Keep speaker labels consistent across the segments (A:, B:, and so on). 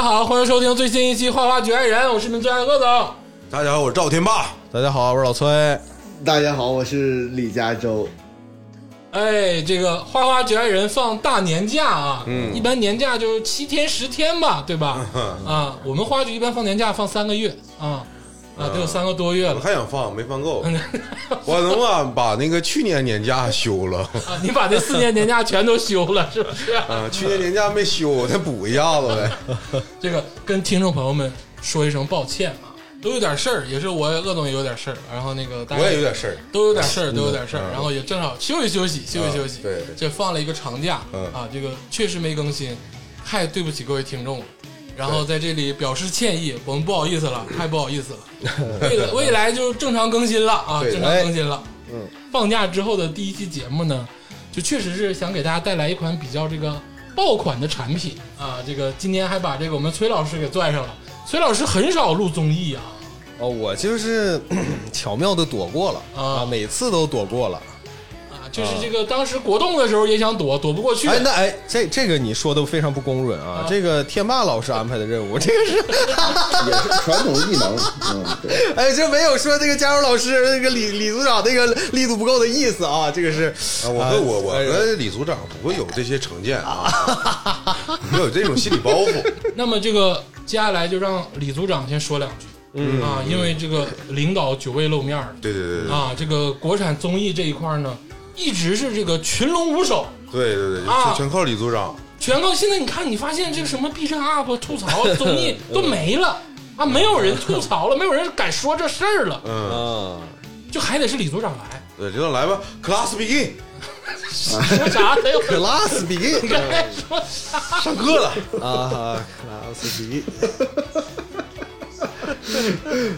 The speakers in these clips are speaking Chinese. A: 好，欢迎收听最新一期《花花局爱人》，我是你们最爱的鄂总。
B: 大家好，我是赵天霸。
C: 大家好，我是老崔。
D: 大家好，我是李佳洲。
A: 哎，这个《花花局爱人》放大年假啊，嗯，一般年假就是七天十天吧，对吧？啊，我们花局一般放年假放三个月啊，啊，得有三个多月
B: 我
A: 了。
B: 还想放，没放够。
A: 嗯
B: 我能不能把那个去年年假 休了？
A: 啊你把这四年年假全都休了，是不是？
B: 啊，去年年假没休，我再补一下子 呗。
A: 这个跟听众朋友们说一声抱歉啊，都有点事儿，也是我鄂总也有点事儿，然后那个大家
B: 我也有点事儿。
A: 都有点事儿，都有点事儿，然后也正好休息休息，休息休息。
B: 嗯啊对对
A: 这放了一个长假
B: 嗯
A: 啊，这个确实没更新，太对不起各位听众了。然后在这里表示歉意，我们不好意思了，太不好意思 了。未来未来就正常更新了啊，
B: 对哎
A: 正常更新了。嗯，放假之后的第一期节目呢，就确实是想给大家带来一款比较这个爆款的产品啊。这个今年还把这个我们崔老师给拽上了。崔老师很少录综艺啊，
C: 哦，我就是 巧妙的躲过了
A: 啊
C: 啊，每次都躲过了。
A: 啊，就是这个当时国栋的时候也想躲，躲不过去。
C: 哎，那哎，这这个你说的非常不公允啊！
A: 啊
C: 这个天霸老师安排的任务，这个是
D: 也是传统异能， 嗯，对，
C: 哎，这没有说这个加入老师那个李李组长那个力度不够的意思啊，这个是
B: 啊，我和我我
C: 哎
B: 和李组长不会有这些成见啊， 没有这种心理包袱。
A: 那么这个接下来就让李组长先说两句，嗯啊，因为这个领导久未露面儿
B: 对对对对
A: 啊，这个国产综艺这一块儿呢，一直是这个群龙无首，
B: 对对对，
A: 啊
B: 全全靠李组长。
A: 全靠现在你看，你发现这个什么 B 站 UP 吐槽 综艺都没了啊，没有人吐槽了，没有人敢说这事儿了，
B: 嗯，
C: 啊，
A: 就还得是李组长来，
B: 对，李组长来吧，class begin，
A: 说啥得有
C: 克拉斯比
A: 你刚才说啥？
B: 上课了。
C: 啊，克拉斯比哎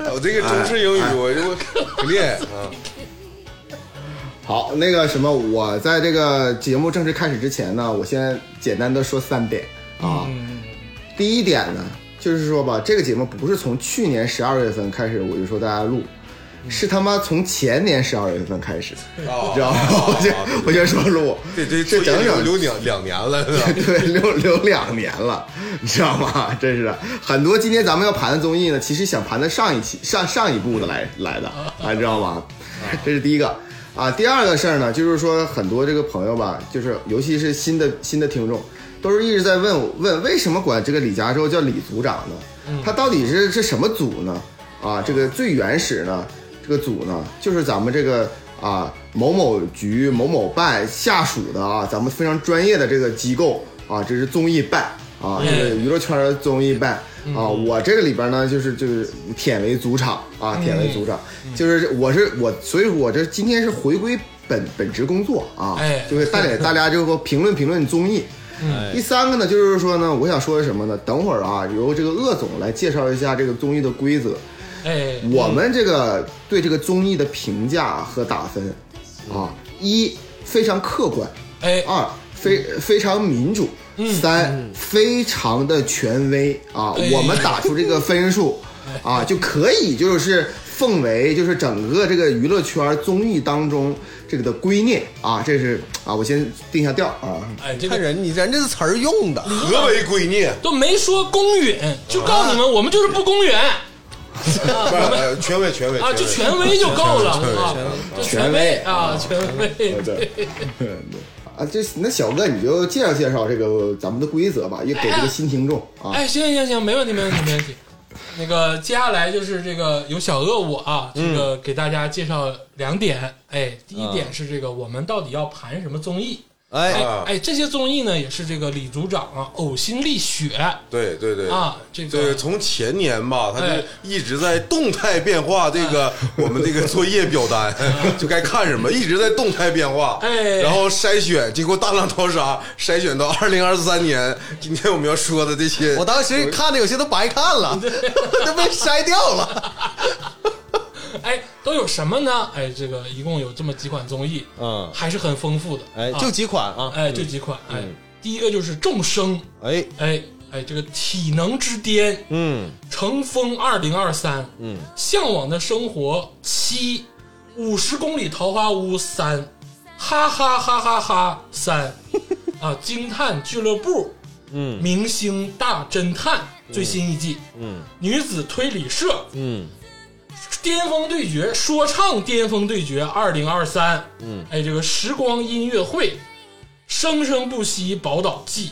B: 我哦这个中式英语，我我 不练啊。
D: 好，那个什么，我在这个节目正式开始之前呢，我先简单的说三点啊。
B: 嗯
D: 第一点呢，就是说吧，这个节目不是从去年十二月份开始我就说大家录，
B: 嗯
D: 是他妈从前年十二月份开始，
B: 啊
D: 知道吗？我就我就说录，
B: 哦对对，
D: 这整整
B: 留两两年了，是吧？
D: 对，留留两年了，你知道吗？真是的很多今天咱们要盘的综艺呢，其实想盘的上一期、上上一部的来来的，啊，你知道吗？这是第一个啊。第二个事儿呢，就是说很多这个朋友吧，就是尤其是新的新的听众，都是一直在问我问为什么管这个李佳洲叫李组长呢？他到底是是什么组呢？啊，这个最原始呢，这个组呢，就是咱们这个啊某某局某某办下属的啊，咱们非常专业的这个机构啊，这是综艺办啊，
A: 嗯
D: 这个娱乐圈的综艺办啊，我这个里边呢，就是就是舔为组长啊，舔为组长，就是我是我，所以我这今天是回归本本职工作啊，
A: 哎
D: 就是带领大家就说评论评论综艺。嗯第三个呢，就是说呢，我想说什么呢？等会儿啊，由这个鄂总来介绍一下这个综艺的规则。
A: 哎，
D: 我们这个对这个综艺的评价和打分啊，一非常客观，
A: 哎，嗯
D: 二非非常民主，三非常的权威啊
A: 哎。
D: 我们打出这个 分数啊，就可以就是奉为就是整个这个娱乐圈综艺当中这个的圭臬啊，这是啊，我先定下调啊。
A: 哎，这
C: 看
A: 个
C: 人你人这词儿用的，
B: 何为圭臬？
A: 都没说公允，就告诉你们，我们就是不公允
B: 不是，呃权威权威
A: 啊，就权威就够了啊，就权
D: 权
A: 威
D: 威嗯
A: 啊，权威，对。
D: 啊，这那小哥你就介绍介绍这个咱们的规则吧，也给这个新听众啊。
A: 哎，行行行，没问题，没问题，没问题。那个接下来就是这个由小恶我啊，这个给大家介绍两点。哎，第一点是这个我们到底要盘什么综艺？
C: 哎
A: 哎
B: 啊
A: 哎，这些综艺呢也是这个李组长啊呕心沥血
B: 对对对
A: 啊，这
B: 对，
A: 个
B: 从前年吧，他
A: 哎
B: 就一直在动态变化这个我们这个作业表单， 就该看什么，一直在动态变化。
A: 哎
B: 然后筛选，经过大浪淘沙，筛选到二零二三年，今天我们要说的这些，
C: 我当时看的有些都白看了， 都被筛掉了。
A: 哎都有什么呢？哎，这个一共有这么几款综艺，
C: 嗯，
A: 还是很丰富的。
C: 哎，
A: 啊
C: 就几款啊，
A: 哎就几款。哎
C: 嗯，
A: 第一个就是众生，
C: 哎，
A: 哎哎，这个体能之巅，
C: 嗯
A: 乘风二零二三，
C: 嗯，
A: 向往的生活七，五十公里桃花坞 三，哈哈哈哈哈三，啊，惊叹俱乐部嗯，《明星大侦探》最新一季，嗯，女子推理社，
C: 嗯，
A: 巅峰对决说唱巅峰对决二零二三，嗯，哎，这个时光音乐会，生生不息宝岛记，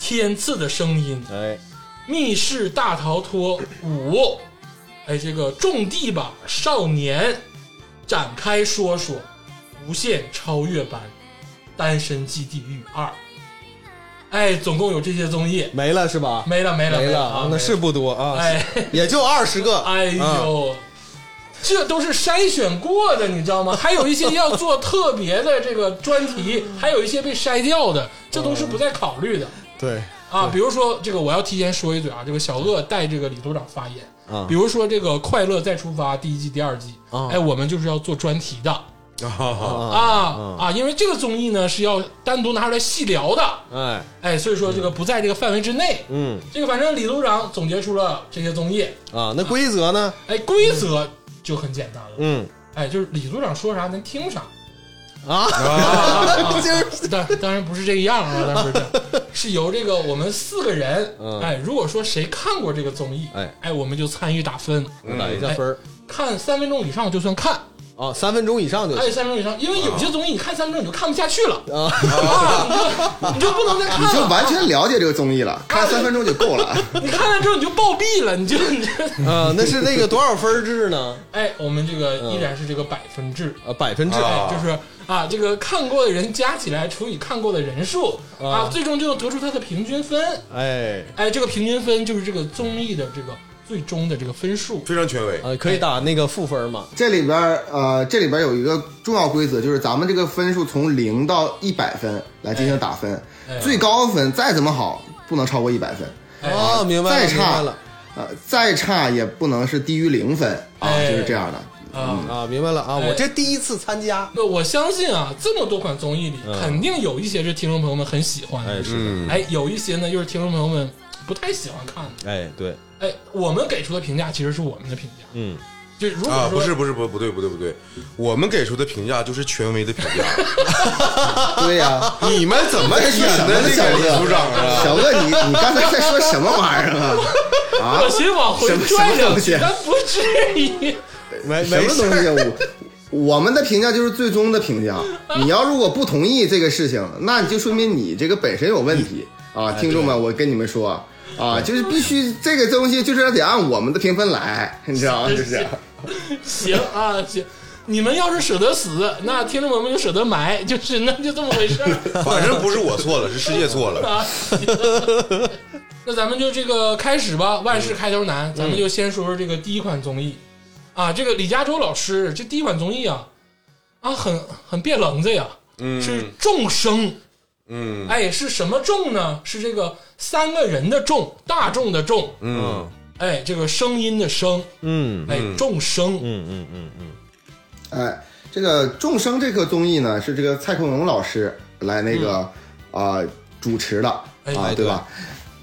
A: 天赐的声音，
C: 哎，
A: 密室大逃脱五，哎，这个种地吧少年，展开说说，无限超越版，单身即地狱二，哎，总共有这些综艺，
C: 没了是吧？
A: 没了没了
C: 没
A: 了
C: 啊
A: 啊，，
C: 那
A: 没
C: 是不多啊，
A: 哎
C: 也就二十个。
A: 哎呦。这都是筛选过的，你知道吗？还有一些要做特别的这个专题，还有一些被筛掉的，这都是不再考虑的。
C: 对，
A: 啊，比如说这个，我要提前说一嘴啊，这个小鄂带这个李组长发言
C: 啊
A: 比如说这个《快乐再出发》第一季、第二季，
C: 啊
A: 哎，我们就是要做专题的
B: 啊
A: 啊啊，因为这个综艺呢是要单独拿出来细聊的，
C: 哎，
A: 哎，所以说这个不在这个范围之内。
C: 嗯
A: 这个反正李组长总结出了这些综艺，
C: 啊，那规则呢？
A: 哎，规则就很简单了，
C: 嗯
A: 哎，就是李组长说啥咱听啥。
C: 啊，
A: 啊
C: 今儿
A: 当当然不是这个样 啊，当然不是这样，是由这个我们四个人，
C: 嗯
A: 哎，如果说谁看过这个综艺，
C: 哎
A: 我们就参与打分，
C: 嗯打一下分儿
A: 看三分钟以上就算看，
C: 啊，哎三分钟以上就
A: 哎，
C: 行
A: 三分钟以上，因为有些综艺你看三分钟你就看不下去了，
C: 啊。
A: 啊，你就你就不能再看
D: 你
A: 了，
D: 就完全了解这个综艺了，看三分钟就够了。
A: 你看完之后你就暴毙了，你就你就，
C: 啊，那是那个多少分儿制 呢？
A: 哎，我们这个依然是这个百分制，
C: 啊，百分制
B: 啊
A: 哎，就是啊，这个看过的人加起来除以看过的人数啊，最终就能得出它的平均分。
C: 哎，
A: 哎，这个平均分就是这个综艺的这个最终的这个分数。
B: 非常权威。
C: 啊，可以打那个负分嘛？
D: 这里边儿呃，这里边儿有一个重要规则，就是咱们这个分数从零到一百分来进行打分，
A: 哎
D: 最高分再怎么好不能超过一百分，
A: 哎
C: 啊，明白
D: 再
C: 了，明白
D: 差
C: 了
D: 呃再差也不能是低于零分啊，
A: 哎
D: 就是这样的。
A: 啊，
C: 啊，明白了啊，
A: 哎
C: 我这第一次参加，
A: 那我相信啊，这么多款综艺里，肯定有一些是听众朋友们很喜欢的，
C: 是
D: 嗯
A: 哎，有一些呢又是听众朋友们不太喜欢看的。
C: 的，哎，对，
A: 哎，我们给出的评价其实是我们的评价，
C: 嗯，
A: 就如
B: 啊，
A: 果
B: 不
A: 说
B: 是不是不不对不对不对，我们给出的评价就是权威的 评价，
D: 对呀、
B: 你们怎么
D: 这是
B: 演
D: 什么
B: 的那
D: 小
B: 个李组
D: 乐
B: 长啊？
D: 小乐，你你刚才在说什么玩意儿啊？ 啊
A: 我，寻往回
D: 什么
A: 拽
D: 什么
A: 两
D: 东西啊
A: 句，咱不至于。
C: 没
D: 什
C: 没
D: 么
C: 事
D: 东
C: 儿，
D: 西？我我们的评价就是最终的评价。你要如果不同意这个事情，那你就说明你这个本身有问题啊！听众们，我跟你们说啊，就是必须这个东西就是得按我们的评分来，你知道吗？就是这样。
A: 行啊，行。你们要是舍得死，那听众朋友们就舍得埋，就是那就这么回事儿。
B: 反正不是我错了，是世界错了。
A: 啊， 那咱们就这个开始吧，万事开头难，
C: 嗯
A: 咱们就先说说这个第一款综艺啊，这个李嘉洲老师这第一款综艺啊，啊，很很别棱子呀，
C: 嗯
A: 是众生，
B: 嗯
A: 哎，是什么众呢？是这个三个人的众，大众的众，
B: 嗯，
A: 哎，这个声音的声，
C: 嗯
A: 哎，众生，
C: 嗯嗯嗯嗯，
D: 哎，这个《众生》这个综艺呢，是这个蔡康永老师来那个啊、呃主持的
A: 哎
D: 啊
A: 哎，
D: 对吧？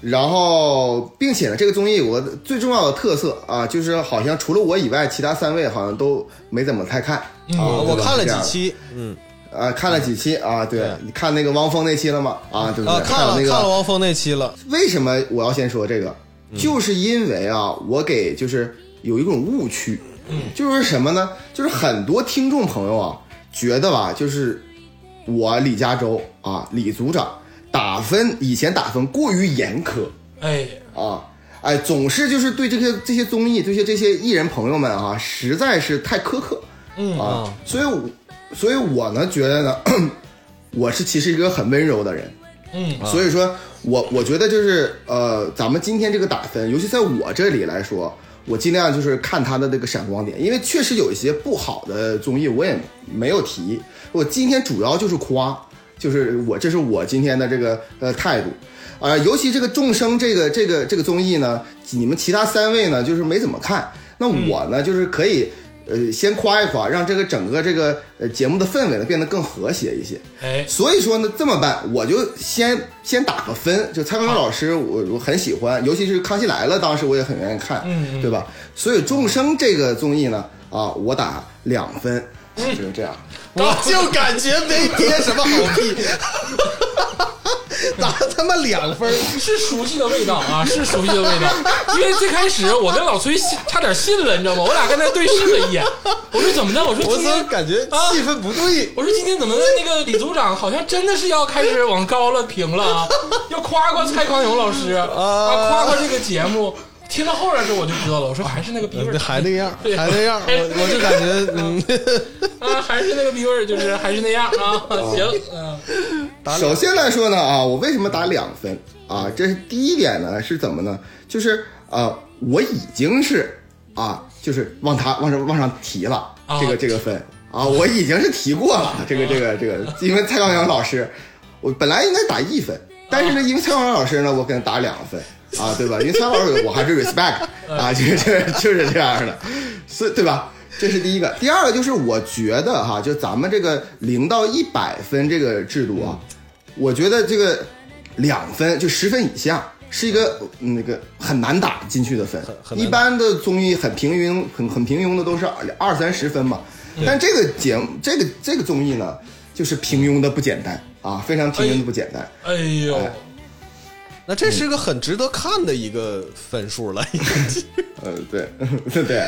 D: 然后，并且呢，这个综艺我最重要的特色啊，就是好像除了我以外，其他三位好像都没怎么太看。
A: 嗯
D: 啊，
C: 我
D: 对吧
C: 看了
D: 是这样
C: 几
D: 的
C: 期，嗯
D: 啊，看了几期啊？对
C: 对，
D: 你看那个汪峰那期了吗？啊，对不
C: 啊，
D: 对？
C: 看了
D: 那
C: 看了
D: 个，
C: 汪峰那期 了，
D: 为什么我要先说这个？就是因为啊，我给就是有一种误区，
C: 嗯
D: 就是什么呢？就是很多听众朋友啊，觉得吧，就是我李嘉洲啊，李组长打分以前打分过于严苛，
A: 哎，
D: 啊，哎，总是就是对这些这些综艺，对些这些艺人朋友们啊，实在是太苛刻，嗯啊，所以我，所以我呢觉得呢， 我是其实一个很温柔的人，
A: 嗯，
D: 所以说我我觉得就是呃，咱们今天这个打分，尤其在我这里来说。我尽量就是看他的那个闪光点，因为确实有一些不好的综艺我也没有提。我今天主要就是夸，就是我这是我今天的这个呃态度。呃，尤其这个众生这个这个这个综艺呢，你们其他三位呢就是没怎么看，那我呢、就是可以呃先夸一夸，让这个整个这个呃节目的氛围呢变得更和谐一些。
A: 哎，
D: 所以说呢，这么办，我就先先打个分。就蔡康永老师我，我很喜欢，尤其是《康熙来了》，当时我也很愿意看，
A: 嗯
D: 对吧？所以《众生》这个综艺呢，啊，我打两分，
A: 嗯
D: 就是这样。
C: 我就感觉没贴什么好屁， 打了他妈两分儿，
A: 是熟悉的味道啊， 是熟悉的味道。因为最开始我跟老崔信差点信了，你知道吗？我俩刚才对视了一眼，我说怎么的？我说
C: 我
A: 今
C: 怎么
A: 天，
C: 感觉气氛不对？
A: 我说今天怎么的？那个李组长好像真的是要开始往高了评了 啊，要夸夸蔡康永老师啊，夸夸这个节目。听到后边这我就知道了，我说还是那个逼味儿，
C: 呃还那样，
A: 对
C: 还那样，我我就感觉，嗯，
A: 啊，还是那个逼味儿，就是还是那样啊。
C: 哦
A: 行，嗯，
D: 首先来说呢，啊，我为什么打两分啊？这是第一点呢，是怎么呢？就是呃，我已经是啊，就是往他往上往上提了
A: 啊
D: 这个这个分啊，我已经是提过了这个这个这个，因为蔡康永老师，我本来应该打一分，但是呢，因为蔡康永老师呢，我给他打两分。啊，对吧？因为蔡康永老师我还是 respect 啊，就是就是就是这样的，所以对吧？这是第一个，第二个就是我觉得哈、就咱们这个零到一百分这个制度啊，我觉得这个两分就十分以下是一个嗯那个很难打进去的分，
C: 很
D: 一
C: 难打
D: 般的综艺很平庸，很很平庸的都是二二三十分嘛。但这个节目，这个这个综艺呢，就是平庸的不简单啊，非常平庸的不简单。
A: 哎呦，
C: 那这是个很值得看的一个分数了，已经
D: 呃，对，对 对，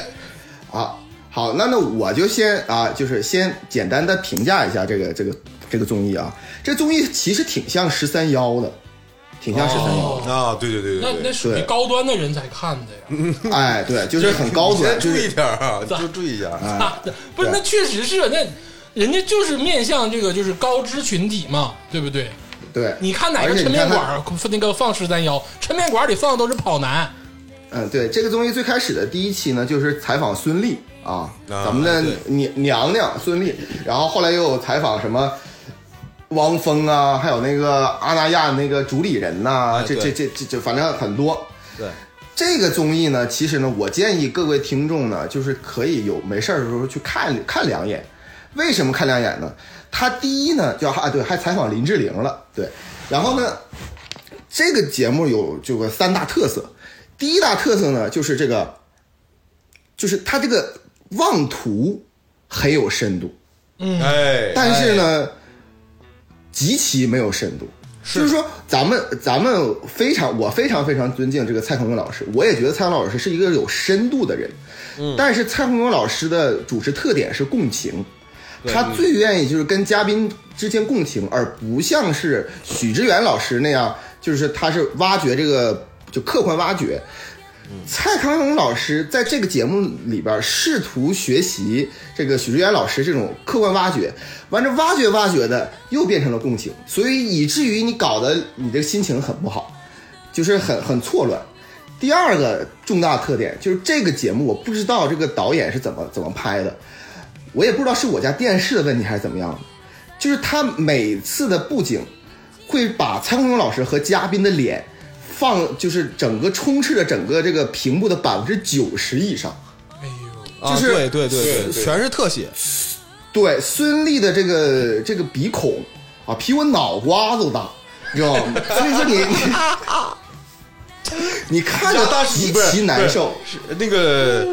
D: 啊，好，那那我就先啊，就是先简单的评价一下这个这个这个综艺啊，这综艺其实挺像十三幺的，挺像十三幺，
A: 哦，
B: 啊，对对对
A: 那
B: 对
A: 那
B: 对，
A: 属于
D: 对
A: 高端的人才看的呀。
D: 哎，对，就是很高
B: 你
D: 端，
B: 先
D: 就
B: 注
D: 是
B: 意点儿啊， 就注意一下。
A: 啊，不是，那确实是，那人家就是面向这个就是高知群体嘛，对不对？
D: 对，
A: 你看哪个
D: 而且
A: 抻
D: 你
A: 面
D: 看
A: 馆
D: 它
A: 儿啊那个放十三幺，抻面馆儿里放的都是跑男，
D: 嗯，对，这个综艺最开始的第一期呢，就是采访孙俪啊，
B: 啊
D: 咱们的娘娘娘孙俪，然后后来又有采访什么汪峰啊，还有那个阿那亚那个主理人呐、
C: 哎
D: 这这
C: 对
D: 这这这，反正很多。
C: 对，
D: 这个综艺呢，其实呢，我建议各位听众呢，就是可以有没事儿的时候去看看两眼。为什么看两眼呢？他第一呢，就啊对，还采访林志玲了，对。然后呢，这个节目有这个三大特色，第一大特色呢，就是这个，就是他这个妄图很有深度，
B: 哎，
D: 但是呢，极其没有深度。就是说，咱们咱们非常，我非常非常尊敬这个蔡康永老师，我也觉得蔡康永老师是一个有深度的人。嗯，但是蔡康永老师的主持特点是共情，他最愿意就是跟嘉宾之间共情，而不像是许知远老师那样，就是他是挖掘这个就客观挖掘。蔡康永老师在这个节目里边试图学习这个许知远老师这种客观挖掘，完这挖掘挖掘的又变成了共情，所以以至于你搞得你的心情很不好，就是很很错乱。第二个重大特点就是这个节目，我不知道这个导演是怎么怎么拍的，我也不知道是我家电视的问题还是怎么样的，就是他每次的布景会把蔡康永老师和嘉宾的脸放，就是整个充斥着整个这个屏幕的百分之九十以上。
A: 哎呦，
C: 啊，
D: 就是
C: 对对对
B: 对对
C: 全是特写，
D: 对，孙俪的这个这个鼻孔啊，比我脑瓜都大，你知道吗？所以说 你你你看着
B: 加大
D: 极
B: 不是
D: 其难受。
B: 不是是那个，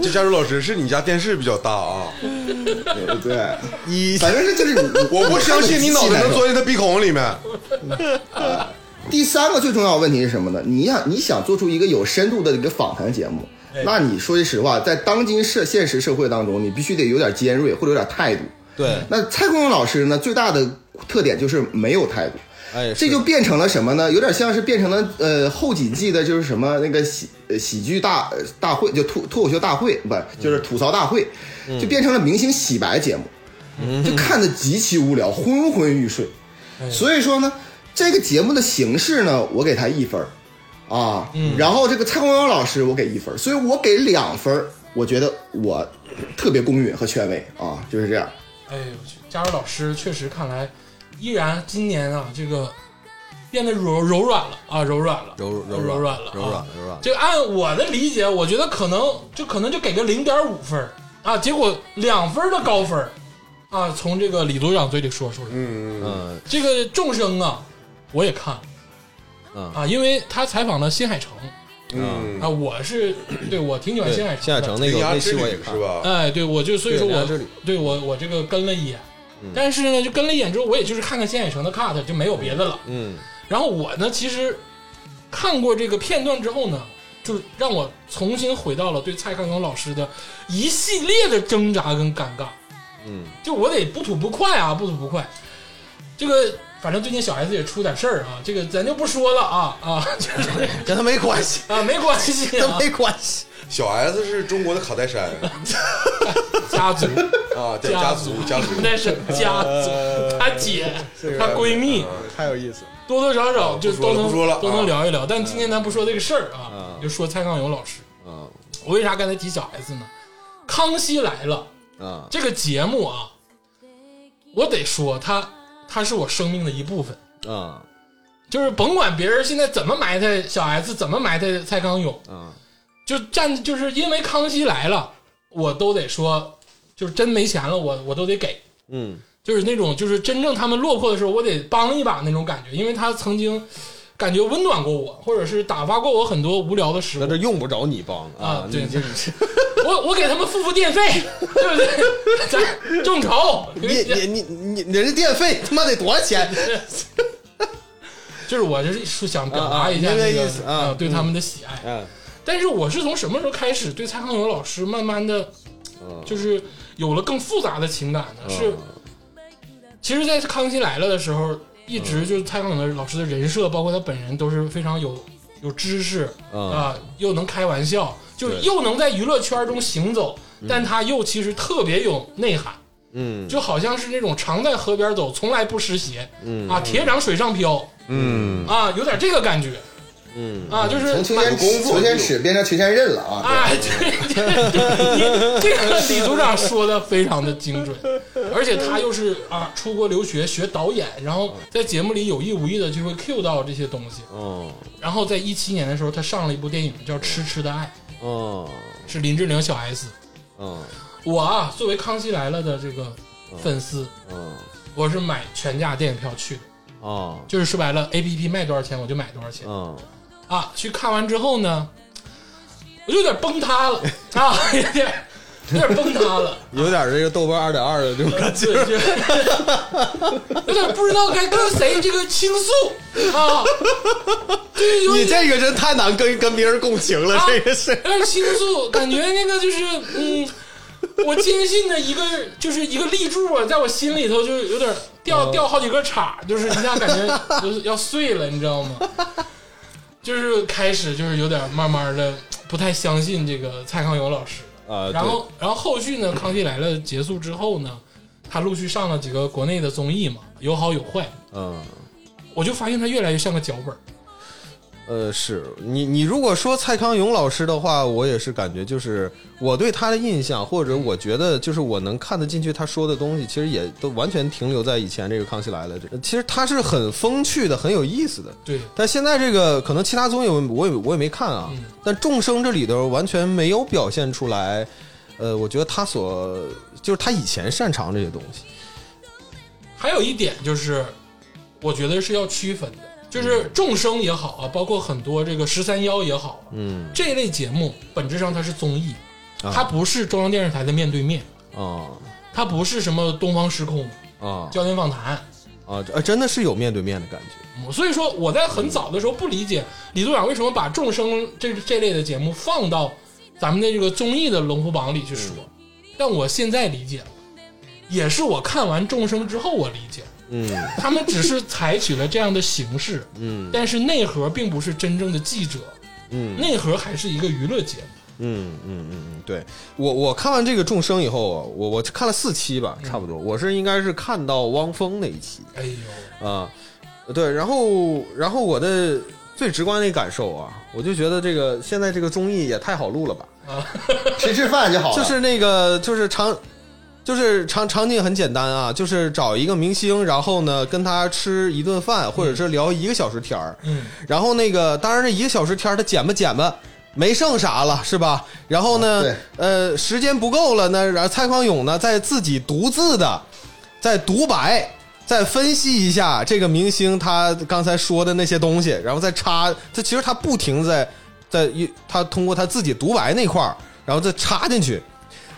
B: 这加州老师是你家电视比较大啊，
D: 对对，
C: 一
D: 反正是就是你
B: 我不相信你脑袋能钻进他鼻孔里面。
D: 第三个最重要的问题是什么呢？你想你想做出一个有深度的一个访谈节目，那你说句实话，在当今社现实社会当中，你必须得有点尖锐或者有点态度。
C: 对，
D: 那蔡康永老师呢，最大的特点就是没有态度。
C: 哎，
D: 这
C: 是
D: 就变成了什么呢？有点像是变成了呃后几季的，就是什么那个喜呃喜剧大呃大会，就吐脱口秀大会，不
C: 嗯
D: 就是吐槽大会，就变成了明星洗白节目，
C: 嗯
D: 就看得极其无聊，昏昏欲睡。所以说呢，这个节目的形式呢，我给他一分儿啊，然后这个蔡康永老师我给一分儿，所以我给两分儿，我觉得我特别公允和权威啊，就是这样。
A: 哎呦，佳茹老师确实看来依然今年啊这个变得柔柔软了啊，柔软了，
C: 柔柔
A: 柔
C: 软
A: 了，
C: 柔
A: 啊
C: 软了柔软了，
A: 就按我的理解，我觉得可能就可能就给个零点五分儿啊，结果两分儿的高分儿啊，从这个李组长嘴里说出来。
B: 嗯，嗯
C: 嗯
A: 这个众生啊，我也看
C: 嗯
A: 啊，因为他采访了新海诚
B: 嗯
A: 啊，我是对我挺喜欢
C: 对
A: 新海诚的，
C: 新海诚那
B: 那
C: 个那
B: 个
C: 期
B: 之
C: 我也
B: 旅
C: 看
B: 是，吧？
A: 哎，对我就所以说我
C: 对梁之旅
A: 对我我
C: 嗯
A: 这个跟了一眼，但是呢，就跟了一眼之后，我也就是看看新海诚的 cut 就没有别的了。
C: 嗯
A: 然后我呢，其实看过这个片段之后呢，就让我重新回到了对蔡康永老师的一系列的挣扎跟尴尬。
B: 嗯，
A: 就我得不吐不快啊，不吐不快。这个反正最近小孩子也出点事儿啊，这个咱就不说了啊啊， 就是
C: 跟他没关 系，
A: 啊没关系、
C: 跟他
A: 啊，
C: 没关系。
B: 小 S 是中国的卡戴珊
A: 家族
B: 啊，对，家族
A: 族
B: 家族，
A: 那是家族，她姐，她闺蜜，
C: 太有意思了，
A: 多多少少就
B: 啊
A: 都
B: 不说了
A: 能
B: 不说了
A: 都能
B: 啊嗯
A: 聊一聊。但今天咱不说这个事儿啊，就说蔡康永老师。
B: 啊
A: 我为啥刚才提小 S 呢？《康熙来了
B: 啊》，
A: 这个节目啊，我得说它它是我生命的一部分。
B: 啊
A: 就是甭管别人现在怎么埋汰小 S，怎么埋汰蔡康永，
B: 啊！
A: 就站就是因为《康熙来了》，我都得说，就是真没钱了，我我都得给。
B: 嗯，
A: 就是那种就是真正他们落魄的时候，我得帮一把那种感觉，因为他曾经感觉温暖过我，或者是打发过我很多无聊的时
C: 那
A: 光。
C: 这用不着你帮
A: 啊对
C: 你这是
A: 我我给他们付付电费， 对不对？咱众筹，
C: 你你你你你这电费他妈得多少钱？
A: 就是我就是说想表达一
C: 啊
A: 下
C: 啊明白
A: 这个
C: 意思啊
A: 呃对他们的喜爱。
C: 嗯
A: 但是我是从什么时候开始对蔡康永老师慢慢的，
B: 嗯
A: 就是有了更复杂的情感呢？是，其实，在《康熙来了》的时候，一直
B: 嗯
A: 就是蔡康永的老师的人设，包括他本人都是非常有有知识
B: 嗯
A: 啊，又能开玩笑，就是又能在娱乐圈中行走，但他又其实特别有内涵。
B: 嗯
A: 就好像是那种常在河边走，从来不湿鞋，啊，铁掌水上漂，
B: 嗯
A: 啊，有点这个感觉，
B: 嗯
A: 啊，就是
D: 从群山
B: 有功夫
D: 从天尺变成群山刃了啊！
A: 哎，对对对，这个李组长说的非常的精准，而且他又是啊出国留学学导演，然后在节目里有意无意的就会 cue 到这些东西。
B: 哦
A: 然后在一七年的时候，他上了一部电影叫《痴痴的爱
C: 嗯
B: 哦》，
A: 是林志玲小 S。
B: 哦
A: 我啊，作为《康熙来了》的这个粉丝，
B: 哦
A: 我是买全价电影票去的，
C: 啊
B: 哦
A: 就是说白了，A P P 卖多少钱我就买多少钱
B: 哦
A: 啊。去看完之后呢，我就有点崩塌了啊，有点有点崩塌了。
C: 有点这个豆瓣二点二的这种感觉。
A: 对，就有点不知道该跟谁这个倾诉啊，就是有
C: 你
A: 点
C: 这个啊真太难跟跟别人共情了，这个是
A: 有点倾诉，感觉那个就是嗯，我坚信的一个就是一个立柱啊，在我心里头就有点掉掉好几个叉，就是一下感觉就是要碎了，你知道吗？就是开始就是有点慢慢的不太相信这个蔡康永老师了。
C: 啊
A: 然后，然后后续呢，《康熙来了》结束之后呢，他陆续上了几个国内的综艺嘛，有好有坏，
C: 嗯。
A: 我就发现他越来越像个脚本儿。
C: 呃，是你你如果说蔡康永老师的话，我也是感觉就是我对他的印象，或者我觉得就是我能看得进去他说的东西，其实也都完全停留在以前这个《康熙来了》这。呃其实他是很风趣的，很有意思的。
A: 对，
C: 但现在这个可能其他综艺我我也我也没看啊，
A: 嗯
C: 但《众生》这里头完全没有表现出来，呃，我觉得他所就是他以前擅长这些东西，
A: 还有一点就是，我觉得是要区分的，
C: 嗯
A: 就是众生也好啊，包括很多这个十三幺也好、啊，
C: 嗯
A: 这一类节目本质上它是综艺，
C: 啊
A: 它不是中央电视台的面对面，
C: 啊
A: 它不是什么东方时空、
C: 啊
A: 焦点访谈，
C: 啊，呃真的是有面对面的感觉。
A: 所以说我在很早的时候不理解李组长为什么把众生这这类的节目放到咱们的这个综艺的龙虎榜里去说，
C: 嗯
A: 但我现在理解了，也是我看完众生之后我理解了，
C: 嗯
A: 他们只 是采取了这样的形式，
C: 嗯
A: 但是内核并不是真正的记者，
C: 嗯
A: 内核还是一个娱乐节目。
C: 嗯嗯嗯嗯，对我我看完这个《众生》以后啊，我我看了四期吧，差不多，我是应该是看到汪峰那一期
A: 哎呦，
C: 啊、对，然后然后我的最直观的感受啊，我就觉得这个现在这个综艺也太好录了吧，
D: 吃吃饭就 好了。
C: 就是那个就是场，就是场场景很简单啊，就是找一个明星，然后呢跟他吃一顿饭，或者是聊一个小时天儿，
A: 嗯，
C: 然后那个当然这一个小时天儿他剪吧剪吧。没剩啥了是吧？然后呢
D: 啊对，
C: 呃，时间不够了呢，然后蔡康永呢在自己独自的再独白，再分析一下这个明星他刚才说的那些东西，然后再插，这其实他不停在在一他通过他自己独白那块儿，然后再插进去。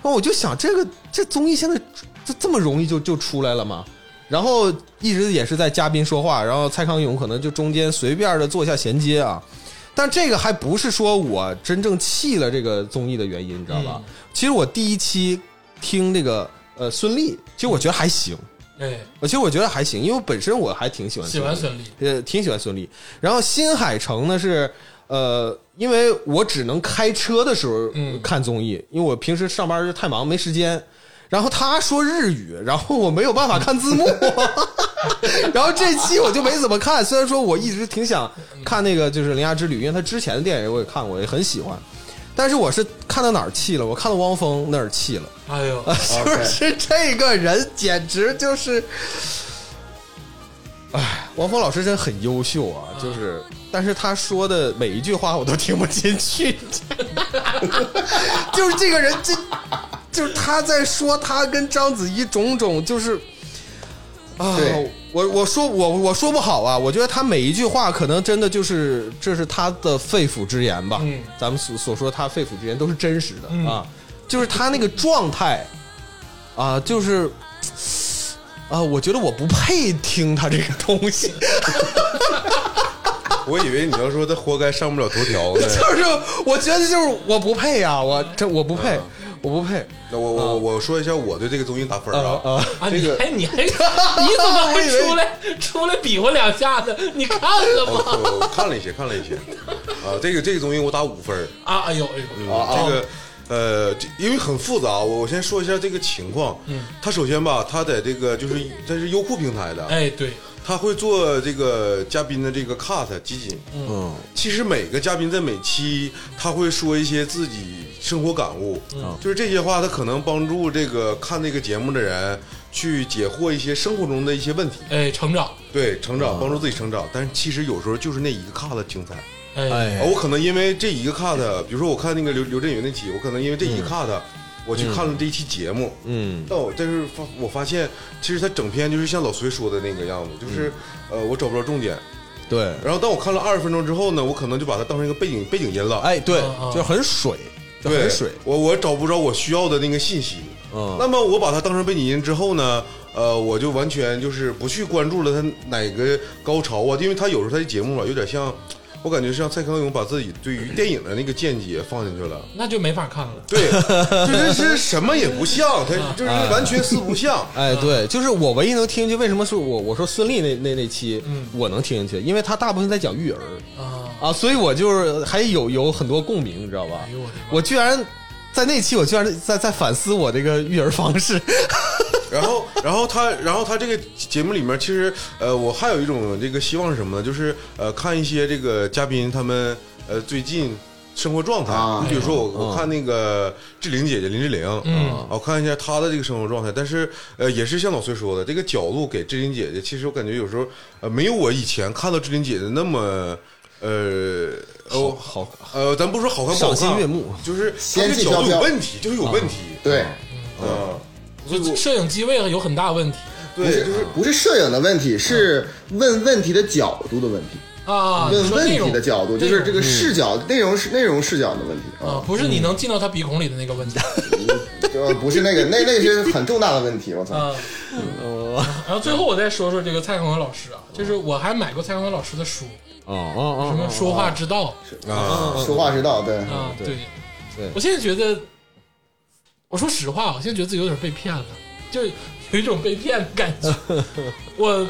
C: 哦，我就想这个这综艺现在这这么容易就就出来了吗？然后一直也是在嘉宾说话，然后蔡康永可能就中间随便的做一下衔接啊。但这个还不是说我真正弃了这个综艺的原因，你知道吧？
A: 嗯
C: 其实我第一期听这个呃孙俪，其实我觉得还行，
A: 哎，
C: 我其实我觉得还行，因为我本身我还挺喜欢
A: 喜欢孙俪，
C: 呃，挺喜欢孙俪。然后新海诚呢是，呃，因为我只能开车的时候
A: 嗯
C: 看综艺，因为我平时上班就太忙没时间。然后他说日语，然后我没有办法看字幕，然后这期我就没怎么看。虽然说我一直挺想看那个就是《铃芽之旅》，因为他之前的电影我也看过，也很喜欢。但是我是看到哪儿气了？我看到汪峰那儿气了。
A: 哎 呦，
C: 啊，就是这个人简直就是，哎，王峰老师真很优秀啊，就是，但是他说的每一句话我都听不进去， 就是这个人真，就是他在说他跟章子怡种种就是。啊
D: 对，
C: 我我说我我说不好啊，我觉得他每一句话可能真的就是这是他的肺腑之言吧，
A: 嗯
C: 咱们所所说他肺腑之言都是真实的、啊，就是他那个状态，啊，就是啊，我觉得我不配听他这个东 西，
B: 我以为你要说他活该上不了头条 呢。
C: 就是我觉得就是我不配呀、我这我不配，我不配。
B: 那我我我说一下我对这个综艺打分啊，
C: 啊
A: 啊，
B: 这
A: 你
B: 个
A: 还你还你怎么
C: 我
A: 还
C: 以为
A: 出来出来比划两下子？你看了
B: 我
A: 吗？
B: 我我看了一些，看了一些，啊，这个这个综艺我打五分儿，
A: 啊，哎呦哎呦，
B: 嗯，
D: 啊
B: 这个呃，这因为很复杂，我我先说一下这个情况，嗯，他首先吧，他在这个就是他是优酷平台的，
A: 哎对，
B: 他会做这个嘉宾的这个 cut 集锦，
C: 嗯
B: 其实每个嘉宾在每期他会说一些自己生活感悟，就是这些话，他可能帮助这个看这个节目的人去解惑一些生活中的一些问题，
A: 哎成长，
B: 对，成长，帮助自己成长。但是其实有时候就是那一个 cut 精彩。
A: 哎
B: 啊
C: 哎，
B: 我可能因为这一个 cut，比如说我看那个刘刘震云那期，我可能因为这一个 cut，、我去看了这一期节目，
C: 嗯
B: 但我但是发我发现，其实他整篇就是像老隋说的那个样子，就是、
C: 嗯
B: 呃我找不着重点。
C: 对，
B: 然后当我看了二十分钟之后呢，我可能就把它当成一个背景背景音了，
C: 哎对
A: 嗯嗯，
C: 就很水，就
B: 对，
C: 很水，
B: 我我找不着我需要的那个信息。
C: 嗯
B: 那么我把它当成背景音之后呢，呃，我就完全就是不去关注了他哪个高潮啊，因为他有时候他的节目吧，有点像，我感觉像蔡康永把自己对于电影的那个见解放进去了。
A: 那就没法看了。
B: 对，就是是什么也不像，他就是完全四不像。
C: 哎对，就是我唯一能听进去，为什么是我我说孙俪那那那期，
A: 嗯
C: 我能听进去，因为他大部分在讲育儿
A: 啊，
C: 啊，所以我就是还有有很多共鸣，你知道吧
A: 哎？呦我的妈！
C: 我居然。在那期，我居然在在反思我这个育儿方 式，
B: 然后，然后他，然后他这个节目里面，其实呃，我还有一种这个希望是什么呢？就是呃，看一些这个嘉宾他们呃最近生活状态。
D: 啊
B: 你比如说我，我
C: 嗯
B: 看那个志玲姐姐林志玲，
A: 嗯
B: 我看一下她的这个生活状态。但是呃，也是像老崔说的，这个角度给志玲姐姐，其实我感觉有时候呃，没有我以前看到志玲姐姐那么呃
C: 好
B: 哦
C: 好
B: 呃，咱不说好看不好
C: 赏心
B: 看，
C: 悦目
B: 就是他
D: 仙
B: 这
D: 气
B: 角度
D: 飘
B: 有
D: 飘
B: 问题，就是有问题。
D: 对，
B: 嗯，
A: 就摄影机位有很大问题
D: 不
B: 对，
D: 是
B: 就是
D: 不是摄影的问题，是问问题的角度的问题，
A: 啊。你
D: 问
A: 说
D: 问
A: 那
D: 题
A: 种
D: 的角度就是这个视角内容是内容视角的问题
A: 啊
D: 啊，，
A: 不是你能进到他鼻孔里的那个 问题
D: 呃不是那个那那是很重大的问题，我操，
A: 啊。
D: 哦
A: 然后最后我再说说这个蔡康永老师啊，就是我还买过蔡康永老师的书，
C: 哦哦
A: 什么说话之道
C: 嗯
B: 啊，
D: 说话之道对，
A: 啊，
C: 对
A: 对
C: 对
A: 我现在觉得，我说实话，我现在觉得自己有点被骗了，就有一种被骗的感觉。我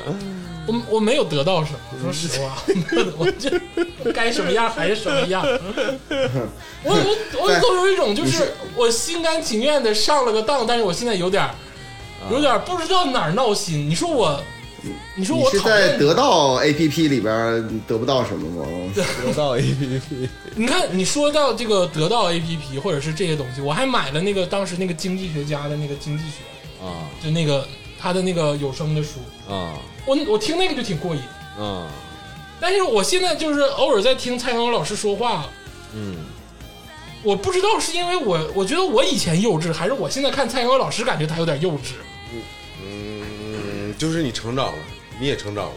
A: 我我没有得到什么，说实话， 我就该什么样还是什么样。我我我总有一种就是我心甘情愿的上了个当，但是我现在有点儿有点儿不知道哪儿闹心。你说我，你说
D: 你
A: 我
D: 是
A: 讨
D: 在
A: 厌
D: 得到 A P P 里边得不到什么吗？
C: 得到 A P P，
A: 你看，你说到这个得到 A P P 或者是这些东西，我还买了那个当时那个经济学家的那个经济学，
C: 啊
A: 就那个他的那个有声的书，
C: 啊
A: 我我听那个就挺过瘾。
C: 啊，
A: 但是我现在就是偶尔在听蔡康永老师说话，
C: 嗯，
A: 我不知道是因为我我觉得我以前幼稚，还是我现在看蔡康永老师感觉他有点幼稚。
B: 嗯，就是你成长了，你也成长了，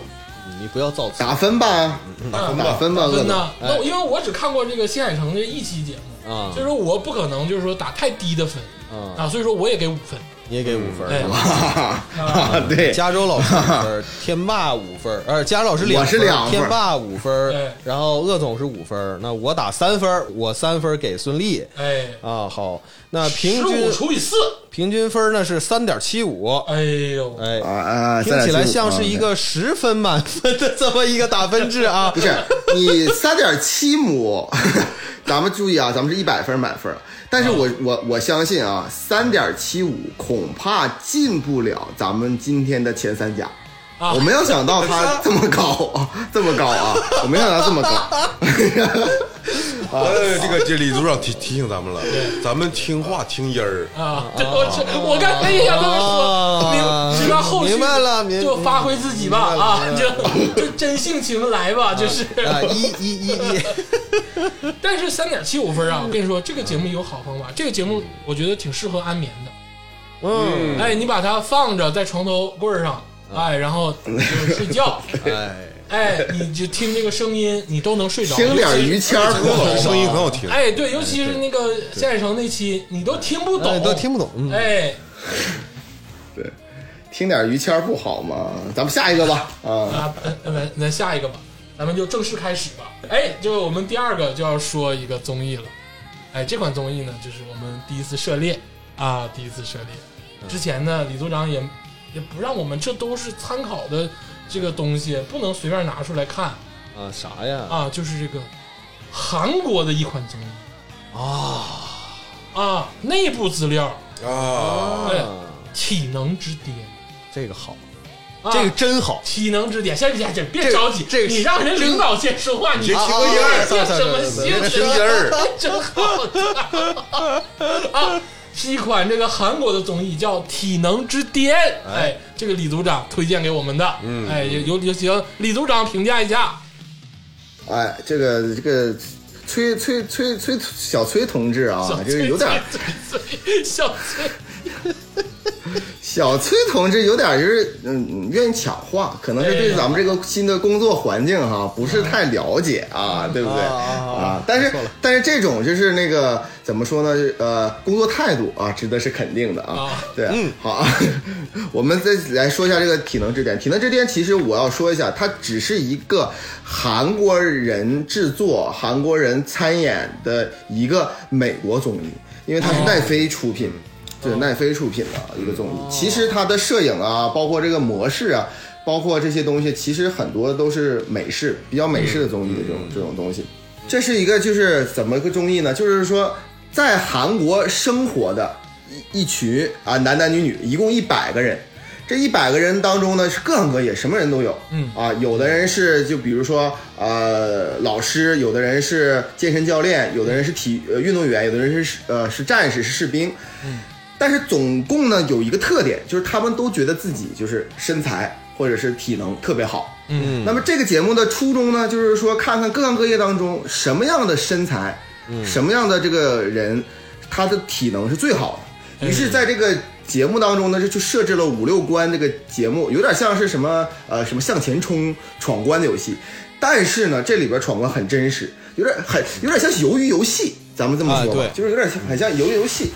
C: 你不要造次
D: 打分吧，
B: 打分
D: 打
B: 吧。
D: 分吧，
A: 真
D: 恶
A: 的
D: 总，，
A: 那我因为我只看过这个新海诚的一期节目，
C: 啊
A: 所以说我不可能就是说打太低的分
C: 啊
A: 啊，所以说我也给五分。
C: 你也给五分
A: 哎
C: 儿，好吧？
D: 对，
C: 加州老师五分儿，天霸五分儿，呃，加州老师
D: 我
C: 分
D: 是
C: 儿
D: 两分儿
C: 天霸五分
A: 对
C: 儿，然后鄂总是五分儿，那我打三分儿，我三分儿给孙俪
A: 哎，
C: 啊。好，那
A: 十
C: 平
A: 五
C: 均
A: 除以四，
C: 平均分儿呢是三点七五，
A: 哎呦，
C: 哎
D: 啊，啊，
C: 听起来
D: 3.75
C: 像是一
D: 啊
C: 个十分满分的这么一个打分制啊
D: 不。是你三点七亩， 咱们注意啊，咱们是一百分满分，但是我我我相信啊，三点七五恐怕进不了咱们今天的前三甲。
A: 啊
D: 我没有想到他这么高啊，这么高啊！我没想到他这么高，
B: 呃，这个这李组长提提醒咱们了，咱们听话听音儿。
A: 啊，这我这我刚才也想这么说，
C: 啊
A: 明只要后续
C: 明白了明
A: 就发挥自己吧
C: 明白了
A: 啊
C: 明，白
A: 就就真性情来吧，就是。
C: 啊，一一一一，
A: 但是三点七五分啊，我跟你说，这个节目有好方法，这个节目我觉得挺适合安眠的。
C: 嗯，
A: 哎，你把它放着在床头柜儿
C: 啊
A: 上，哎，然后就睡 觉，
C: 哎，
A: 哎，你就听这个声音，你都能睡着。
D: 听点于
A: 尤其
D: 谦儿不
B: 老师
D: 好
B: 声
D: 吗？
B: 音很好听，
A: 哎，对，尤其是那个夏海城那期，你都听不
C: 哎
A: 懂，
C: 都听不懂，嗯，
A: 哎，
D: 对，听点于谦儿不好吗？咱们下一个吧，啊，
A: 啊，呃咱咱下一个吧，咱们就正式开始吧。哎，就我们第二个就要说一个综艺了。哎，这款综艺呢，就是我们第一次涉猎啊，第一次涉
C: 嗯
A: 猎。之前呢，李组长也也不让我们，这都是参考的这个东西，不能随便拿出来看
C: 啊，啥呀？
A: 啊。就是这个韩国的一款综艺
C: 啊
A: 啊，内部资料
B: 啊，
A: 哎《体能之巅》
C: 这个好，
A: 啊，
C: 这个真好。
A: 体能之巅，先别先别
C: 这个
A: 着急，
C: 这个
A: 你让人领导先说话，你
B: 别
A: 这
B: 听
C: 啊
B: 个音
C: 啊
B: 儿
C: 啊，算
A: 什么
C: 算算
A: 心
B: 听音儿。
A: 真好 啊！是一款这个韩国的综艺，叫《体能之巅》。哎，这个李组长推荐给我们的，
B: 嗯
A: 哎，有有请李组长评价一下。
D: 哎，这个这个崔崔崔崔小崔同志啊，这个有点儿。
A: 小崔，
D: 小崔同志有点就是嗯愿意抢话，可能是对咱们这个新的工作环境哈、不是太了解啊，对不对
C: 啊啊啊
D: 啊？但是
C: 错了
D: 但是这种就是那个怎么说呢？呃，工作态度啊，值得是肯定的啊
A: 啊。
D: 对，好 啊，我们再来说一下这个体能之巅。体能之巅其实我要说一下，它只是一个韩国人制作、韩国人参演的一个美国综艺，因为它是奈飞出品。对，奈飞出品的一个综艺。其实它的摄影啊，包括这个模式啊，包括这些东西，其实很多都是美式，比较美式的综艺的这种这种东西。这是一个就是怎么个综艺呢？就是说在韩国生活的一一群啊男男女女，一共一百个人。这一百个人当中呢，是各行各业，什么人都有。
A: 嗯
D: 啊，有的人是就比如说呃老师，有的人是健身教练，有的人是体呃运动员，有的人是呃是战士，是士兵。但是总共呢有一个特点，就是他们都觉得自己就是身材或者是体能特别好。
A: 嗯，
D: 那么这个节目的初衷呢，就是说看看各行各业当中什么样的身材，
C: 嗯
D: 什么样的这个人，他的体能是最好的。
C: 嗯
D: 于是，在这个节目当中呢，就就设置了五六关这个节目，有点像是什么呃什么向前冲闯关的游戏，但是呢，这里边闯关很真实，有点很有点像鱿鱼游戏，咱们这么说吧，
C: 啊对
D: 就是有点像很像鱿鱼游戏。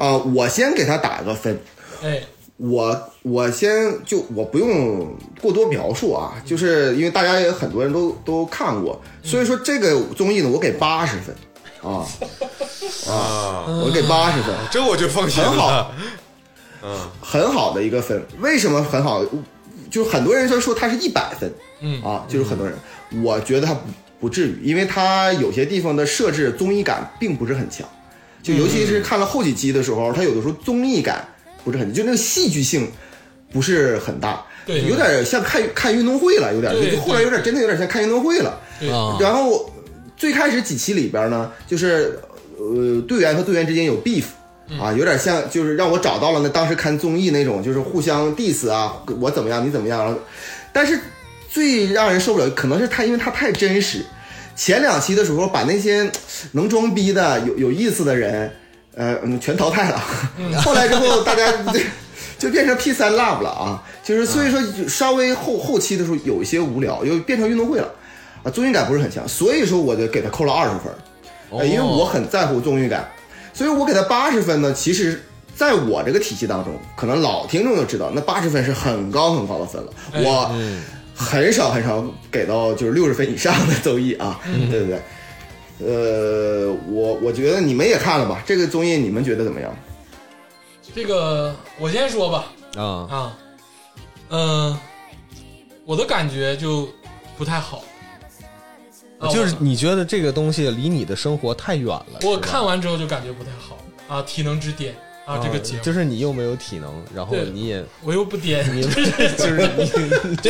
D: 啊、我先给他打个分，
A: 哎，
D: 我我先就我不用过多描述啊，就是因为大家也很多人都都看过，所以说这个综艺呢，我给八十分啊啊，我给八十分，
B: 这我就放心
D: 很好
B: 了。
D: 很好的一个分。为什么很好？就是很多人说说它是一百分，
A: 嗯
D: 啊，就是很多人，我觉得它不不至于，因为它有些地方的设置综艺感并不是很强，就尤其是看了后几期的时候，它有的时候综艺感不是很，就那个戏剧性不是很大，
A: 对
D: 有点像看看运动会了，有点
A: 对
D: 就后来有点真的有点像看运动会了。
A: 对
C: 啊
D: 然后最开始几期里边呢，就是呃队员和队员之间有 beef
A: 嗯
D: 啊，有点像就是让我找到了那当时看综艺那种，就是互相 diss 啊，我怎么样你怎么样，然后但是最让人受不了可能是他，因为他太真实。前两期的时候，把那些能装逼的、有有意思的人，呃，嗯全淘汰了。 后来之后，大家就就变成 P 三 Love 了啊，就是所以说稍微后后期的时候有一些无聊，又变成运动会了。啊，综艺感不是很强，所以说我就给他哦哎
A: 哦
D: 扣了二十分儿，呃因为我很在乎综艺感，所以我给他八十分呢，其实在我这个体系当中，可能老听众就知道，那八十分是很高很高的分了。
A: 哎
D: 我
C: 嗯
D: 很少很少给到就是六十分以上的综艺啊，对不对？呃，我我觉得你们也看了吧，这个综艺你们觉得怎么样？
A: 这个我先说吧，
C: 啊，
A: 啊，嗯、我的感觉就不太好，啊
C: 就是
A: 我
C: 你觉得这个东西离你的生活太远了。
A: 我
C: 是吧
A: 看完之后就感觉不太好啊，体能之巅啊，这个节目、
C: 就是你又没有体能，然后
A: 对
C: 你也
A: 我又不颠，
C: 就是你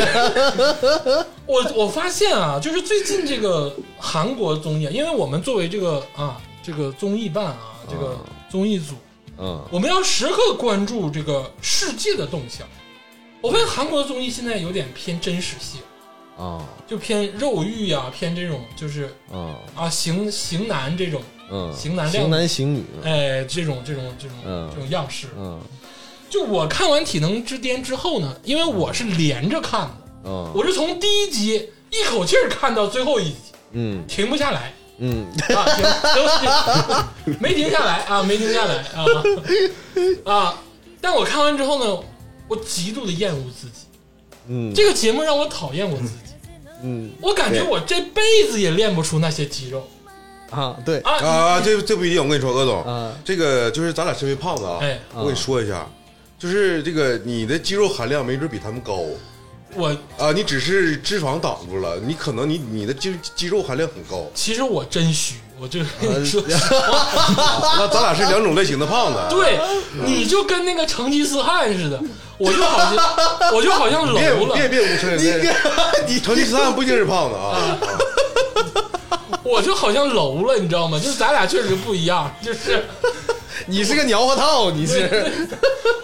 A: 我我发现啊，就是最近这个韩国综艺，因为我们作为这个啊这个综艺办啊这个综艺组，
C: 嗯
A: 我们要时刻关注这个世界的动向。我发现韩国综艺现在有点偏真实性，
C: 啊
A: 就偏肉欲呀、偏这种就是
C: 啊
A: 啊型型男这种，
C: 嗯，
A: 型男靓
C: 型男型女，
A: 哎这种这种这种
C: 嗯
A: 这种样式。
C: 嗯
A: 就我看完《体能之巅》之后呢，因为我是连着看的，
C: 嗯
A: 我是从第一集一口气儿看到最后一集，
C: 嗯
A: 停不下来。
C: 嗯
A: 啊，停，没停下来啊，没停下来啊啊！但我看完之后呢，我极度的厌恶自己，
C: 嗯
A: 这个节目让我讨厌我自己，
C: 嗯
A: 我感觉
D: 对
A: 我这辈子也练不出那些肌肉
C: 啊，对
A: 啊！
B: 啊，这这不一定。我跟你说，鄂总，
C: 啊
B: 这个就是咱俩身为胖子啊，
A: 哎
B: 我跟你说一下，就是这个你的肌肉含量没准比他们高
A: 我
B: 啊，你只是脂肪挡住了，你可能你你的肌肌肉含量很高。
A: 其实我真虚，我就跟你 说，
B: 那咱俩是两种类型的胖子。，啊
A: 对，你就跟那个成吉思汗似的，我就好像我就好像
B: 别
A: 楼
B: 别
A: 了，
B: 别无声。你成吉思汗不一定是胖子啊，
A: 我就好像楼了，你知道吗？就是咱俩确实不一样，就是。
C: 你是个鸟窝套，你 是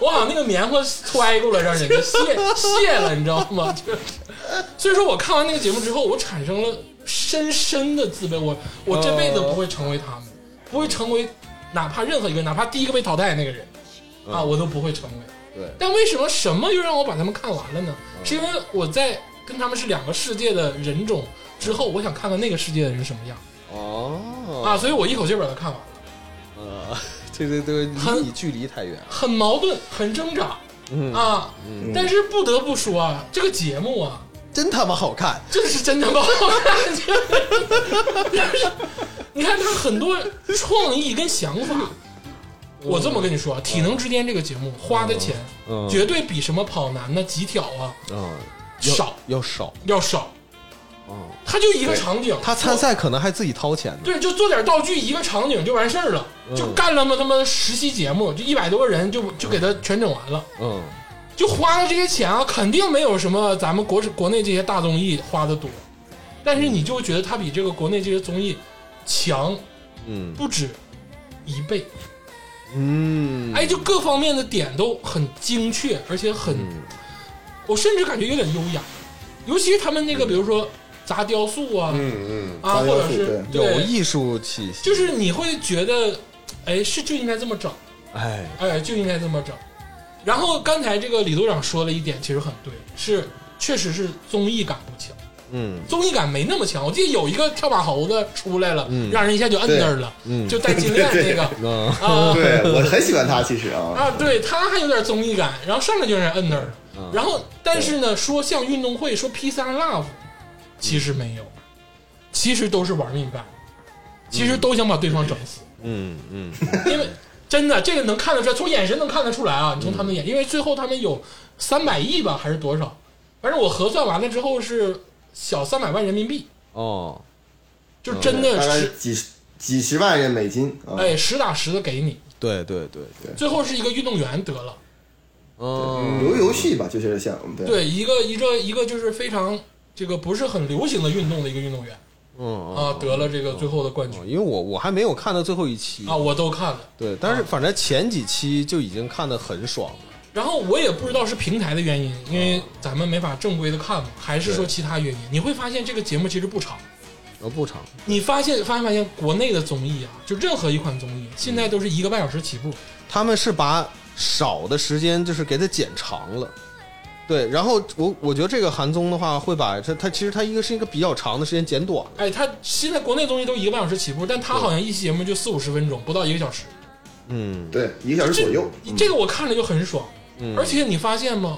A: 我好像那个棉花揣过了，让人给卸卸了，你知道吗？ 就是，所以说我看完那个节目之后，我产生了深深的自卑，我我这辈子不会成为
C: 哦
A: 他们，不会成为哪怕任何一个，哪怕第一个被淘汰那个人啊，我都不会成为。
C: 嗯对嗯
A: 但为什么什么又让我把他们看完了呢？是因为我在跟他们是两个世界的人种之后，我想看看那个世界的人什么样
C: 哦
A: 啊，所以我一口气儿把它看完了，
C: 啊，这这这离你距离太远，
A: 很矛盾，很挣扎
C: 嗯，
A: 啊。但是不得不说啊，这个节目啊，
C: 真他妈好看，
A: 这是真的吗？ 我感觉， 你看他很多创意跟想法。我这么跟你说啊，《体能之巅》这个节目花的钱
C: 嗯
A: 绝对比什么跑男呐、极挑啊
C: 嗯，
A: 少
C: 要少，
A: 要少。
C: 嗯，
A: 他就一个场景，
C: 他参赛可能还自己掏钱呢，
A: 对，就做点道具，一个场景就完事儿了，
C: 嗯
A: 就干了嘛他妈实习节目，就一百多个人就就给他全整完了。
C: 嗯
A: 就花的这些钱啊，肯定没有什么咱们国国内这些大综艺花的多，但是你就会觉得它比这个国内这些综艺强
C: 嗯
A: 不止一倍，
C: 嗯，
A: 哎，就各方面的点都很精确，而且很，我甚至感觉有点优雅，尤其是他们那个，比如说砸雕塑啊，
B: 嗯
A: 啊，
D: 砸
A: 或
D: 雕塑
A: 者是
C: 有
A: 对，
C: 艺术气息，
A: 就是你会觉得，哎，是就应该这么整，
C: 哎，
A: 哎，就应该这么整。然后刚才这个李组长说了一点，其实很对，是确实是综艺感不强。
C: 嗯
A: 综艺感没那么强。我记得有一个跳马猴子出来了，
C: 嗯
A: 让人一下就摁那儿了，
C: 嗯
A: 就带金链那 个
C: 嗯
A: 啊
D: 对我很喜欢他，其实啊，
A: 啊，对他还有点综艺感，然后上来就让人摁那儿了。
C: 嗯
A: 然后但是呢，说像运动会说 P 三 Love，其实没有，
C: 嗯
A: 其实都是玩命干，其实都想把对方整死，
C: 嗯嗯
A: 因为。真的，这个能看得出来，从眼神能看得出来啊！你从他们眼，因为最后他们有三百亿吧，还是多少？反正我核算完了之后是小三百万人民币，
C: 哦，
A: 就是真
D: 嗯大
A: 的
D: 概
A: 是
D: 几十几十万人美金啊，
A: 哎，实打实的给你。
C: 对对对对，
A: 最后是一个运动员得了，
C: 嗯
D: 游游戏吧，就是像对
A: 对，一个一个一个就是非常这个不是很流行的运动的一个运动员
C: 嗯
A: 啊，得了这个最后的冠军
C: 因为我我还没有看到最后一期
A: 啊，，我都看了。
C: 对，但是反正前几期就已经看得很爽了，
A: 然后我也不知道是平台的原因，因为咱们没法正规的看嘛，还是说其他原因？你会发现这个节目其实不长。
C: 呃不长，
A: 你发现发现发现，国内的综艺啊，就任何一款综艺，现在都是一个半小时起步。
C: 他们是把少的时间就是给它剪长了。对，然后我我觉得这个韩综的话，会把它它其实它一个是一个比较长的时间剪短了，
A: 哎，它现在国内综艺都一个半小时起步，但它好像一期节目就四五十分钟，不到一个小时。
C: 嗯
D: 对，一个小时左右。
A: 这这个我看着就很爽，
C: 嗯
A: 而且你发现吗？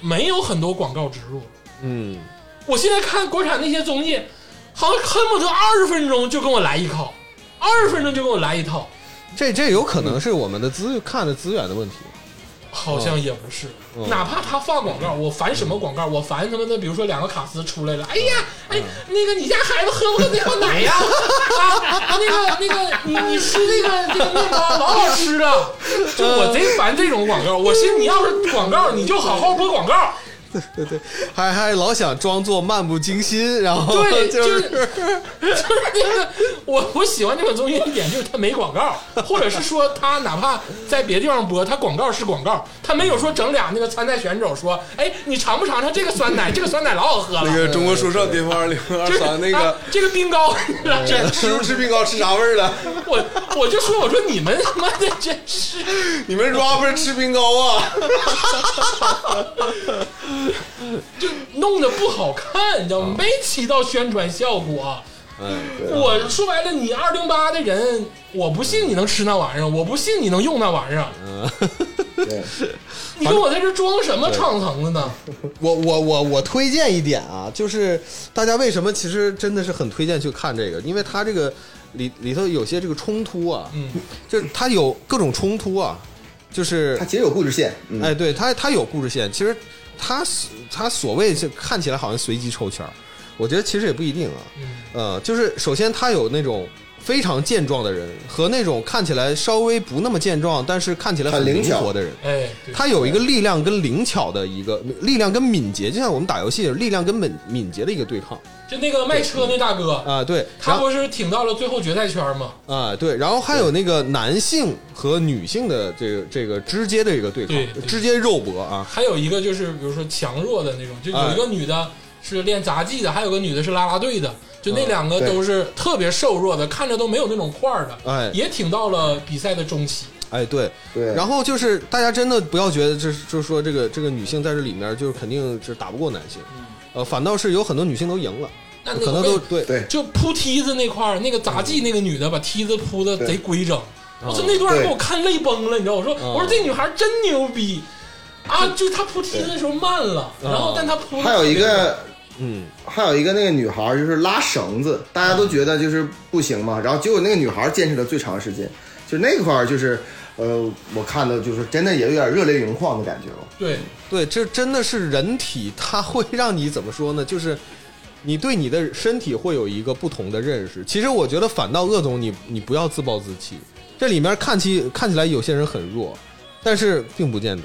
A: 没有很多广告植入。
C: 嗯，
A: 我现在看国产那些综艺，好像恨不得二十分钟就跟我来一套，二十分钟就跟我来一套，
C: 这这有可能是我们的资看的资源的问题。
A: 好像也不是。
C: 嗯
A: 哪怕他放广告，我烦什么广告？我烦他妈的，比如说两个卡司出来了，哎呀，哎，那个你家孩子喝不喝那块奶呀？啊，那个那个，你你吃这个这个面包老好吃了，就我贼烦这种广告。我寻思你要是广告，你就好好播广告。
C: 对对，还还老想装作漫不经心，然 后
A: 对，
C: 就
A: 就是就是 那个，我我喜欢这个综艺的点就是它没广告，或者是说它哪怕在别地方播，它广告是广告，它没有说整俩那个参赛选手说，哎，你尝不尝尝这个酸奶？这个酸奶老好喝
B: 那
A: 了。
B: 个中国说唱巅峰二零二
A: 就是
B: 三那
A: 啊
B: 个，
A: 这个冰糕，这
B: 吃不吃冰糕吃啥味儿了？
A: 我我就说我说你们他妈的真是，
B: 你们 rapper 吃冰糕啊？
A: 就弄得不好看，你知道
B: 啊
A: 吗？没起到宣传效果。
B: 哎
A: 我说白了，你二零八的人，我不信你能吃那玩意儿，我不信你能用那玩意儿，
D: 嗯对，
A: 你跟我在这装什么唱层子呢？
C: 我我我我推荐一点啊，就是大家为什么其实真的是很推荐去看这个，因为它这个里里头有些这个冲突啊，
A: 嗯，
C: 就是它有各种冲突啊，就是
D: 它其实有故事线，嗯，
C: 哎，对它它有故事线，其实它它所谓是看起来好像随机抽签儿，我觉得其实也不一定啊，
A: 嗯
C: 呃，就是首先他有那种非常健壮的人和那种看起来稍微不那么健壮，但是看起来很
D: 很灵
C: 灵
D: 巧
C: 活的人，
A: 哎，对
C: 他有一个力量跟灵巧的一
A: 嗯
C: 个力量跟敏捷，就像我们打游戏力量跟敏敏捷的一个对抗
A: 就那个卖车那大哥，
C: 啊、对，然
A: 他
C: 后
A: 不是挺到了最后决赛圈吗？
C: 啊、对，然后还有那个男性和女性的这个这个直接的一个对
A: 对
C: 抗，
A: 对
C: 直接肉搏啊，
A: 还有一个就是比如说强弱的那种，就有一个
C: 哎
A: 女的是练杂技的，还有个女的是啦啦队的，就那两
C: 嗯
A: 个
D: 对
A: 都是特别瘦弱的，看着都没有那种块儿的，
C: 哎
A: 也挺到了比赛的中期。
C: 哎对，
D: 对，
C: 然后就是大家真的不要觉得这是就是说这个这个女性在这里面就是肯定是打不过男性，呃，反倒是有很多女性都赢了，
A: 那那个
C: 可能都
A: 为
C: 对
D: 对
A: 就铺梯子那块儿，那个杂技那个女的把梯子铺的贼规整，我说那段儿给我看泪崩了，你知道？我说我说这女孩真牛逼啊！就是她铺梯子的时候慢了，然后但她铺
D: 还有一个
C: 嗯
D: 还有一个那个女孩儿就是拉绳子，大家都觉得就是不行嘛，然后结果那个女孩儿坚持了最长时间，就那块儿就是，呃，我看的就是真的也有点热泪盈眶的感觉了。
A: 对
C: 对，这真的是人体，它会让你怎么说呢？就是你对你的身体会有一个不同的认识。其实我觉得，反倒鄂总你你不要自暴自弃，这里面看起看起来有些人很弱，但是并不见得。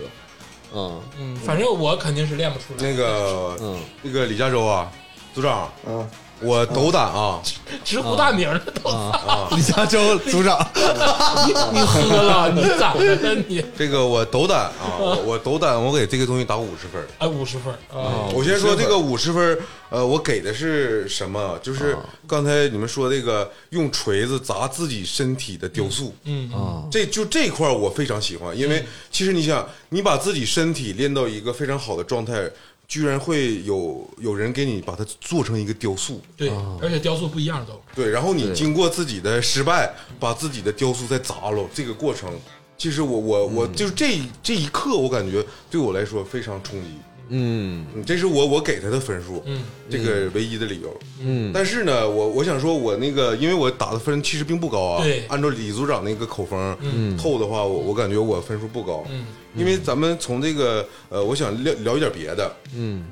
C: 嗯
A: 嗯，反正我肯定是练不出来，
B: 那个
C: 嗯，
B: 那个李嘉洲啊，组长，
D: 嗯，
B: 我斗胆啊，
A: 直呼大名儿了都。
C: 哦 李嘉洲组长，
A: 你你喝了，你咋的了你？
B: 这个我斗胆啊，我我斗胆，我给这个东西打五十分儿。
A: 哎，五十分儿啊！
B: 我先说这个五十分啊儿，呃，我给的是什么？就是刚才你们说这个用锤子砸自己身体的雕塑，
A: 嗯
C: 啊
B: 这就这块儿我非常喜欢，因为其实你想，你把自己身体练到一个非常好的状态，居然会有有人给你把它做成一个雕塑，
A: 对，而且雕塑不一样都。
B: 对，然后你经过自己的失败，把自己的雕塑再砸了，这个过程，其实我我我就是这这一刻，我感觉对我来说非常冲击。
C: 嗯
B: 嗯，这是我我给他的分数，
A: 嗯，
B: 这个唯一的理由。嗯，但是呢，我我想说，我那个因为我打的分其实并不高啊，
A: 对
B: 按照李组长那个口风透的话，我我感觉我分数不高，嗯，因为咱们从这个呃，我想聊聊一点别的，
C: 嗯，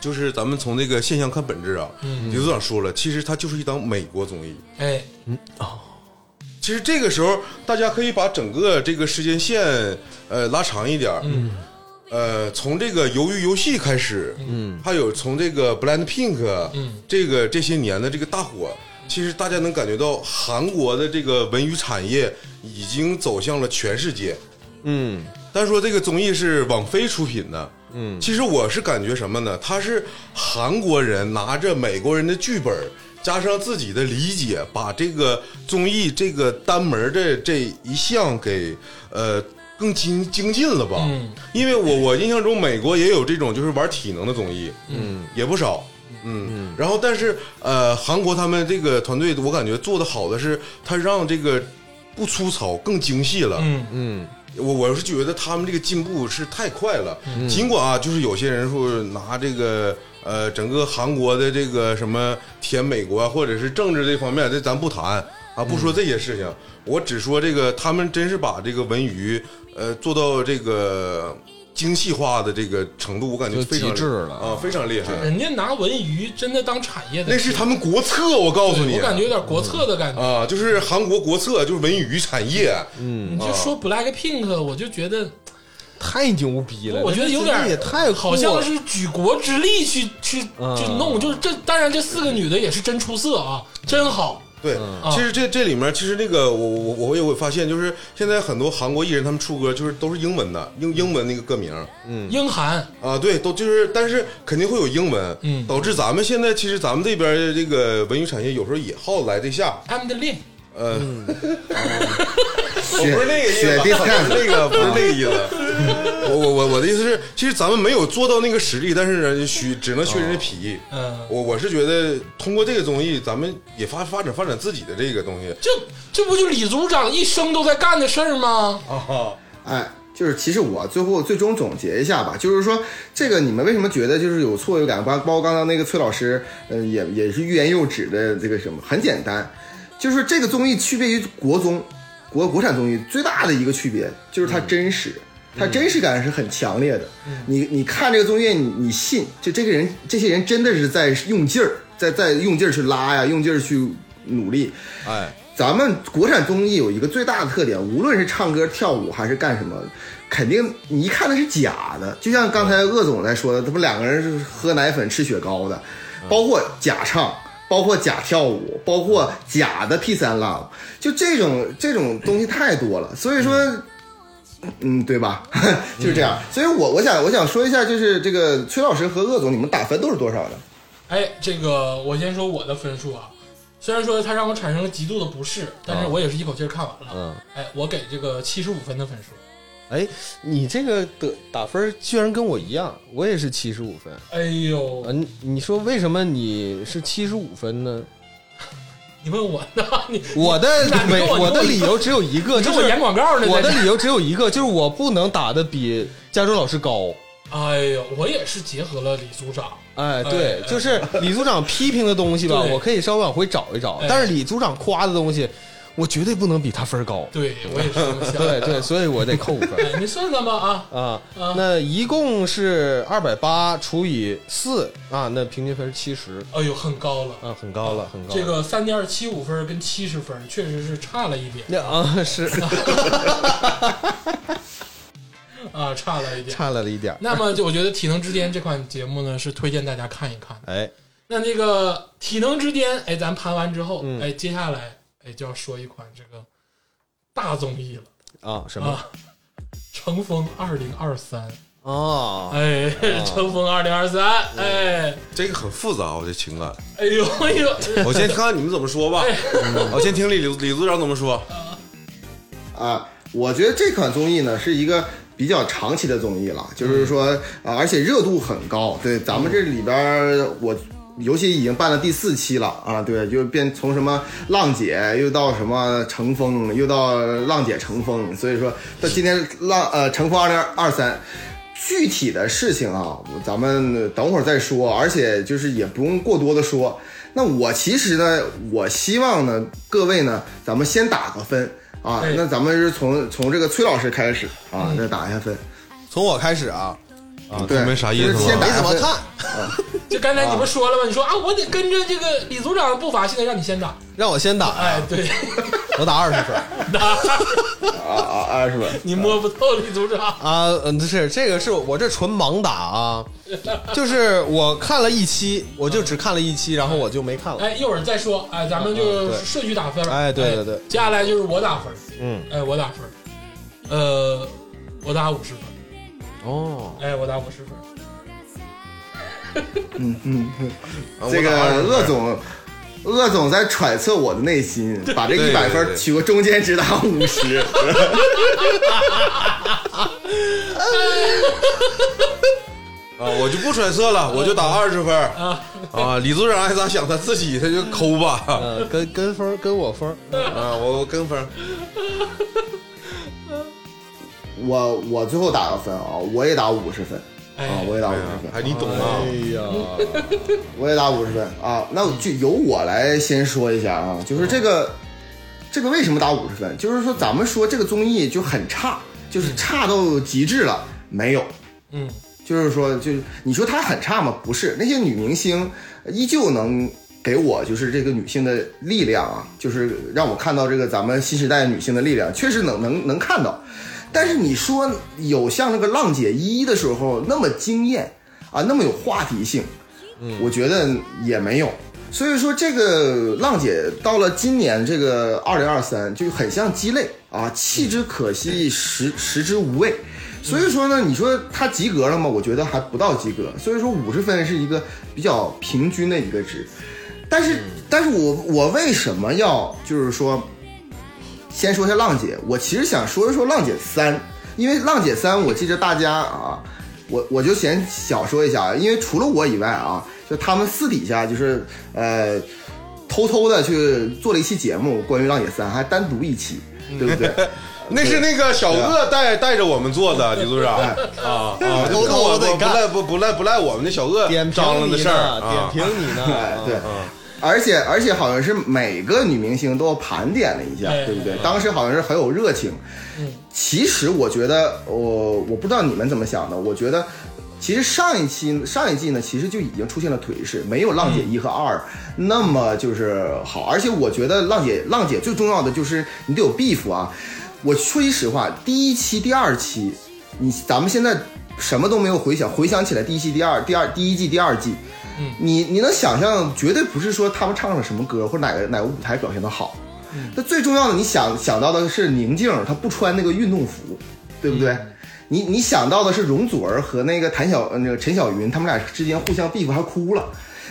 B: 就是咱们从这个现象看本质啊。
A: 嗯
B: 李组长说了，其实它就是一档美国综艺。
A: 哎，
B: 其实这个时候，大家可以把整个这个时间线呃拉长一点，嗯，呃，从这个鱿鱼游戏开始，嗯，还有从这个 Blind Pink，
A: 嗯，
B: 这个这些年的这个大火，其实大家能感觉到韩国的这个文娱产业已经走向了全世界。
C: 嗯
B: 单说这个综艺是网飞出品的，嗯，其实我是感觉什么呢？他是韩国人拿着美国人的剧本，加上自己的理解，把这个综艺这个单门的这一项给呃更精精进了吧？
A: 嗯，
B: 因为我我印象中美国也有这种就是玩体能的综艺，嗯，也不少。嗯，然后但是呃，韩国他们这个团队，我感觉做的好的是，他让这个不粗糙，更精细了。
A: 嗯
B: 我我是觉得他们这个进步是太快了，
C: 嗯
B: 尽管啊，就是有些人说拿这个呃整个韩国的这个什么舔美国啊，或者是政治这方面，这咱不谈啊，不
C: 嗯
B: 说这些事情，我只说这个他们真是把这个文娱呃做到这个精细化的这个程度，我感觉
C: 就
B: 非常
C: 极致了
B: 啊，非常厉害，
A: 人家拿文娱真的当产业的，
B: 那是他们国策，我告诉你，
A: 我感觉有点国策的感觉。
B: 啊，就是韩国国策就是文娱产业，
C: 嗯
A: 你就
C: 啊
A: 说 Black Pink，我就觉得，
C: 太牛逼了，
A: 我觉得有点
C: 这
A: 儿
C: 也太酷
A: 好像
C: 了
A: 是举国之力去去
C: 嗯
A: 去弄，就是这当然这四个女的也是真出色啊，
C: 嗯
A: 真好。
B: 对，
A: 啊
B: 其实这这里面其实那个我我我我也会发现，就是现在很多韩国艺人他们出歌就是都是英文的，英英文那个歌名
C: 嗯
A: 英韩
B: 啊，对，都就是但是肯定会有英文，
A: 嗯
B: 导致咱们现在其实咱们这边的这个文娱产业有时候也好来这下，
A: 他们的恋，
B: 呃，
D: 雪
B: 不是那个意思，
D: 雪
B: 不
D: 地
B: 是
D: 看
B: 那个，不是那个意思。我我我我的意思是，其实咱们没有做到那个实力，但是呢，需只能缺人的皮。
A: 嗯，
B: 我我是觉得通过这个综艺，咱们也发发展发展自己的这个东西
A: 这这不就李组长一生都在干的事儿吗？
B: 啊。
D: 哎，就是其实我最后最终总结一下吧，就是说这个你们为什么觉得就是有错有感，包包括刚刚那个崔老师，呃，也也是欲言又止的这个什么，很简单，就是这个综艺区别于国综、国国产综艺最大的一个区别就是它真实。它真实感是很强烈的，你你看这个综艺，你你信，就这个人，这些人真的是在用劲儿，在在用劲儿去拉呀，用劲儿去努力，
B: 哎，
D: 咱们国产综艺有一个最大的特点，无论是唱歌、跳舞还是干什么，肯定你一看的是假的。就像刚才鄂总在说的，他们两个人是喝奶粉、吃雪糕的，包括假唱，包括假跳舞，包括假的 P 三 Love，就这种这种东西太多了。所以说，嗯，对吧？ 就是这样。所以我我想我想说一下，就是这个崔老师和鄂总，你们打分都是多少的？
A: 哎，这个我先说我的分数啊，虽然说它让我产生了极度的不适，但是
C: 啊
A: 我也是一口气儿看完了。
C: 嗯，
A: 哎，我给这个七十五分的分数。
C: 哎，你这个的打分居然跟我一样，我也是七十五分。
A: 哎呦，
C: 嗯、你说为什么你是七十五分呢？
A: 你问我呢？ 你
C: 我的
A: 那你
C: 没，
A: 跟我
C: 我的理由只有一个，
A: 你
C: 就
A: 跟我
C: 是
A: 演广告呢？
C: 我的
A: 在这
C: 理由只有一个，就是我不能打的比加州老师高。
A: 哎呦，我也是结合了李组长。
C: 哎，对
A: 哎，
C: 就是李组长批评的东西吧，
A: 对
C: 我可以稍微往回找一找
A: 哎，
C: 但是李组长夸的东西，我绝对不能比他分儿高。
A: 对，我也是 这么想
C: 对
A: 的。
C: 对，所以我得 扣分。
A: 哎，你算算吧啊，
C: 啊
A: 啊，
C: 那一共是二百八除以四啊，那平均分是七十
A: 哎呦，很高了。
C: 啊，很高了，很高了。
A: 这个三点七五分跟七十分确实是差了一点
C: 那啊 是
A: 啊，差了一点。
C: 差了一点儿，
A: 那么就我觉得《体能之巅》这款节目呢，是推荐大家看一看的。
C: 哎，
A: 那这个《体能之巅》，哎，咱盘完之后，
C: 嗯
A: 哎，接下来哎就要说一款这个大综艺了
C: 啊什么
A: 啊，《乘风二零二三》。
C: 啊？
A: 哎， 乘风二零二三，哎，
B: 这个很复杂，我这情感。
A: 哎呦哎呦，
B: 我先看看你们怎么说吧。我先听李李组长怎么说。
D: 啊，我觉得这款综艺呢是一个比较长期的综艺了，就是说，啊，而且热度很高。对，咱们这里边儿我。尤其已经办了第四期了啊，对，就变从什么浪姐又到什么乘风，又到浪姐乘风，所以说到今天浪呃乘风二零二三，具体的事情啊，咱们等会儿再说，而且就是也不用过多的说。那我其实呢，我希望呢，各位呢，咱们先打个分啊
A: 哎。
D: 那咱们是从从这个崔老师开始啊，再打一下分。
C: 从我开始啊，
B: 啊
D: 对，
B: 没啥意思
D: 就是先
B: 吗
D: 打？
C: 没
D: 一下
C: 怎么
D: 分
C: 看，
A: 就刚才你不说了吗？你说啊，我得跟着这个李组长的步伐，现在让你先打。
C: 让我先打，
A: 哎，对，
C: 我打二十分儿
D: 啊啊啊，是吧？
A: 你摸不透李组长。
C: 啊，嗯，是这个是我这纯盲打啊，就是我看了一期，我就只看了一期，然后我就没看了。
A: 哎，一会儿再说。哎，咱们
D: 啊
A: 就顺序打分。
C: 哎对对对
A: 接下来就是我打分。
C: 嗯，
A: 哎，我打分。呃，我打五十分。
C: 哦，
A: 哎，我打五十分。
B: 啊我
D: 这
B: 打二
D: 个
B: 十分
D: 鄂总，鄂总在揣测我的内心，把这
B: 对
D: 一百
B: 对
D: 分
B: 对
D: 取个中间值打五十。
B: 啊，我就不揣测了，我就打二十分儿
A: 啊
B: 啊。李组长爱咋想他自己，他就抠吧
C: 嗯、跟跟风跟我风，
B: 啊，我我跟风
D: 我我最后打个分啊，我也打五十分啊
A: 哎，
D: 我也打五
B: 哎
D: 十
B: 呀
D: 分，
B: 还你懂啊
C: 哎？呀，
D: 我也打五十分啊。那我就由我来先说一下啊，就是这个这个为什么打五十分？就是说咱们说这个综艺就很差，就是差到极致了，没有。
A: 嗯，
D: 就是说，就是你说她很差吗？不是，那些女明星依旧能给我就是这个女性的力量啊，就是让我看到这个咱们新时代女性的力量，确实能能能看到。但是你说有像那个浪姐一的时候那么惊艳啊，那么有话题性，我觉得也没有。所以说，这个浪姐到了今年这个二零二三，就很像鸡肋啊，弃之可惜，食食之无味。所以说呢，你说她及格了吗？我觉得还不到及格。所以说，五十分是一个比较平均的一个值。但是，但是我我为什么要就是说，先说一下浪姐，我其实想说一说浪姐三，因为浪姐三，我记着大家啊，我我就先小说一下啊，因为除了我以外啊，就他们私底下就是呃，偷偷的去做了一期节目，关于浪姐三，还单独一期，对不对？
B: 那是那个小鳄带带着我们做的，李组长啊啊，
C: 啊 偷
B: 不
C: 偷地
B: 不
C: 干
B: 赖不不赖不赖我们的小鳄
C: 点评
B: 张罗
C: 你
B: 的
C: 呢，
B: 事儿
C: 点
B: 啊。
C: 评你
D: 哎
C: 呢，，
D: 对。而且而且好像是每个女明星都盘点了一下，
A: 哎
D: 对不对？当时好像是很有热情。其实我觉得，呃我我不知道你们怎么想的。我觉得，其实上一期上一季呢，其实就已经出现了颓势，没有浪姐一和二、那么就是好。而且我觉得浪姐浪姐最重要的就是你得有 beef 啊。我说句实话，第一期、第二期，你咱们现在什么都没有回想，回想起来第一期、第二、第二、第一季、第二季，你你能想象，绝对不是说他们唱了什么歌，或者哪个哪个舞台表现的好。那最重要的，你想想到的是宁静，她不穿那个运动服，对不对？你你想到的是容祖儿和那个谭小呃那个陈小云，他们俩之间互相 beef 还哭了。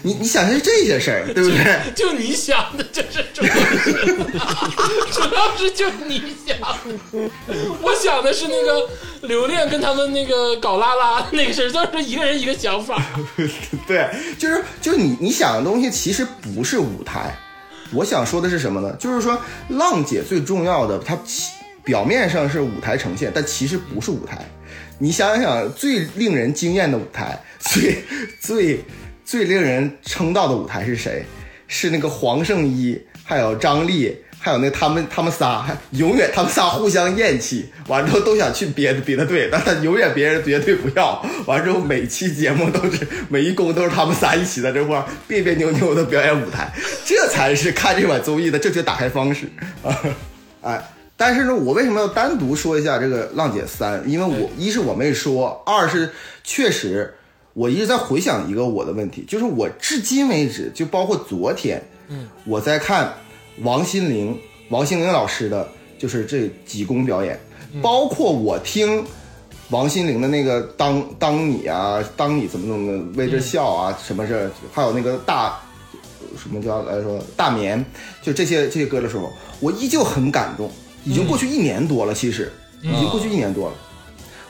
D: 你你想的是这些事儿，对不对？
A: 就你想的，这是主要是，主要是就你想的。我想的是那个刘恋跟他们那个搞拉拉的那个事儿，就是一个人一个想法。
D: 对，就是就是你你想的东西其实不是舞台，我想说的是什么呢？就是说浪姐最重要的，它其表面上是舞台呈现，但其实不是舞台。你想想，最令人惊艳的舞台，最最最令人称道的舞台是谁？是那个黄圣依，还有张丽，还有那他们他们仨，还永远他们仨互相厌弃，完之后都想去别的别的队，但他永远别人别的队不要，完之后每期节目都是每一公都是他们仨一起在这块儿别别扭扭的表演舞台，这才是看这款综艺的正确打开方式 啊！哎，但是呢，我为什么要单独说一下这个《浪姐三》？因为我一是我没说，二是确实我一直在回想一个我的问题，就是我至今为止，就包括昨天，嗯，我在看王心凌、王心凌老师的就是这几宫表演，包括我听。王心凌的那个当当你啊，当你怎么怎么的为这笑啊，什么事儿，还有那个大什么叫来说大眠，就这些这些歌的时候，我依旧很感动。已经过去一年多了，其实已经过去一年多了。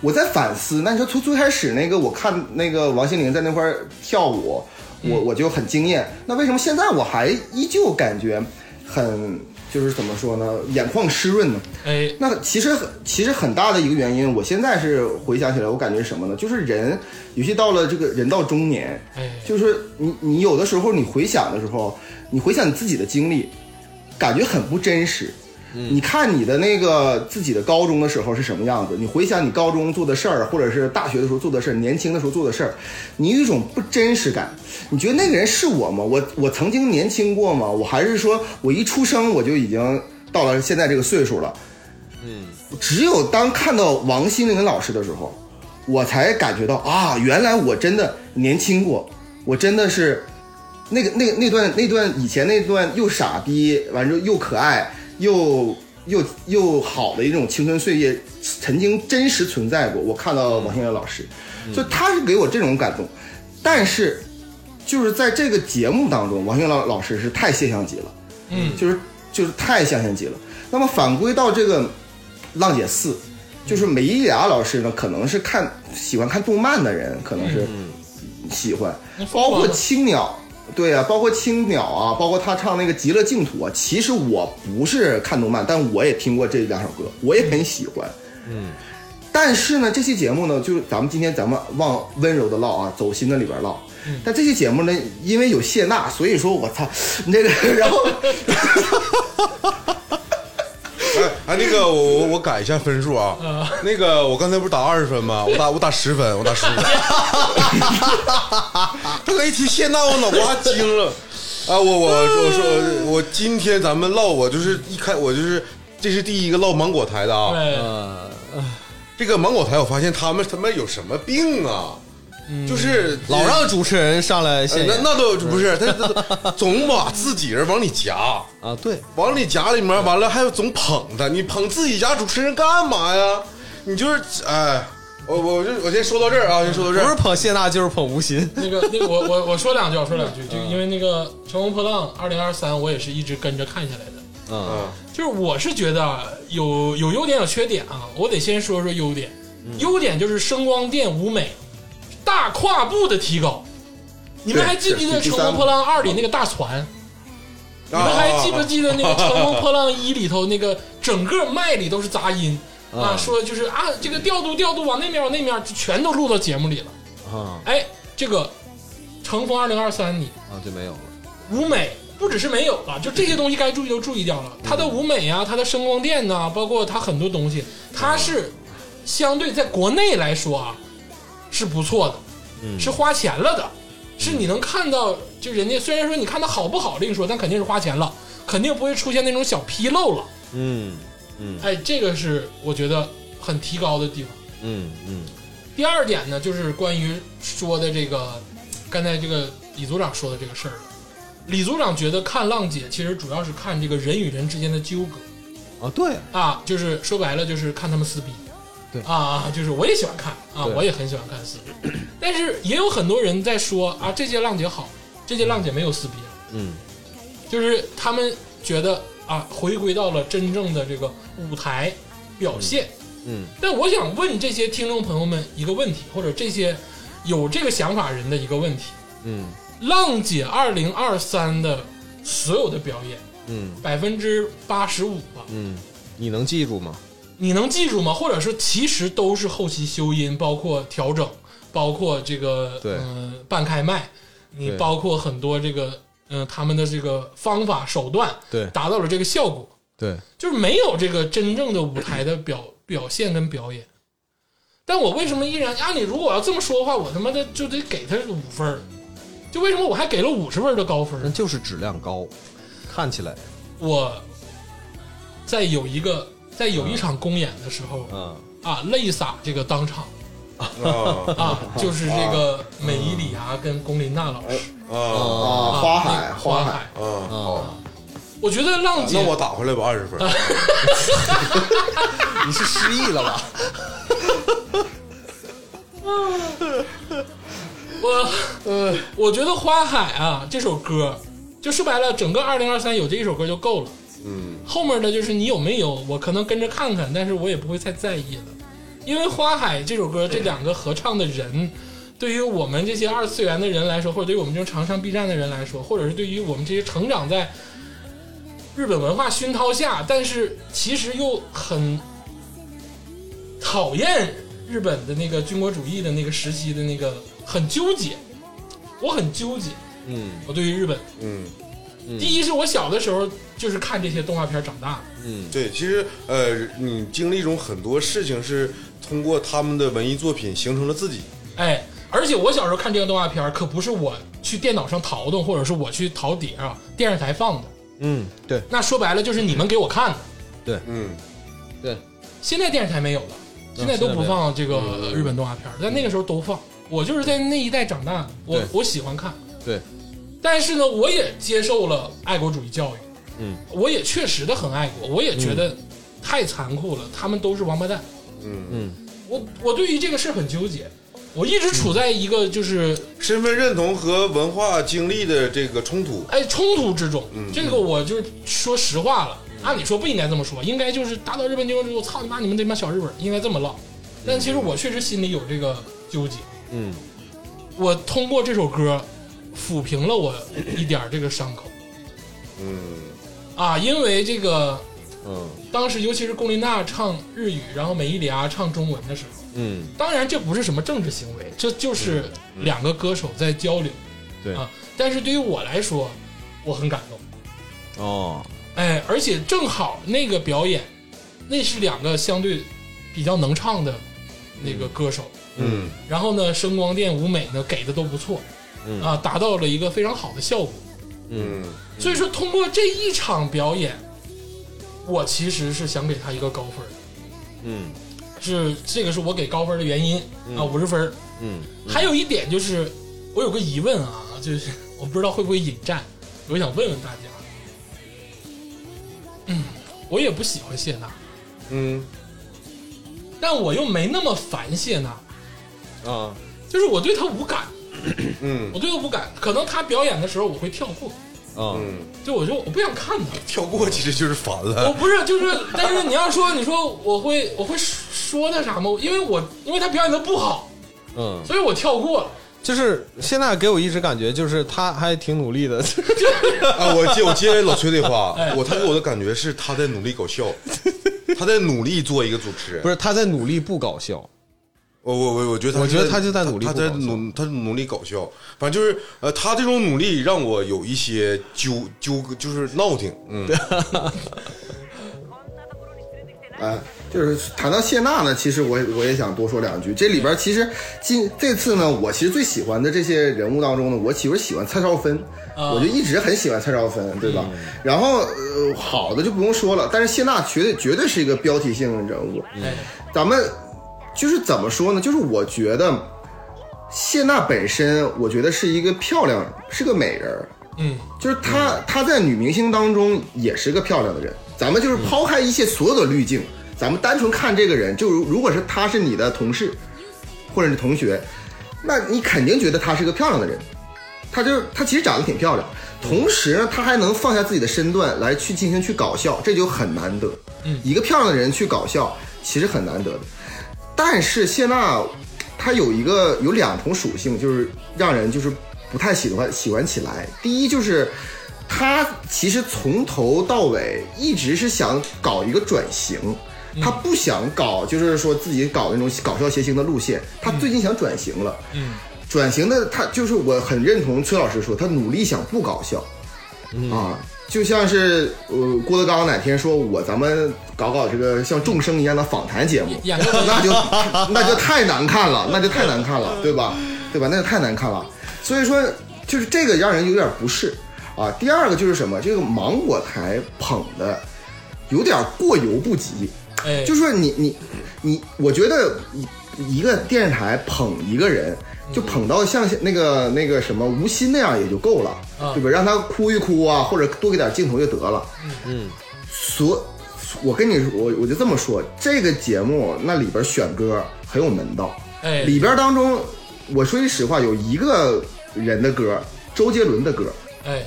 D: 我在反思，那你说从最开始那个，我看那个王心凌在那块儿跳舞，我我就很惊艳。那为什么现在我还依旧感觉很就是怎么说呢，眼眶湿润呢？
A: 哎，
D: 那其实很其实很大的一个原因，我现在是回想起来，我感觉是什么呢？就是人，尤其到了这个人到中年，
A: 哎
D: 就是你你有的时候你回想的时候，你回想你自己的经历，感觉很不真实。你看你的那个自己的高中的时候是什么样子，你回想你高中做的事儿，或者是大学的时候做的事儿，年轻的时候做的事儿，你有一种不真实感。你觉得那个人是我吗？我我曾经年轻过吗？我还是说我一出生我就已经到了现在这个岁数了？只有当看到王心凌老师的时候，我才感觉到啊，原来我真的年轻过，我真的是那个那那段那段以前那段又傻逼，完之后又可爱又又又好的一种青春岁月，曾经真实存在过。我看到王心凌老师，所以他是给我这种感动，但是就是在这个节目当中，王心凌老老师是太现象级了。
A: 嗯
D: 就是就是太象限级了。那么反归到这个浪姐四，就是美依雅老师呢，可能是看喜欢看动漫的人，可能是喜欢，
A: 嗯那疯
D: 包
A: 狂
D: 括
A: 的
D: 青鸟，对啊，包括青鸟啊，包括他唱那个《极乐净土》啊。其实我不是看动漫，但我也听过这两首歌，我也很喜欢。嗯，但是呢，这期节目呢，就是咱们今天咱们往温柔的唠啊，走心的里边唠。
A: 嗯
D: 但这期节目呢，因为有谢娜，所以说我操，那个， 然后
B: 哎，那个我我我改一下分数啊，那个我刚才不是打二十分吗？我打我打十分，我打十分。 他刚一提谢娜，我脑瓜惊了。啊，我我我说我今天咱们唠，我就是一开我就是这是第一个唠芒果台的啊。
A: 对，
C: 嗯
B: 这个芒果台，我发现他们他们有什么病啊？就是
C: 老让主持人上来
B: 呃
C: 现
B: 那
C: 眼
B: 那都不是，他他总把自己人往里夹，
C: 啊，对，
B: 往你夹里面，完了还有总捧他，你捧自己家主持人干嘛呀？你就是哎，我我就我先说到这儿啊，先说到这
C: 不是
B: 儿。
C: 捧谢娜就是捧吴昕，
A: 那个那个我我我说两句，我说两句，就因为那个《乘风破浪》二零二三，我也是一直跟着看下来的。
C: 嗯
B: 嗯
A: 就是我是觉得啊有有优点有缺点啊，我得先说说优点。优点就是声光电舞美，大跨步的提高。你们
D: 对
A: 还记不记得《
D: 是第
A: 乘
D: 三
A: 风破浪二》里那个大船？你们还记不记得那个《乘风破浪一》里头那个整个麦里都是杂音啊？说就是啊，这个调度调度往那面往那面，就全都录到节目里了。
C: 啊
A: 哎，这个《乘风二零二三》里
C: 啊就没有了，
A: 舞美不只是没有了，就这些东西该注意都注意掉了。它的舞美啊，它的声光电呐、包括它很多东西，它是相对在国内来说啊是不错的，是花钱了的，是你能看到，就人家虽然说你看它好不好另说，但肯定是花钱了，肯定不会出现那种小纰漏了。
C: 嗯
A: 哎，这个是我觉得很提高的地方。
C: 嗯嗯
A: 第二点呢，就是关于说的这个，刚才这个李组长说的这个事儿了。李组长觉得看浪姐其实主要是看这个人与人之间的纠葛
C: 啊对，
A: 啊，就是说白了就是看他们撕逼。
C: 对
A: 啊，就是我也喜欢看啊，
C: 对
A: 我也很喜欢看撕逼，但是也有很多人在说啊，这届浪姐好，这届浪姐没有撕逼了。
C: 嗯
A: 就是他们觉得啊，回归到了真正的这个舞台表现。
C: 嗯嗯
A: 但我想问这些听众朋友们一个问题，或者这些有这个想法人的一个问题：
C: 嗯
A: 浪姐二零二三的所有的表演，
C: 嗯
A: 百分之八十五吧，
C: 嗯，你能记住吗？
A: 你能记住吗？或者说，其实都是后期修音，包括调整，包括这个
C: 对
A: 嗯、呃半开麦，你
C: 对
A: 包括很多这个嗯、呃他们的这个方法手段，
C: 对
A: 达到了这个效果。
C: 对，
A: 就是没有这个真正的舞台的表表现跟表演。但我为什么依然按理如果我要这么说的话，我他妈的就得给他五分儿就为什么我还给了五十分儿的高分
C: 那
A: 儿？
C: 就是质量高，看起来
A: 我在有一个在有一场公演的时候
C: 嗯
A: 啊，泪洒这个当场
B: 啊
A: 啊，就是这个美伊里芽跟龚琳娜老师
B: 啊
D: 啊，
A: 啊，
D: 花海，
A: 花
D: 海，，
B: 啊！好，
A: 我觉得浪姐
B: 啊那我打回来吧，二十分。
C: 你是失忆了吧？
A: 我呃，我觉得《花海》啊这首歌，就说白了，整个二零二三有这一首歌就够了。
B: 嗯，
A: 后面的就是你有没有，我可能跟着看看，但是我也不会太在意了，因为《花海》这首歌，这两个合唱的人，对于我们这些二次元的人来说，或者对于我们这种常上 B 站的人来说，或者是对于我们这些成长在日本文化熏陶下，但是其实又很讨厌日本的那个军国主义的那个时期的那个很纠结，我很纠结，
C: 嗯
A: 我对于日本，
B: 嗯，
A: 第一是我小的时候就是看这些动画片长大的。
C: 嗯
B: 对，其实呃，你经历中很多事情是通过他们的文艺作品形成了自己。
A: 哎，而且我小时候看这个动画片儿，可不是我去电脑上淘动，或者是我去淘碟啊，电视台放的。
C: 嗯，对
A: 那说白了就是你们给我看的。
B: 嗯，
C: 对，
A: 现在电视台没有了，现在都不放这个日本动画片儿，但那个时候都放。我就是在那一代长大的，我
C: 对
A: 我喜欢看。
C: 对，
A: 但是呢，我也接受了爱国主义教育，
C: 嗯，
A: 我也确实的很爱国，我也觉得太残酷了，他们都是王八蛋。
B: 嗯，
C: 嗯
A: 我我对于这个事儿很纠结，我一直处在一个就是
B: 身份认同和文化经历的这个冲突。嗯
A: 哎，冲突之中，这个我就是说实话了，按理说不应该这么说，应该就是打倒日本帝国主义，我操你妈，你们这帮小日本，应该这么唠。但其实我确实心里有这个纠结，
B: 嗯，
A: 我通过这首歌抚平了我一点儿这个伤口
B: 嗯
A: 啊，因为这个
B: 嗯
A: 当时尤其是龚琳娜唱日语，然后美依礼芽啊唱中文的时候，
B: 嗯，
A: 当然这不是什么政治行为，这就是两个歌手在交流。
C: 对
A: 啊，但是对于我来说，我很感动。
C: 哦，
A: 哎，而且正好那个表演，那是两个相对比较能唱的那个歌手，
B: 嗯
A: 然后呢，声光电舞美呢给的都不错，
C: 嗯
A: 啊，达到了一个非常好的效果。
B: 嗯
A: 所以说，通过这一场表演，我其实是想给他一个高分儿的，
C: 嗯
A: 是这个是我给高分儿的原因啊，五十分儿。
C: 嗯
A: 还有一点就是，我有个疑问啊，就是我不知道会不会引战，我想问问大家，嗯，我也不喜欢谢娜，
B: 嗯
A: 但我又没那么烦谢娜，
C: 啊，
A: 就是我对她无感，
B: 嗯
A: 我对她无感，可能她表演的时候我会跳过，
C: 啊，
B: 嗯，
A: 就我就我不想看她。
D: 啊
B: 跳过其实就是烦
A: 我
B: 了，
A: 不是，就是，但是你要说，你说我会我会说的啥吗？因为我因为她表演的不好，
C: 嗯，
A: 所以我跳过了。
C: 就是现在给我一直感觉就是他还挺努力的，
B: 啊，我接我接老崔的话
A: 哎，
B: 我他给我的感觉是他在努力搞笑，他在努力做一个主持人
C: 不。是他在努力不搞笑，
B: 我我我我觉得他
C: 我觉得
B: 是
C: 他就在努力
B: 他
C: 不
B: 在
C: 搞笑
B: 努他努力搞笑，反正就是呃，他这种努力让我有一些纠纠葛，就是闹挺，嗯，
D: 啊，就是谈到谢娜呢，其实我我也想多说两句。这里边其实今这次呢，我其实最喜欢的这些人物当中呢，我其实喜欢蔡少芬，我就一直很喜欢蔡少芬，对吧？然后呃，好的就不用说了，但是谢娜绝对绝对是一个标题性人物。
A: 哎，
D: 咱们就是怎么说呢？就是我觉得谢娜本身，我觉得是一个漂亮，是个美人儿。
A: 嗯，
D: 就是她，她在女明星当中也是个漂亮的人。咱们就是抛开一切所有的滤镜，咱们单纯看这个人，就如如果是她是你的同事或者是同学，那你肯定觉得她是个漂亮的人。她就是她其实长得挺漂亮，同时呢，她还能放下自己的身段来去进行去搞笑，这就很难得。嗯，一个漂亮的人去搞笑其实很难得的。但是谢娜，她有一个有两重属性，就是让人就是不太喜欢喜欢起来。第一就是，她其实从头到尾一直是想搞一个转型，她不想搞就是说自己搞那种搞笑谐星的路线，她最近想转型了。
A: 嗯，
D: 转型的她就是我很认同崔老师说，她努力想不搞笑。啊，就像是呃郭德纲哪天说我咱们搞搞这个像众生一样的访谈节目，
A: 演个
D: 那就那就太难看了，那就太难看了，对吧？对吧？那就太难看了。所以说，就是这个让人有点不适啊。第二个就是什么？这个芒果台捧的有点过犹不及，
A: 哎，
D: 就是是说你你你，我觉得一一个电视台捧一个人，就捧到像那个那个什么吴昕那样也就够了，
A: 啊
D: 对吧？让他哭一哭啊，或者多给点镜头就得了。
C: 嗯，
D: 所我跟你说，我我就这么说，这个节目那里边选歌很有门道，
A: 哎，
D: 里边当中，我说句实话，有一个人的歌，周杰伦的歌，
A: 哎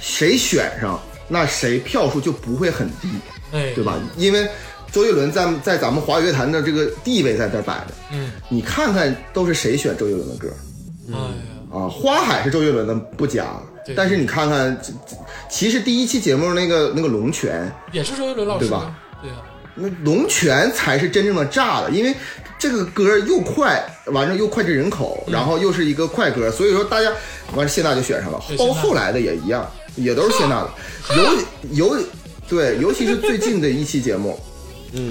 D: 谁选上，那谁票数就不会很低。
A: 哎，
D: 对？吧？因为周杰伦在在咱们华语乐坛的这个地位在这儿摆着，
A: 嗯，
D: 你看看都是谁选周杰伦的歌
A: 哎呀，
D: 啊？花海是周杰伦的不假
A: 对，
D: 但是你看看，这这其实第一期节目那个那个龙泉，
A: 也是周杰伦老师
D: 对吧？
A: 对啊呀、
D: 那龙泉才是真正的炸的，因为这个歌又快，完了又脍炙人口，
A: 嗯
D: 然后又是一个快歌，所以说大家完了谢娜就选上了
A: 对，
D: 包括
A: 谢娜啊
D: 后来的也一样，也都是谢娜的，尤尤对，尤其是最近的一期节目，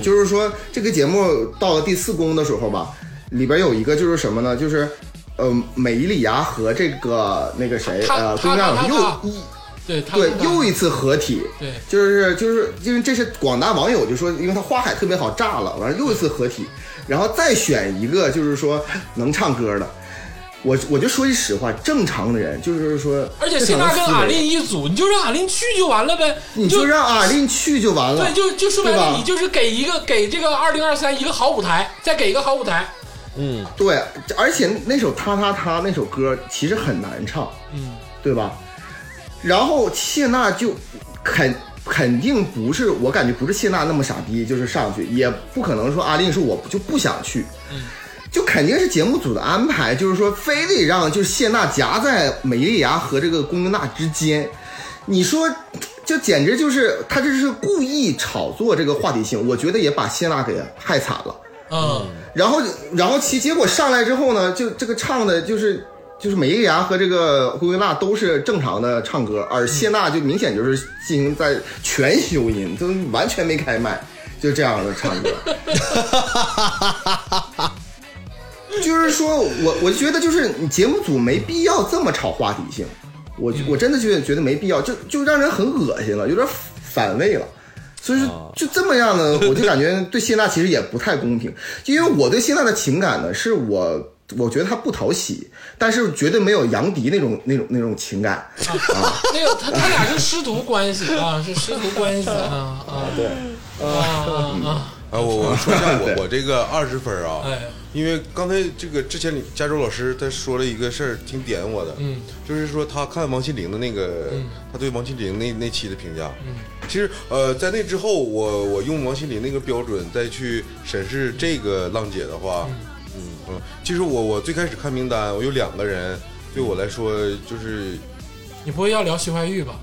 D: 就是说这个节目到了第四宫的时候吧，里边有一个就是什么呢？就是呃，美伊利芽和这个那个谁
A: 他
D: 呃，
A: 他
D: 宫
A: 他
D: 亮又
A: 他
D: 一
A: 对，他
D: 对
A: 他
D: 又一次合体，
A: 对
D: 就是就是因为这是广大网友就说，因为他花海特别好炸了，完了又一次合体，然后再选一个就是说能唱歌的。我我就说句实话，正常的人就是说，
A: 而且谢
D: 正常
A: 娜
D: 的
A: 跟
D: 思维
A: 阿林，一组，你就让阿林去就完了呗，
D: 你
A: 就
D: 就让阿林去就完了
A: 对，。就就说白
D: 对
A: 了，
D: 吧
A: 你就是给一个给这个二零二三一个好舞台，再给一个好舞台，
D: 对，而且那首《他他他》那首歌其实很难唱，
A: 嗯，
D: 对吧？然后谢娜就肯肯定不是，我感觉不是谢娜那么傻逼，就是上去，也不可能说阿令说我就不想去，就肯定是节目组的安排，就是说非得让就是谢娜夹在美莉亚和这个龚英娜之间，你说这简直就是他这是故意炒作这个话题性，我觉得也把谢娜给害惨了。
A: 嗯，
D: 然后，然后其结果上来之后呢，就这个唱的就是就是美丽啊芽和这个胡桂娜都是正常的唱歌，而谢娜就明显就是进行在全修音，都完全没开麦，就这样的唱歌。就是说我我觉得就是你节目组没必要这么炒话题性，我我真的觉得觉得没必要，就就让人很恶心了，有点反胃了。所以说就这么样呢，我就感觉对谢娜其实也不太公平，因为我对谢娜的情感呢，是我我觉得她不讨喜，但是绝对没有杨迪那种那种那种情感。
A: 啊那个他他俩是师徒关系啊，是师徒 关系啊啊，对啊啊
D: 嗯
A: 啊，
B: 啊，我我说一下我我这个二十分啊，
A: 哎
B: 因为刚才这个之前加州老师他说了一个事儿，挺点我的，
A: 嗯，
B: 就是说他看王心凌的那个，他对王心凌那那期的评价，嗯，其实呃，在那之后，我我用王心凌那个标准再去审视这个浪姐的话，嗯嗯，其实我我最开始看名单，我有两个人对我来说就是，
A: 你不会要聊徐怀钰吧？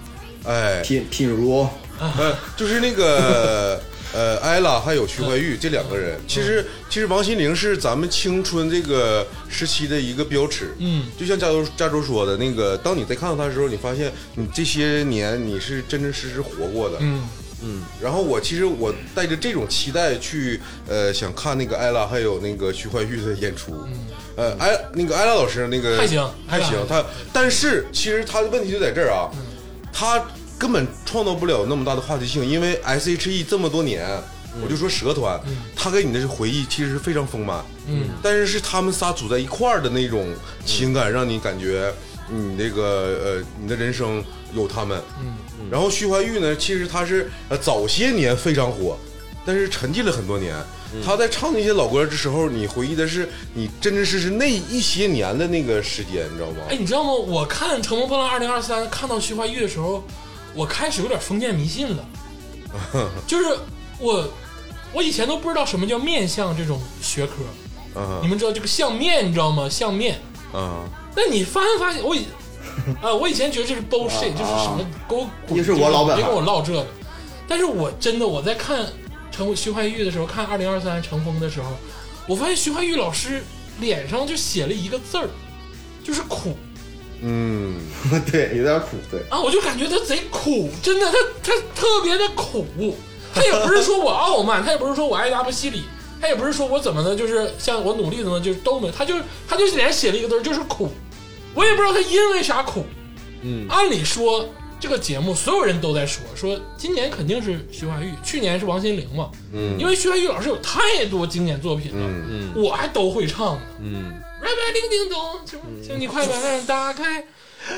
B: 哎，
D: 品品如，哦
B: 呃，就是那个 呃，艾拉还有徐怀钰这两个人，其实其实王心凌是咱们青春这个时期的一个标尺。
A: 嗯，
B: 就像加州加州说的那个，当你在看到他的时候，你发现你这些年你是真真实实活过的。
A: 嗯
B: 嗯，然后我其实我带着这种期待去，呃，想看那个艾拉还有那个徐怀钰的演出。呃，艾那个艾拉老师那
A: 嗯
B: 个
A: 还行嗯
B: 还行
A: 艾拉，
B: 他但是其实他的问题就在这儿啊，他根本创造不了那么大的话题性，因为 S H E 这么多年。
A: 嗯
B: 我就说蛇团，他给你的回忆其实非常丰满，
A: 嗯，
B: 但是是他们仨组在一块儿的那种情感，让你感觉你那个呃，你的人生有他们，
A: 嗯
B: 然后徐怀钰呢，其实他是呃早些年非常火，但是沉寂了很多年。他在唱那些老歌的时候，你回忆的是你真真实实那一些年的那个时间，你知道吗？
A: 哎，你知道吗？我看《乘风破浪二零二三》看到徐怀钰的时候，我开始有点封建迷信了，就是我我以前都不知道什么叫面相这种学科，
B: 啊
A: 你们知道这个相面你知道吗？相面，
B: 啊，
A: 那你发没发现我以啊，我以前觉得这是 bullshit，就是什么狗滚，
D: 又是我老本
A: 别
D: 行
A: 跟我唠这个。但是我真的我在看乘徐怀钰的时候，看二零二三乘风的时候，我发现徐怀钰老师脸上就写了一个字儿，就是苦
B: 嗯，
D: 对，有点苦，对。
A: 啊，我就感觉他贼苦，真的，他他特别的苦。他也不是说我傲慢，他也不是说我爱答不理，他也不是说我怎么的，就是像我努力怎么就是都没，他就他就脸上写了一个字儿就是苦，我也不知道他因为啥苦。嗯，按理说这个节目所有人都在说，说今年肯定是徐怀钰，去年是王心凌嘛，嗯，因为徐怀钰老师有太多经典作品了，嗯我还都会唱呢，嗯，拜拜铃叮咚，什么，请你快把门打开，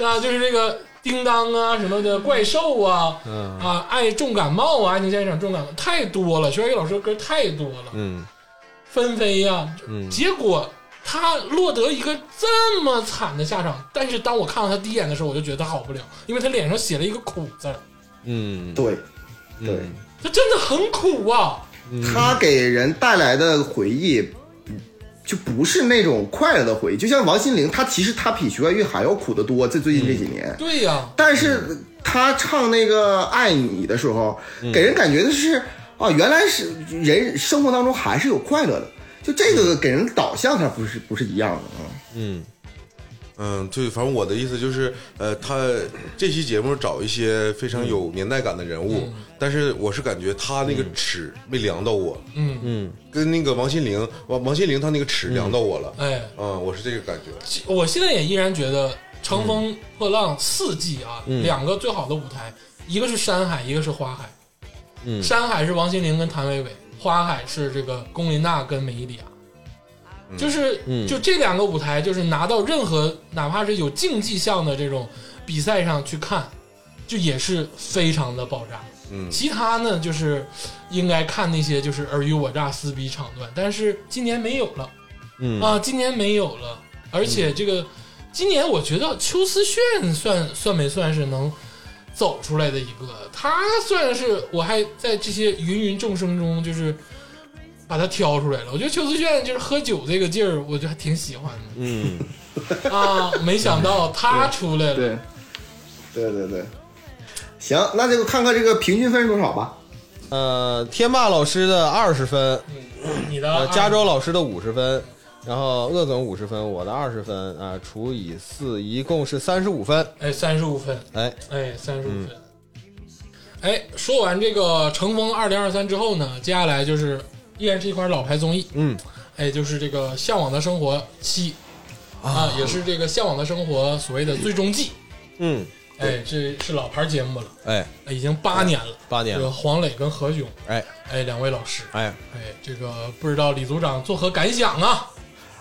A: 啊，就是这个叮当啊什么的，怪兽啊，啊，爱重感冒啊，爱情现场重感冒太多了，徐怀钰老师的歌太多了，
C: 嗯，
A: 纷飞呀、结果他落得一个这么惨的下场。但是当我看到他第一眼的时候，我就觉得他好不了，因为他脸上写了一个苦字儿，
C: 嗯，
D: 对，对，
A: 他真的很苦啊。
D: 他给人带来的回忆，就不是那种快乐的回忆。就像王心凌，她其实她比徐怀钰还要苦得多，在最近这几年。
A: 对呀、
D: 但是她唱那个《爱你》的时候，给人感觉的是啊，原来是人生活当中还是有快乐的。就这个给人导向，它不是不是一样的啊。
B: 嗯，对，反正我的意思就是，呃，他这期节目找一些非常有年代感的人物，但是我是感觉他那个尺没量到我，
A: 嗯
B: 嗯，跟那个王心凌，王王心凌她那个尺量到我了，
A: 哎，
B: 嗯，我是这个感觉，
A: 其我现在也依然觉得《乘
C: 嗯
A: 风破浪》四季啊，两个最好的舞台，一个是山海，一个是花海。
C: 嗯
A: 山海是王心凌跟谭维维，花海是这个龚琳娜跟梅伊莉亚。就是、
C: 嗯
A: 就这两个舞台，就是拿到任何哪怕是有竞技项的这种比赛上去看，就也是非常的爆炸。
B: 嗯
A: 其他呢，就是应该看那些就是尔虞我诈、撕逼场段，但是今年没有了。
C: 嗯
A: 啊，今年没有了，而且这个、今年我觉得邱思炫算算没算是能走出来的一个。他算是我还在这些芸芸众生中，就是把他挑出来了。我觉得邱淑炫就是喝酒这个劲儿，我就还挺喜欢的。
C: 嗯，
A: 啊，没想到他出来了。
D: 对，对对对，行，那就看看这个平均分是多少吧。
C: 呃，天霸老师的二十分，
A: 你的啊
C: 呃，
A: 二
C: 加州老师的五十分，然后鄂总五十分，我的二十分啊、除以四，一共是三十五分。
A: 哎，三十五分，
C: 哎，
A: 哎，三十五分。哎，说完这个《乘风二零二三》之后呢，接下来就是依然是一款老牌综艺，
C: 嗯，
A: 哎，就是这个《向往的生活》七啊，也是这个《向往的生活》所谓的最终季。
C: 嗯，
A: 哎，这是老牌节目了，
C: 哎，
A: 哎已经八年了。
C: 八年
A: 这个
C: 了，
A: 黄磊跟何炅，
C: 哎，
A: 哎，两位老师，
C: 哎，
A: 哎，这个不知道李组长作何感想啊？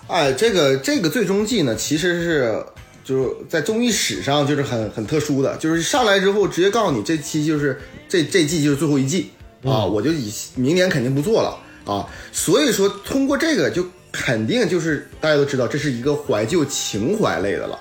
D: 哎，这个这个最终季呢，其实是就是在综艺史上就是很很特殊的，就是上来之后直接告诉你这期就是这这季就是最后一季啊，我就以明年肯定不做了啊，所以说通过这个就肯定就是大家都知道这是一个怀旧情怀类的了，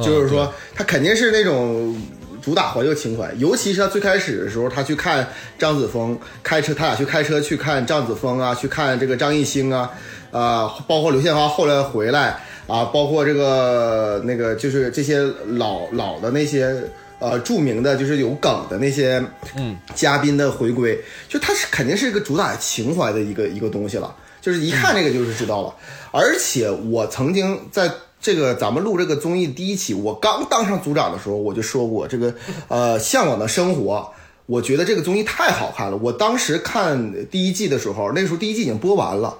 D: 就是说他肯定是那种主打怀旧情怀，尤其是他最开始的时候，他去看张子枫开车，他俩去开车去看张子枫啊，去看这个张艺兴啊，啊、包括刘宪华后来回来啊，包括这个那个就是这些老老的那些。呃，著名的就是有梗的那些，嗯，嘉宾的回归，就他是肯定是一个主打情怀的一个一个东西了，就是一看这个就是知道了。而且我曾经在这个咱们录这个综艺第一期，我刚当上组长的时候，我就说过这个呃向往的生活。我觉得这个综艺太好看了。我当时看第一季的时候，那时候第一季已经播完了。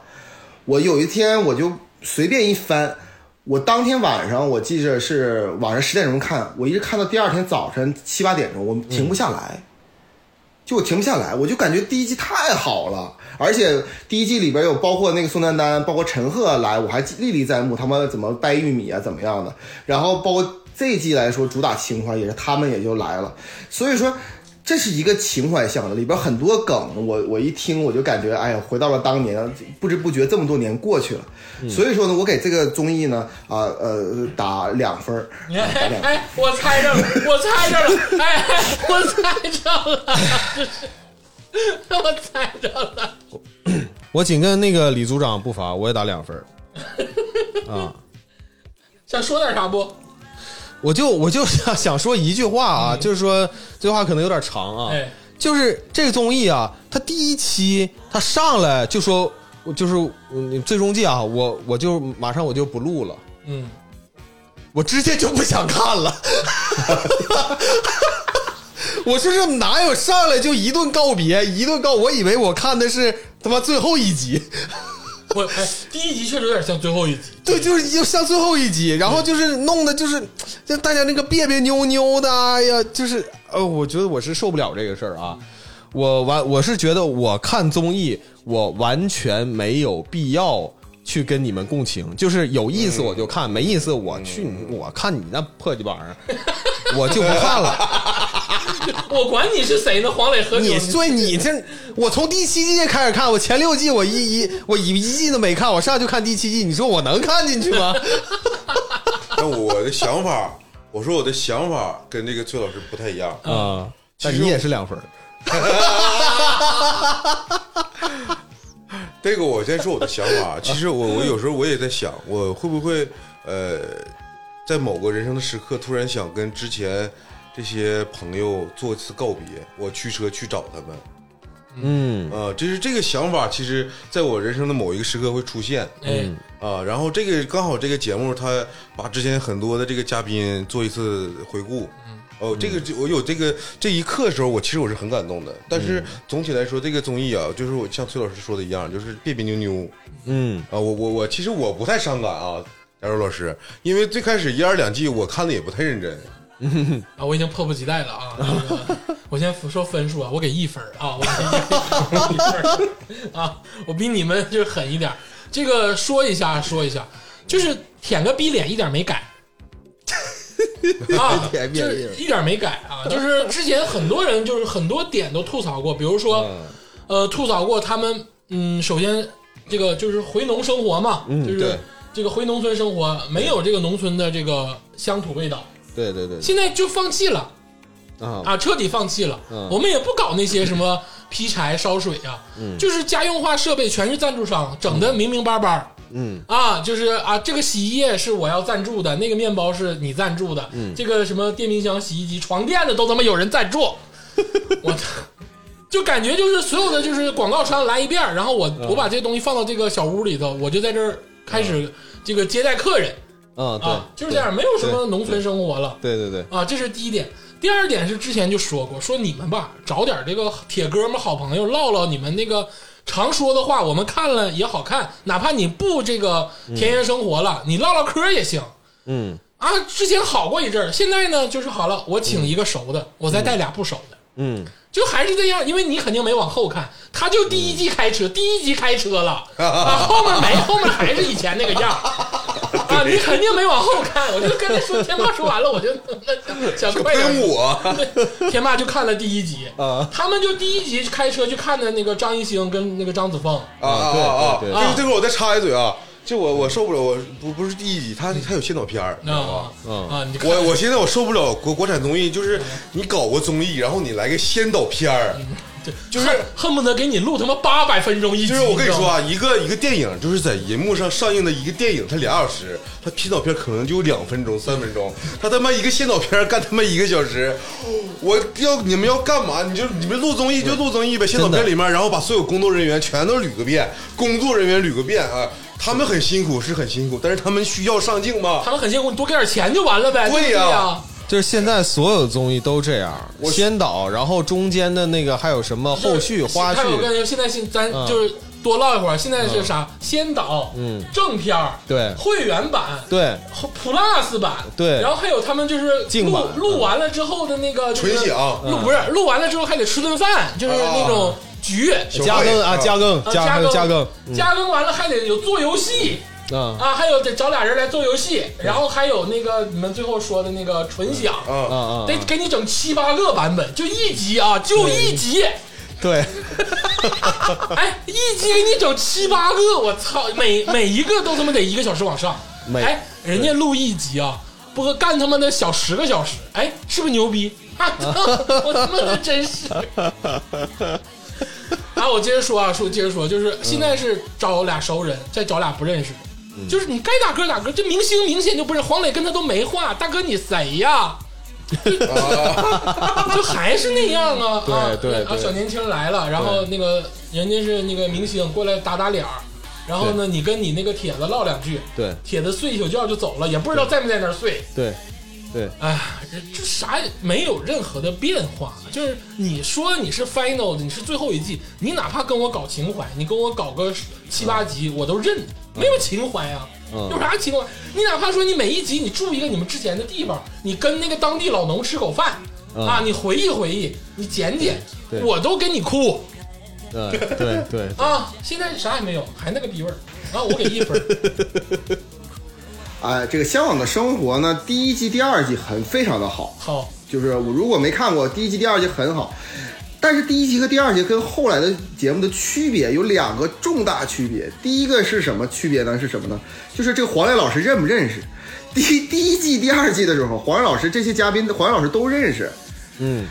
D: 我有一天我就随便一翻，我当天晚上我记着是晚上十点钟看，我一直看到第二天早晨七八点钟，我停不下来。就我停不下来，我就感觉第一季太好了，而且第一季里边有包括那个宋丹丹，包括陈赫来，我还记历历在目，他们怎么掰玉米啊，怎么样的，然后包括这一季来说主打情怀也是他们也就来了，所以说这是一个情怀向的，里边很多梗，我我一听我就感觉哎呀，回到了当年，不知不觉这么多年过去了，所以说呢，我给这个综艺呢啊呃打两分儿，
A: 你看，哎哎，我猜着了，我猜着了，哎，哎我猜着了，这 是，我猜着了。
C: 我紧跟那个李组长步伐，我也打两分儿。啊，
A: 想说点啥不？
C: 我就我就想想说一句话啊，就是说这句话可能有点长啊，
A: 哎，
C: 就是这个综艺啊，它第一期它上来就说，就是嗯最终季啊，我我就马上我就不录了，
A: 嗯，
C: 我直接就不想看了。 我说这哪有上来就一顿告别，一顿告，我以为我看的是他妈最后一集，
A: 我哎，第一集确实有点像最后一集，
C: 对，就是就像最后一集，然后就是弄的就是，就大家那个别别扭扭的，哎呀，就是呃，我觉得我是受不了这个事儿啊。我完，我是觉得我看综艺，我完全没有必要去跟你们共情，就是有意
B: 嗯
C: 思我就看，没意思我去你，我看你那破鸡巴玩意儿，我就不看了。
A: 我管你是谁呢，黄磊何炅，
C: 你所以你这，我从第七季开始看，我前六季我一一我一一季都没看，我上来就看第七季，你说我能看进去 吗？
B: 但我的想法，我说我的想法跟这个崔老师不太一样。
C: 啊，但
B: 其实
C: 你也
B: 我
C: 是两分儿。
B: 这个我先说我的想法，啊其实我我有时候我也在想，我会不会呃，在某个人生的时刻，突然想跟之前这些朋友做一次告别，我驱车去找他们。
C: 嗯
B: 啊、就是这个想法，其实在我人生的某一个时刻会出现
A: 哎，
B: 啊。然后这个刚好这个节目，它把之前很多的这个嘉宾做一次回顾。
C: 嗯
B: 哦，这个我有这个这一刻的时候，我其实我是很感动的。但
C: 嗯
B: 是总体来说，这个综艺啊，就是我像崔老师说的一样，就是别别扭扭
C: 嗯
B: 啊。我我我，其实我不太伤感啊，亚洲老师，因为最开始一二两季我看的也不太认真。
A: 啊，我已经迫不及待了啊！这个我先说分数啊，我给一分儿啊，我给一分儿一分儿 啊，我比你们就是狠一点儿。这个说一下说一下，就是舔个逼脸一点没改。啊，
C: 舔逼
A: 就
C: 脸
A: 是一点没改啊！就是之前很多人就是很多点都吐槽过，比如说，
C: 嗯
A: 呃，吐槽过他们，嗯，首先这个就是回农生活嘛，就是
B: 对
A: 这个回农村生活没有这个农村的这个乡土味道，
C: 对对对，
A: 现在就放弃了。
C: 啊
A: 啊，彻底放弃了。
C: 嗯
A: 我们也不搞那些什 么劈柴烧水啊，
C: 嗯
A: 就是家用化设备全是赞助商，整的明明白白。嗯啊，就是啊，这个洗衣液是我要赞助的，那个面包是你赞助的，
C: 嗯
A: 这个什么电冰箱、洗衣机、床垫的都他妈有人赞 助，我操！就感觉就是所有的就是广告商来一遍儿，然后我
C: 嗯
A: 我把这东西放到这个小屋里头，我就在这儿开始这个接待客人
C: 嗯，对
A: 啊，，就是这样，没有什么农村生活了。
C: 对对对，
A: 啊，这是第一点。第二点是之前就说过，说你们吧，找点这个铁哥们、好朋友唠唠你们那个常说的话，我们看了也好看。哪怕你不这个田园生活了，你唠唠嗑也行
C: 嗯
A: 啊。之前好过一阵儿，现在呢就是好了，我请一个熟的，我再带俩不熟的，
C: 嗯，
A: 就还是这样，因为你肯定没往后看，他就第一季开车，第一集开车 了，啊，后面没，后面还是以前那个样儿 啊，你肯定没往后看，我就跟他说，天霸说完了，我就想快点
B: 跟 我啊
A: 对，天霸就看了第一 集
C: 啊
A: 他们就第一集开车去看的那个张艺兴跟那个张子枫，
B: 啊啊
C: 对
B: 啊！这
A: 对
C: 对
B: 个这个我再插一嘴啊，这我我受不了，我不不是第一集，他他有先导片儿，
C: 嗯
B: 你知道吗
A: 啊？啊，你看
B: 哦嗯我我现在我受不了国国产综艺，就是你搞个综艺，然后你来个先导片儿，就是
A: 恨恨不得给你录他妈八百分钟一集，
B: 就是我跟你
A: 知道
B: 说
A: 吗，
B: 啊，一个一个电影就是在银幕上上映的一个电影，它俩小时，它先导片可能就两分钟、三分钟，它他妈一个先导片干他妈一个小时，我要你们要干嘛？你就你们录综艺就录综艺呗，先导片里面，然后把所有工作人员全都捋个遍，工作人员捋个遍啊，他们很辛苦是很辛苦，但是他们需要上镜吗？
A: 他们很辛苦，你多给点钱就完了呗，
B: 对
A: 对
B: 呀
A: 呀，
C: 就是现在所有综艺都这样，
B: 我
C: 先导，然后中间的那个还有什么后续花
A: 还有
C: 絮，
A: 跟现在现咱
C: 嗯
A: 就是多唠一会儿，现在是啥？先导，
C: 嗯，
A: 正片儿，
C: 对
A: 会员版，
C: 对，
A: 后 Plus 版，
C: 对
A: 然后还有他们就是
C: 净
A: 录
C: 版嗯
A: 录完了之后的那个就是
B: 纯享
A: 录不是录完了之后还得吃顿饭，就是那种局。
B: 小
C: 加更啊，
B: 会
C: 加更，
A: 呃
C: 加
A: 更
C: 加更，
A: 加更完了还得有做游戏
C: 嗯啊
A: 啊，还有得找俩人来做游戏，然后还有那个你们最后说的那个纯享，
C: 啊
B: 啊，
C: 啊，
A: 得给你整七八个版本，就一集啊，就一集，
C: 对，
A: 哎，一集给你整七八个，我操，每每一个都他妈得一个小时往上，
C: 每
A: 哎，人家录一集啊，不干他妈的小十个小时，哎，是不是牛逼？啊、我他妈的真 是。啊，我接着说啊，说接着说，就是现在是找俩熟人，再找俩不认识的，
C: 嗯
A: 就是你该打嗝打嗝，这明星明显就不是黄磊跟他都没话，大哥你谁 呀？ 就就还是那样啊，
C: 对
A: 啊
C: 对
A: 啊
C: 对
A: 小年轻来了，然后那个人家是那个明星过来打打脸儿，然后呢，你跟你那个帖子唠两句，
C: 对
A: 铁子睡一宿觉就走了，也不知道在没在那儿睡。
C: 对对，
A: 哎，这啥也没有任何的变化，就是你说你是 final 的，你是最后一季，你哪怕跟我搞情怀，你跟我搞个七八集，我都认，没有情怀啊，
C: 嗯
A: 有啥情怀？你哪怕说你每一集你住一个你们之前的地方，你跟那个当地老农吃口饭、
C: 嗯
A: 啊，你回忆回忆，你捡捡，
C: 对
A: 我都给你哭
C: 嗯对对，
A: 啊！现在啥也没有，还那个逼味儿啊！我给一分儿，
D: 哎，这个《向往的生活》呢，第一季、第二季很非常的好，
A: 好，
D: 就是我如果没看过第一季、第二季很好，但是第一季和第二季跟后来的节目的区别有两个重大区别。第一个是什么区别呢？是什么呢？就是这个黄磊老师认不认识？第一第一季、第二季的时候，黄磊老师这些嘉宾，黄磊老师都认识。
C: 嗯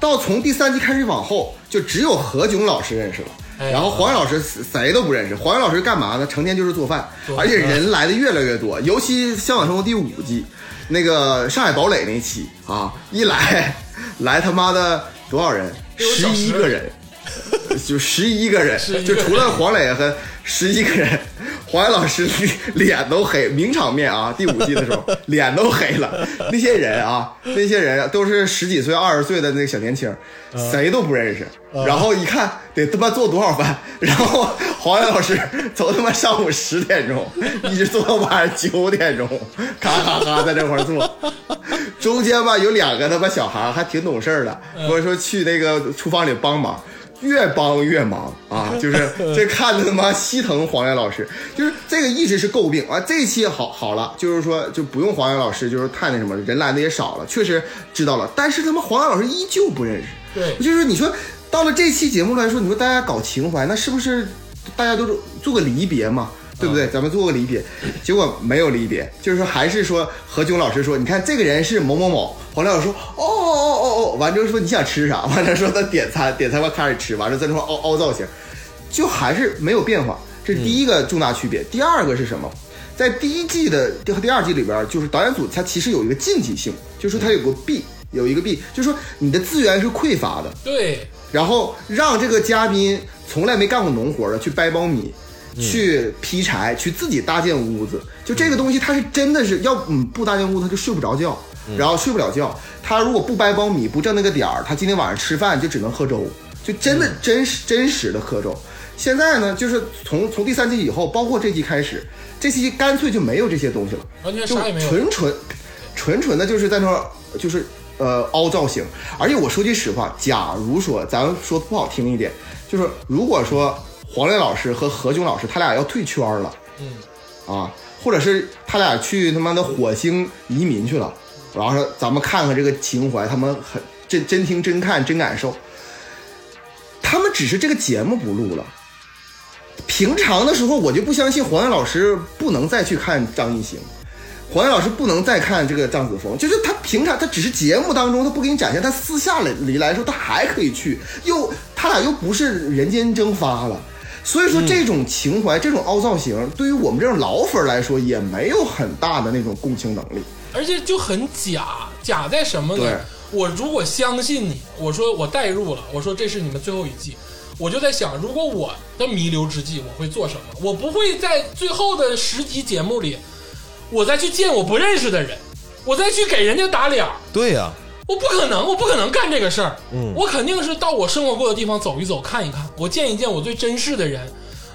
D: 到从第三季开始往后，就只有何炅老师认识了。
A: 哎
D: 然后黄磊老师谁谁都不认识，黄磊老师干嘛呢？成天就是做饭
A: 做，饭
D: 而且人来的越来越多，尤其《向往生活》第五季，那个上海堡垒那期啊，一来来他妈的多少人？
A: 六个
D: 十
A: 小时
D: 一个人， 就十一个人
A: 11，
D: 就除了黄磊和十一个人， 黄磊老师 脸都黑，名场面啊！第五季的时 候脸都黑了，那些人啊，那些人都是十几岁、二十岁的那个小年轻，谁都不认识。然后一看得他妈做多少饭， 然后黄磊老师 从他妈上午十点 钟一直做到晚上九点钟，咔咔咔在这块儿做。中间吧有两个他妈小孩儿还挺懂事儿的，我说去那个厨房里帮忙，越帮越忙啊，就是这看的他妈心疼黄磊老师，就是这个一直是诟病啊。这期好好了，就是说就不用黄磊老师，就是太那什么了，人来的也少了，确实知道了，但是他妈黄磊老师依旧不认识。
A: 对
D: 就是你说到了这期节目来说，你说大家搞情怀，那是不是大家都是做个离别嘛？对不对？咱们做个离别，结果没有离别，就是说还是说何炅老师说，你看这个人是某某某，黄磊老师说，哦哦哦哦，完之后说你想吃啥，完了说他点餐，点餐完开始吃，完了在那块凹凹造型，就还是没有变化，这是第一个重大区别。第二个是什么？在第一季的和第二季里边，就是导演组它其实有一个禁忌性，就是它有个弊，有一个弊，就是说你的资源是匮乏的，
A: 对，
D: 然后让这个嘉宾从来没干过农活的去掰苞米，去劈柴，去自己搭建屋子。就这个东西，他是真的是要嗯不搭建屋子，他就睡不着觉，然后睡不了觉。他如果不掰苞米，不挣那个点儿，他今天晚上吃饭就只能喝粥，就真的真实真实的喝粥。现在呢，就是从从第三季以后，包括这季开始，这季干脆就没有这些东西了。
A: 完全
D: 就
A: 啥也没有。
D: 纯纯纯纯的就是在那儿就是呃凹造型。而且我说句实话，假如说咱们说不好听一点，就是如果说黄磊老师和何炅老师他俩要退圈了，嗯，啊，或者是他俩去他妈的火星移民去了，然后说咱们看看这个情怀，他们很真真听真看真感受。他们只是这个节目不录了。平常的时候，我就不相信黄磊老师不能再去看张艺兴，黄磊老师不能再看这个张子枫，就是他平常他只是节目当中他不给你展现，他私下里里来说他还可以去，又他俩又不是人间蒸发了，所以说这种情怀、这种凹造型，对于我们这种老粉儿来说也没有很大的那种共情能力。
A: 而且就很假，假在什么
D: 对
A: 呢？我如果相信你，我说我代入了，我说这是你们最后一季，我就在想，如果我的弥留之际，我会做什么？我不会在最后的十集节目里，我再去见我不认识的人，我再去给人家打脸儿，
C: 对 呀、
A: 我不可能，我不可能干这个事儿。
C: 嗯
A: 我肯定是到我生活过的地方走一走，看一看，我见一见我最珍视的人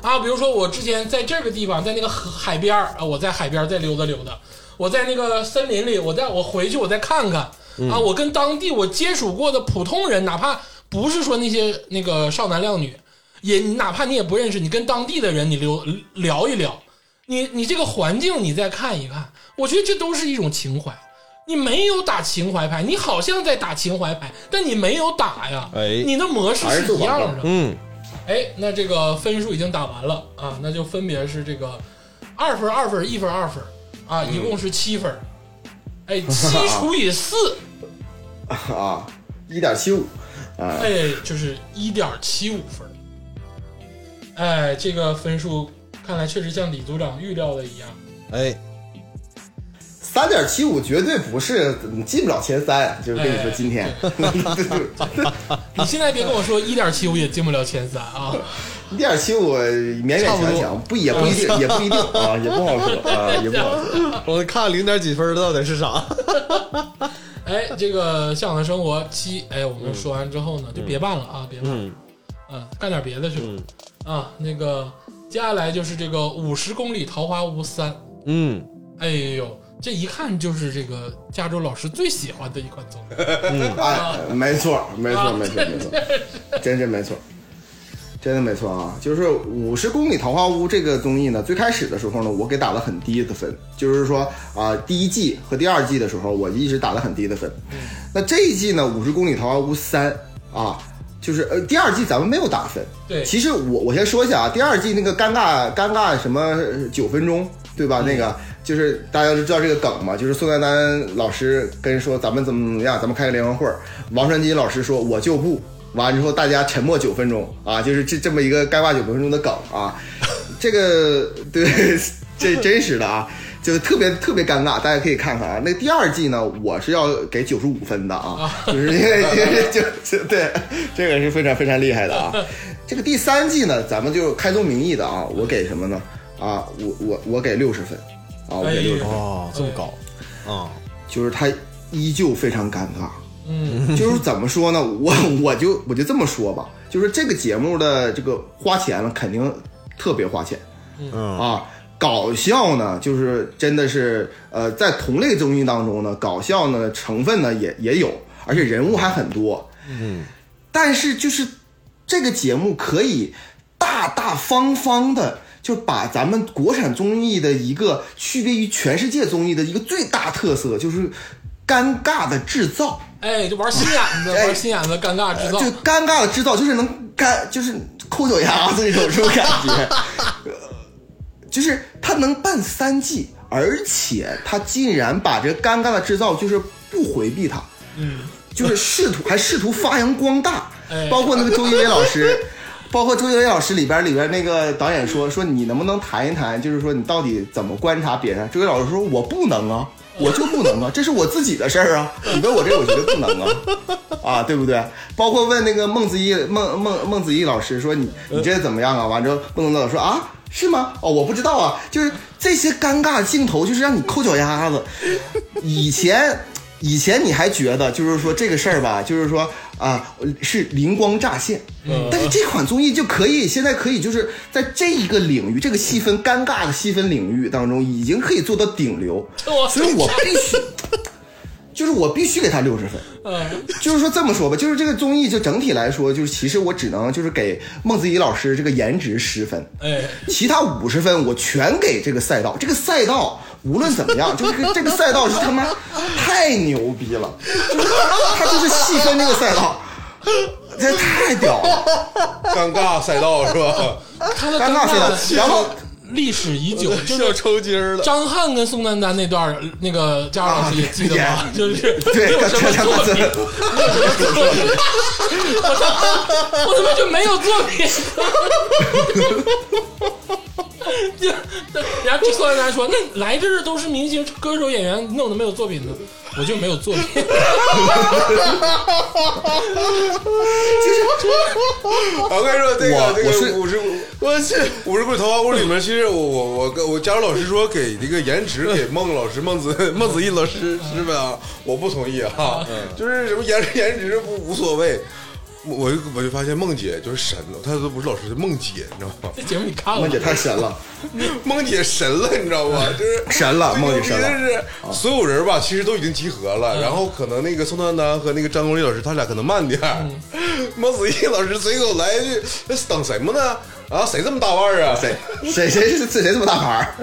A: 啊。比如说，我之前在这个地方，在那个河海边儿啊，我在海边儿再溜达溜达，我在那个森林里，我再我回去我再看看啊，我跟当地我接触过的普通人，哪怕不是说那些那个少男靓女，也你哪怕你也不认识，你跟当地的人你聊聊一聊，你你这个环境你再看一看，我觉得这都是一种情怀。你没有打情怀牌，你好像在打情怀牌，但你没有打呀，
C: 哎
A: 你的模式是一样的。
C: 嗯，
A: 哎，那这个分数已经打完了啊，那就分别是这个二分、二分、一分、二分啊，一共是七分。哎，七除以四，
D: 啊，一点七五，啊，
A: 哎，就是一点七五分。哎，这个分数看来确实像李组长预料的一样。
D: 啊
C: 哎，
D: 三点七五绝对不是你进不了前三，啊就是跟你说
A: 哎
D: 今天，
A: 你现在别跟我说一点七五也进不了前三啊！
D: 一点七五勉勉强
C: 差
D: 强，不也不一定，也不一定啊，也不好说啊，也不好说。
C: 我看零点几分到底 是啥？
A: 哎，这个《向往的生活》七，哎，我们说完之后呢，
D: 嗯
A: 就别办了啊，别办了，嗯、干点别的去吧。
D: 嗯
A: 啊，那个接下来就是这个《五十公里桃花坞三》，
C: 嗯，
A: 哎呦，这一看就是这个加州老师最喜欢的一款综艺。
D: 哎，没错，没
A: 啊
D: 错，没错，没错，真是没错，真的没错啊！就是《五十公里桃花坞》这个综艺呢，最开始的时候呢，我给打了很低的分，就是说啊、第一季和第二季的时候，我一直打了很低的分。那这一季呢，《五十公里桃花坞三》啊，就是呃，第二季咱们没有打分。
A: 对
D: 其实我我先说一下啊，第二季那个尴尬尴尬什么呃九分钟，对吧？那个就是大家都知道这个梗嘛，就是宋丹丹老师跟说咱们怎么怎么样，咱们开个联欢会儿，王传君老师说我就不，完之后大家沉默九分钟啊，就是这这么一个尴尬九分钟的梗啊，这个对，这真实的啊。就是特别特别尴尬，大家可以看看啊。那第二季呢，我是要给九十五分的啊，就是因为因为就就对，这个是非常非常厉害的啊。这个第三季呢，咱们就开宗明义的啊，我给什么呢？啊，我我我给六十分啊，我
A: 哎
D: 给六十
A: 呦
D: 分，
C: 哦，这么高啊、
D: 就是他依旧非常尴尬。
A: 嗯，
D: 就是怎么说呢，我我就我就这么说吧，就是这个节目的这个花钱了，肯定特别花钱，
C: 嗯
D: 啊，搞笑呢，就是真的是呃，在同类综艺当中呢，搞笑呢成分呢也也有，而且人物还很多，嗯，但是就是这个节目可以大大方方的。就把咱们国产综艺的一个区别于全世界综艺的一个最大特色，就是尴尬的制造。
A: 哎，就玩心眼子，
D: 哎
A: 玩心眼子，尴尬制造
D: 就。尴尬的制造，就是能干，就是抠脚丫子那种这种感觉， 就是他能办三季，而且他竟然把这尴尬的制造就是不回避它，
A: 嗯，
D: 就是 试图还试图发扬光大
A: 哎，
D: 包括那个周一围老师， 包括周一围老师里边里边那个导演说说你能不能谈一谈，就是说你到底怎么观察别人？周一围老师说我不能啊。我就不能啊，这是我自己的事儿啊！你问我这，我觉得不能啊， 啊，对不对？包括问那个孟子义孟孟孟子义老师说你你这怎么样啊？完之后，孟子义老师说啊，是吗？哦，我不知道啊，就是这些尴尬镜头，就是让你抠脚丫子。以前。以前你还觉得就是说这个事儿吧，就是说啊是灵光乍现，但是这款综艺就可以现在可以就是在这一个领域这个细分尴尬的细分领域当中，已经可以做到顶流，
A: 哇
D: 所以我必须， 就是我必须给他六十分。
A: 嗯
D: 就是说这么说吧，就是这个综艺就整体来说，就是其实我只能就是给孟子义老师这个颜值十分，
A: 哎，
D: 其他五十分我全给这个赛道。这个赛道无论怎么样，就是这个这个赛道是他妈太牛逼了，就是他就是细分这个赛道，这太屌了，
B: 尴尬赛道是吧？
A: 看了
D: 啊尴
A: 尬
D: 尬赛道
A: 的。
D: 然后
A: 历史已 久，就是
C: 要抽筋儿了。
A: 张翰跟宋丹丹那段儿，那个佳老师也记得吗？
D: 啊
A: 就是没
D: 对，
A: 有
D: 他
A: 什么
D: 他他
A: 作
D: 他
A: 品，我他妈就没有作品。 就然后这宋丹丹说：“那来这儿都是明星、歌手、演员，弄得没有作品呢，我就没有作品。
B: 我跟你说，这
D: 我
B: 个这
D: 我是
B: 个五十
C: 我去，
B: 五十棍桃花坞里面，其实我我我跟我佳茹老师说给这个颜值给孟老师孟 子孟子义老师十分啊，我不同意啊，
D: 嗯
B: 就是什么颜值颜值不无所谓。我就我就发现孟姐就是神了，她都不是老师，是孟姐，你知道吗”？
A: 这节目你看了
D: 孟姐
A: 吗？
D: 太神了，
B: 孟姐神了，你知道吗？就是
D: 神了孟姐神了啊嗯
B: 就是所有人吧，其实都已经集合了，然后可能那个宋丹丹和那个张国立老师，他俩可能慢点儿。
D: 嗯
B: 孟子义老师随口来一句：“那等什么呢？啊，谁这么大腕儿啊？
D: 谁谁谁是谁这么大牌儿？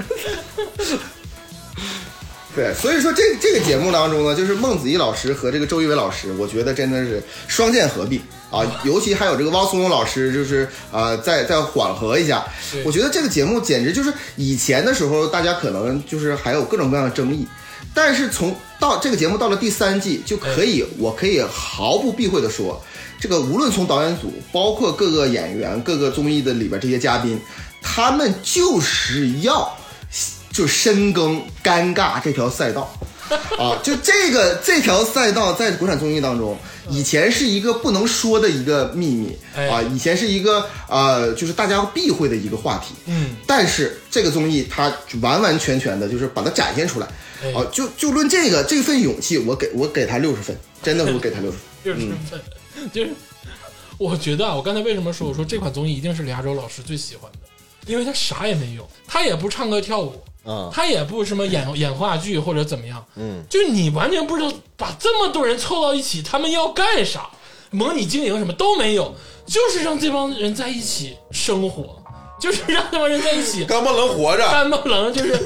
D: 对，所以说这这个节目当中呢，就是孟子义老师和这个周一围老师，我觉得真的是双剑合璧啊，尤其还有这个汪苏泷老师，就是呃，再再缓和一下
A: 对。
D: 我觉得这个节目简直就是以前的时候，大家可能就是还有各种各样的争议，但是从到这个节目到了第三季，就可以，我可以毫不避讳的说，这个无论从导演组，包括各个演员、各个综艺的里边这些嘉宾，他们就是要就深耕尴尬这条赛 道。啊，就这个这条赛道在国产综艺当中，以前是一个不能说的一个秘密
A: 哎
D: 啊，以前是一个呃，就是大家避讳的一个话题。
A: 嗯，
D: 但是这个综艺它完完全全的就是把它展现出来
A: 哎，
D: 啊，就就论这个这份勇气，我给我给他六十分，真的我给他六十分。
A: 就是分，就是我觉得啊，我刚才为什么说我说这款综艺一定是李亚洲老师最喜欢的，因为他啥也没有，他也不唱歌跳舞，
C: 嗯
A: 他也不什么演演话剧或者怎么样，
C: 嗯，
A: 就你完全不知道把这么多人凑到一起，他们要干啥，模拟经营什么都没有，就是让这帮人在一起生活，就是让这帮人在一起
B: 干巴能活着，
A: 干巴棱，就是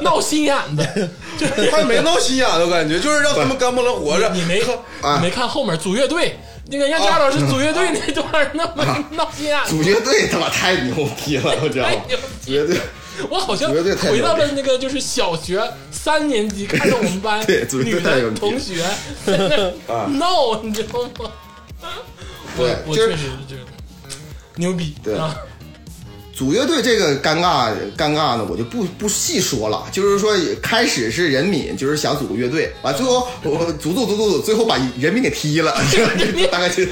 A: 闹心眼子，就是
B: 还没闹心眼子，我感觉就是让他们干巴能活着。
A: 你 没
D: 啊
A: 你没看后面组乐队。那个让佳老师组乐队那段儿，那么闹心眼子。
D: 主角队他妈太牛逼了，我知道
A: 哎
D: 吗？
A: 呦，
D: 主角队，
A: 我好像
D: 组乐队太牛
A: 回
D: 逼
A: 到了那个就是小学三年级，看着我们班
D: 对组乐队
A: 女
D: 太牛
A: 的
D: 逼了
A: 同 学在那儿闹，你知道吗？
D: 对
A: 我我
D: 就是
A: 确实是觉得牛逼
D: 对
A: 啊！
D: 组乐队这个尴尬尴尬呢，我就不不细说了。就是说，开始是任敏，就是想组个乐队，完最后我组组组组组，最后把任敏给踢了， 大概就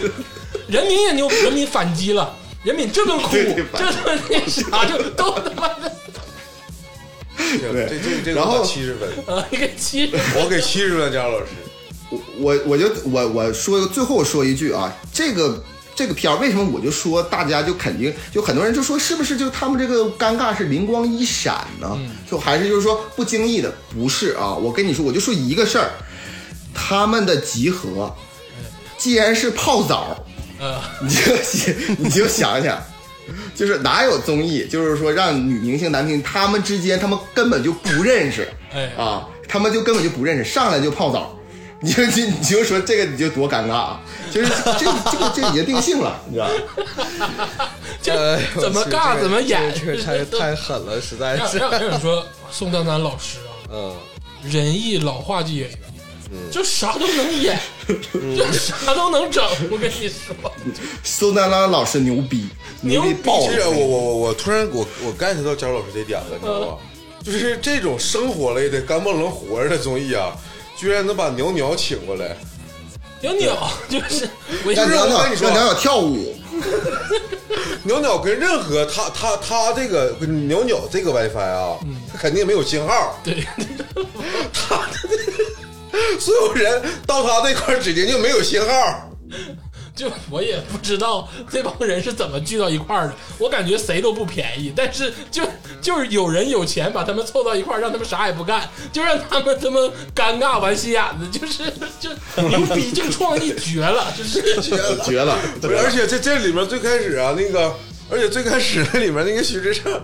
A: 人民也牛，人民反击了，人民这顿哭，
D: 对对
A: 这顿那啥，就都他妈的，
B: 行
D: 对
B: 这这这
D: 然
B: 个
D: 后
B: 七十分，
A: 呃，你给气人
B: 我给七十分，佳茹老师。
D: 我我我就我我说最后说一句啊，这个这个片儿为什么我就说大家就肯定就很多人就说是不是就他们这个尴尬是灵光一闪呢？就还是就是说不经意的？不是啊，我跟你说，我就说一个事儿，他们的集合，既然是泡澡，
A: 呃，
D: 你就你就 想想。就是哪有综艺，就是说让女明星、男明星他们之间，他们根本就不认识，
A: 哎
D: 啊，他们就根本就不认识，上来就泡澡， 你就你你就说这个你就多尴尬啊，就是这这个这已经定性了，你知道吧？
A: 这
C: 哎呦
A: 怎么
C: 这
A: 尬
C: 这
A: 怎么演，
C: 这这太太狠了，实在
A: 让
C: 是。
A: 让让你说宋丹丹老师啊，
C: 嗯，
A: 仁义老话剧演员，
D: 嗯
A: 就啥都能演，就啥都能整。我跟你说，
D: 苏丹拉老师牛逼，
A: 牛逼
D: 逼爆
B: 其实我
D: 了！
B: 我我我突然我我 get 到佳茹老师这点了，你知道吧？
D: 嗯
B: 就是这种生活类的干不愣活着的综艺啊，居然能把鸟鸟请过来，
A: 鸟鸟就是我
D: 让
B: 就是
D: 鸟
B: 我
D: 鸟
B: 跟你说
D: 让鸟鸟跳舞，
B: 鸟鸟跟任何他他他这个鸟鸟这个 WiFi 啊，
D: 嗯
B: 他肯定没有信号，
A: 对，
B: 所有人到他那块儿指定就没有信号。
A: 就我也不知道这帮人是怎么聚到一块儿的。我感觉谁都不便宜，但是就就是有人有钱把他们凑到一块儿，让他们啥也不干，就让他们他妈尴尬完心眼子，就是就牛逼，这个创意绝了，就是
D: 绝了！
B: 不是，而且这这里面最开始啊，那个，而且最开始那里面那个徐志胜，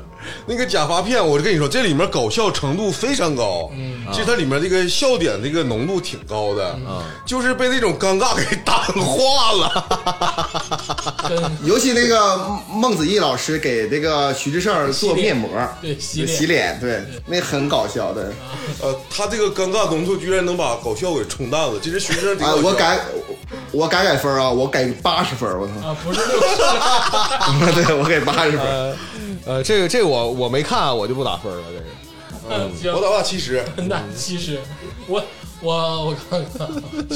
B: 那个假发片，我就跟你说，这里面搞笑程度非常高。嗯，其实它里面这个笑点这个浓度挺高的，就是被那种尴尬给淡化了。
A: 跟
D: 尤其那个孟子义老师给那个徐志胜做面膜，
A: 对洗
D: 就
A: 脸
D: 洗脸，对，那很搞笑的。
B: 呃，他这个尴尬浓度居然能把搞笑给冲淡了。其实徐志胜挺
D: 啊，
B: 搞笑
D: 我改，我改改分啊，我改八十分，我 操！
A: 啊不是六十，
D: 对，我给八十 分。
C: 呃呃，这个这个我我没看啊，我就不打分了。这个
A: 嗯行
B: 我打打七十。
A: 那其实我我我看看，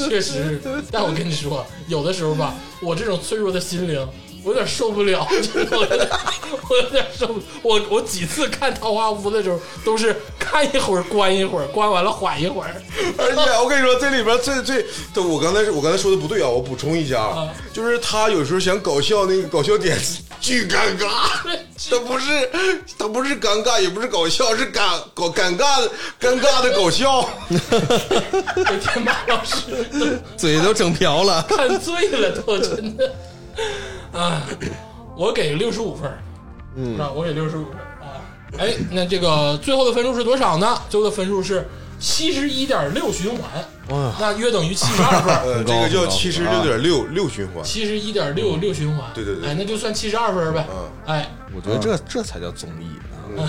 A: 确实，但我跟你说，有的时候吧，我这种脆弱的心灵，我有点受不了， 就是我有点，我有点受不，我我几次看《桃花坞》的时候，都是看一会儿关一会儿，关完了缓一会儿，
B: 而 且我跟你说，这里边最最，对我刚才我刚才说的不对啊，我补充一下，
A: 啊
B: 就是他有时候想搞笑，那个搞笑点巨尴尬，他不是他不是尴尬，也不是搞笑，是尴搞尴尬的尴尬的搞笑。
A: 给天马老师
C: 嘴都整瓢了。
A: 看醉了都，真的啊！我给六十五分，嗯啊，我给六十五分啊。哎，那这个最后的分数是多少呢？最后的分数是七十一点六循环，那约等于七十二分，
B: 呃，
C: 很
B: 这
C: 高
B: 个叫
C: 很高啊
B: 七十六点六六循环，
A: 七十一点六六循环，
B: 对对对
A: 哎，那就算七十二分呗
B: 嗯，
A: 哎，
C: 我觉得这这才叫综艺呢。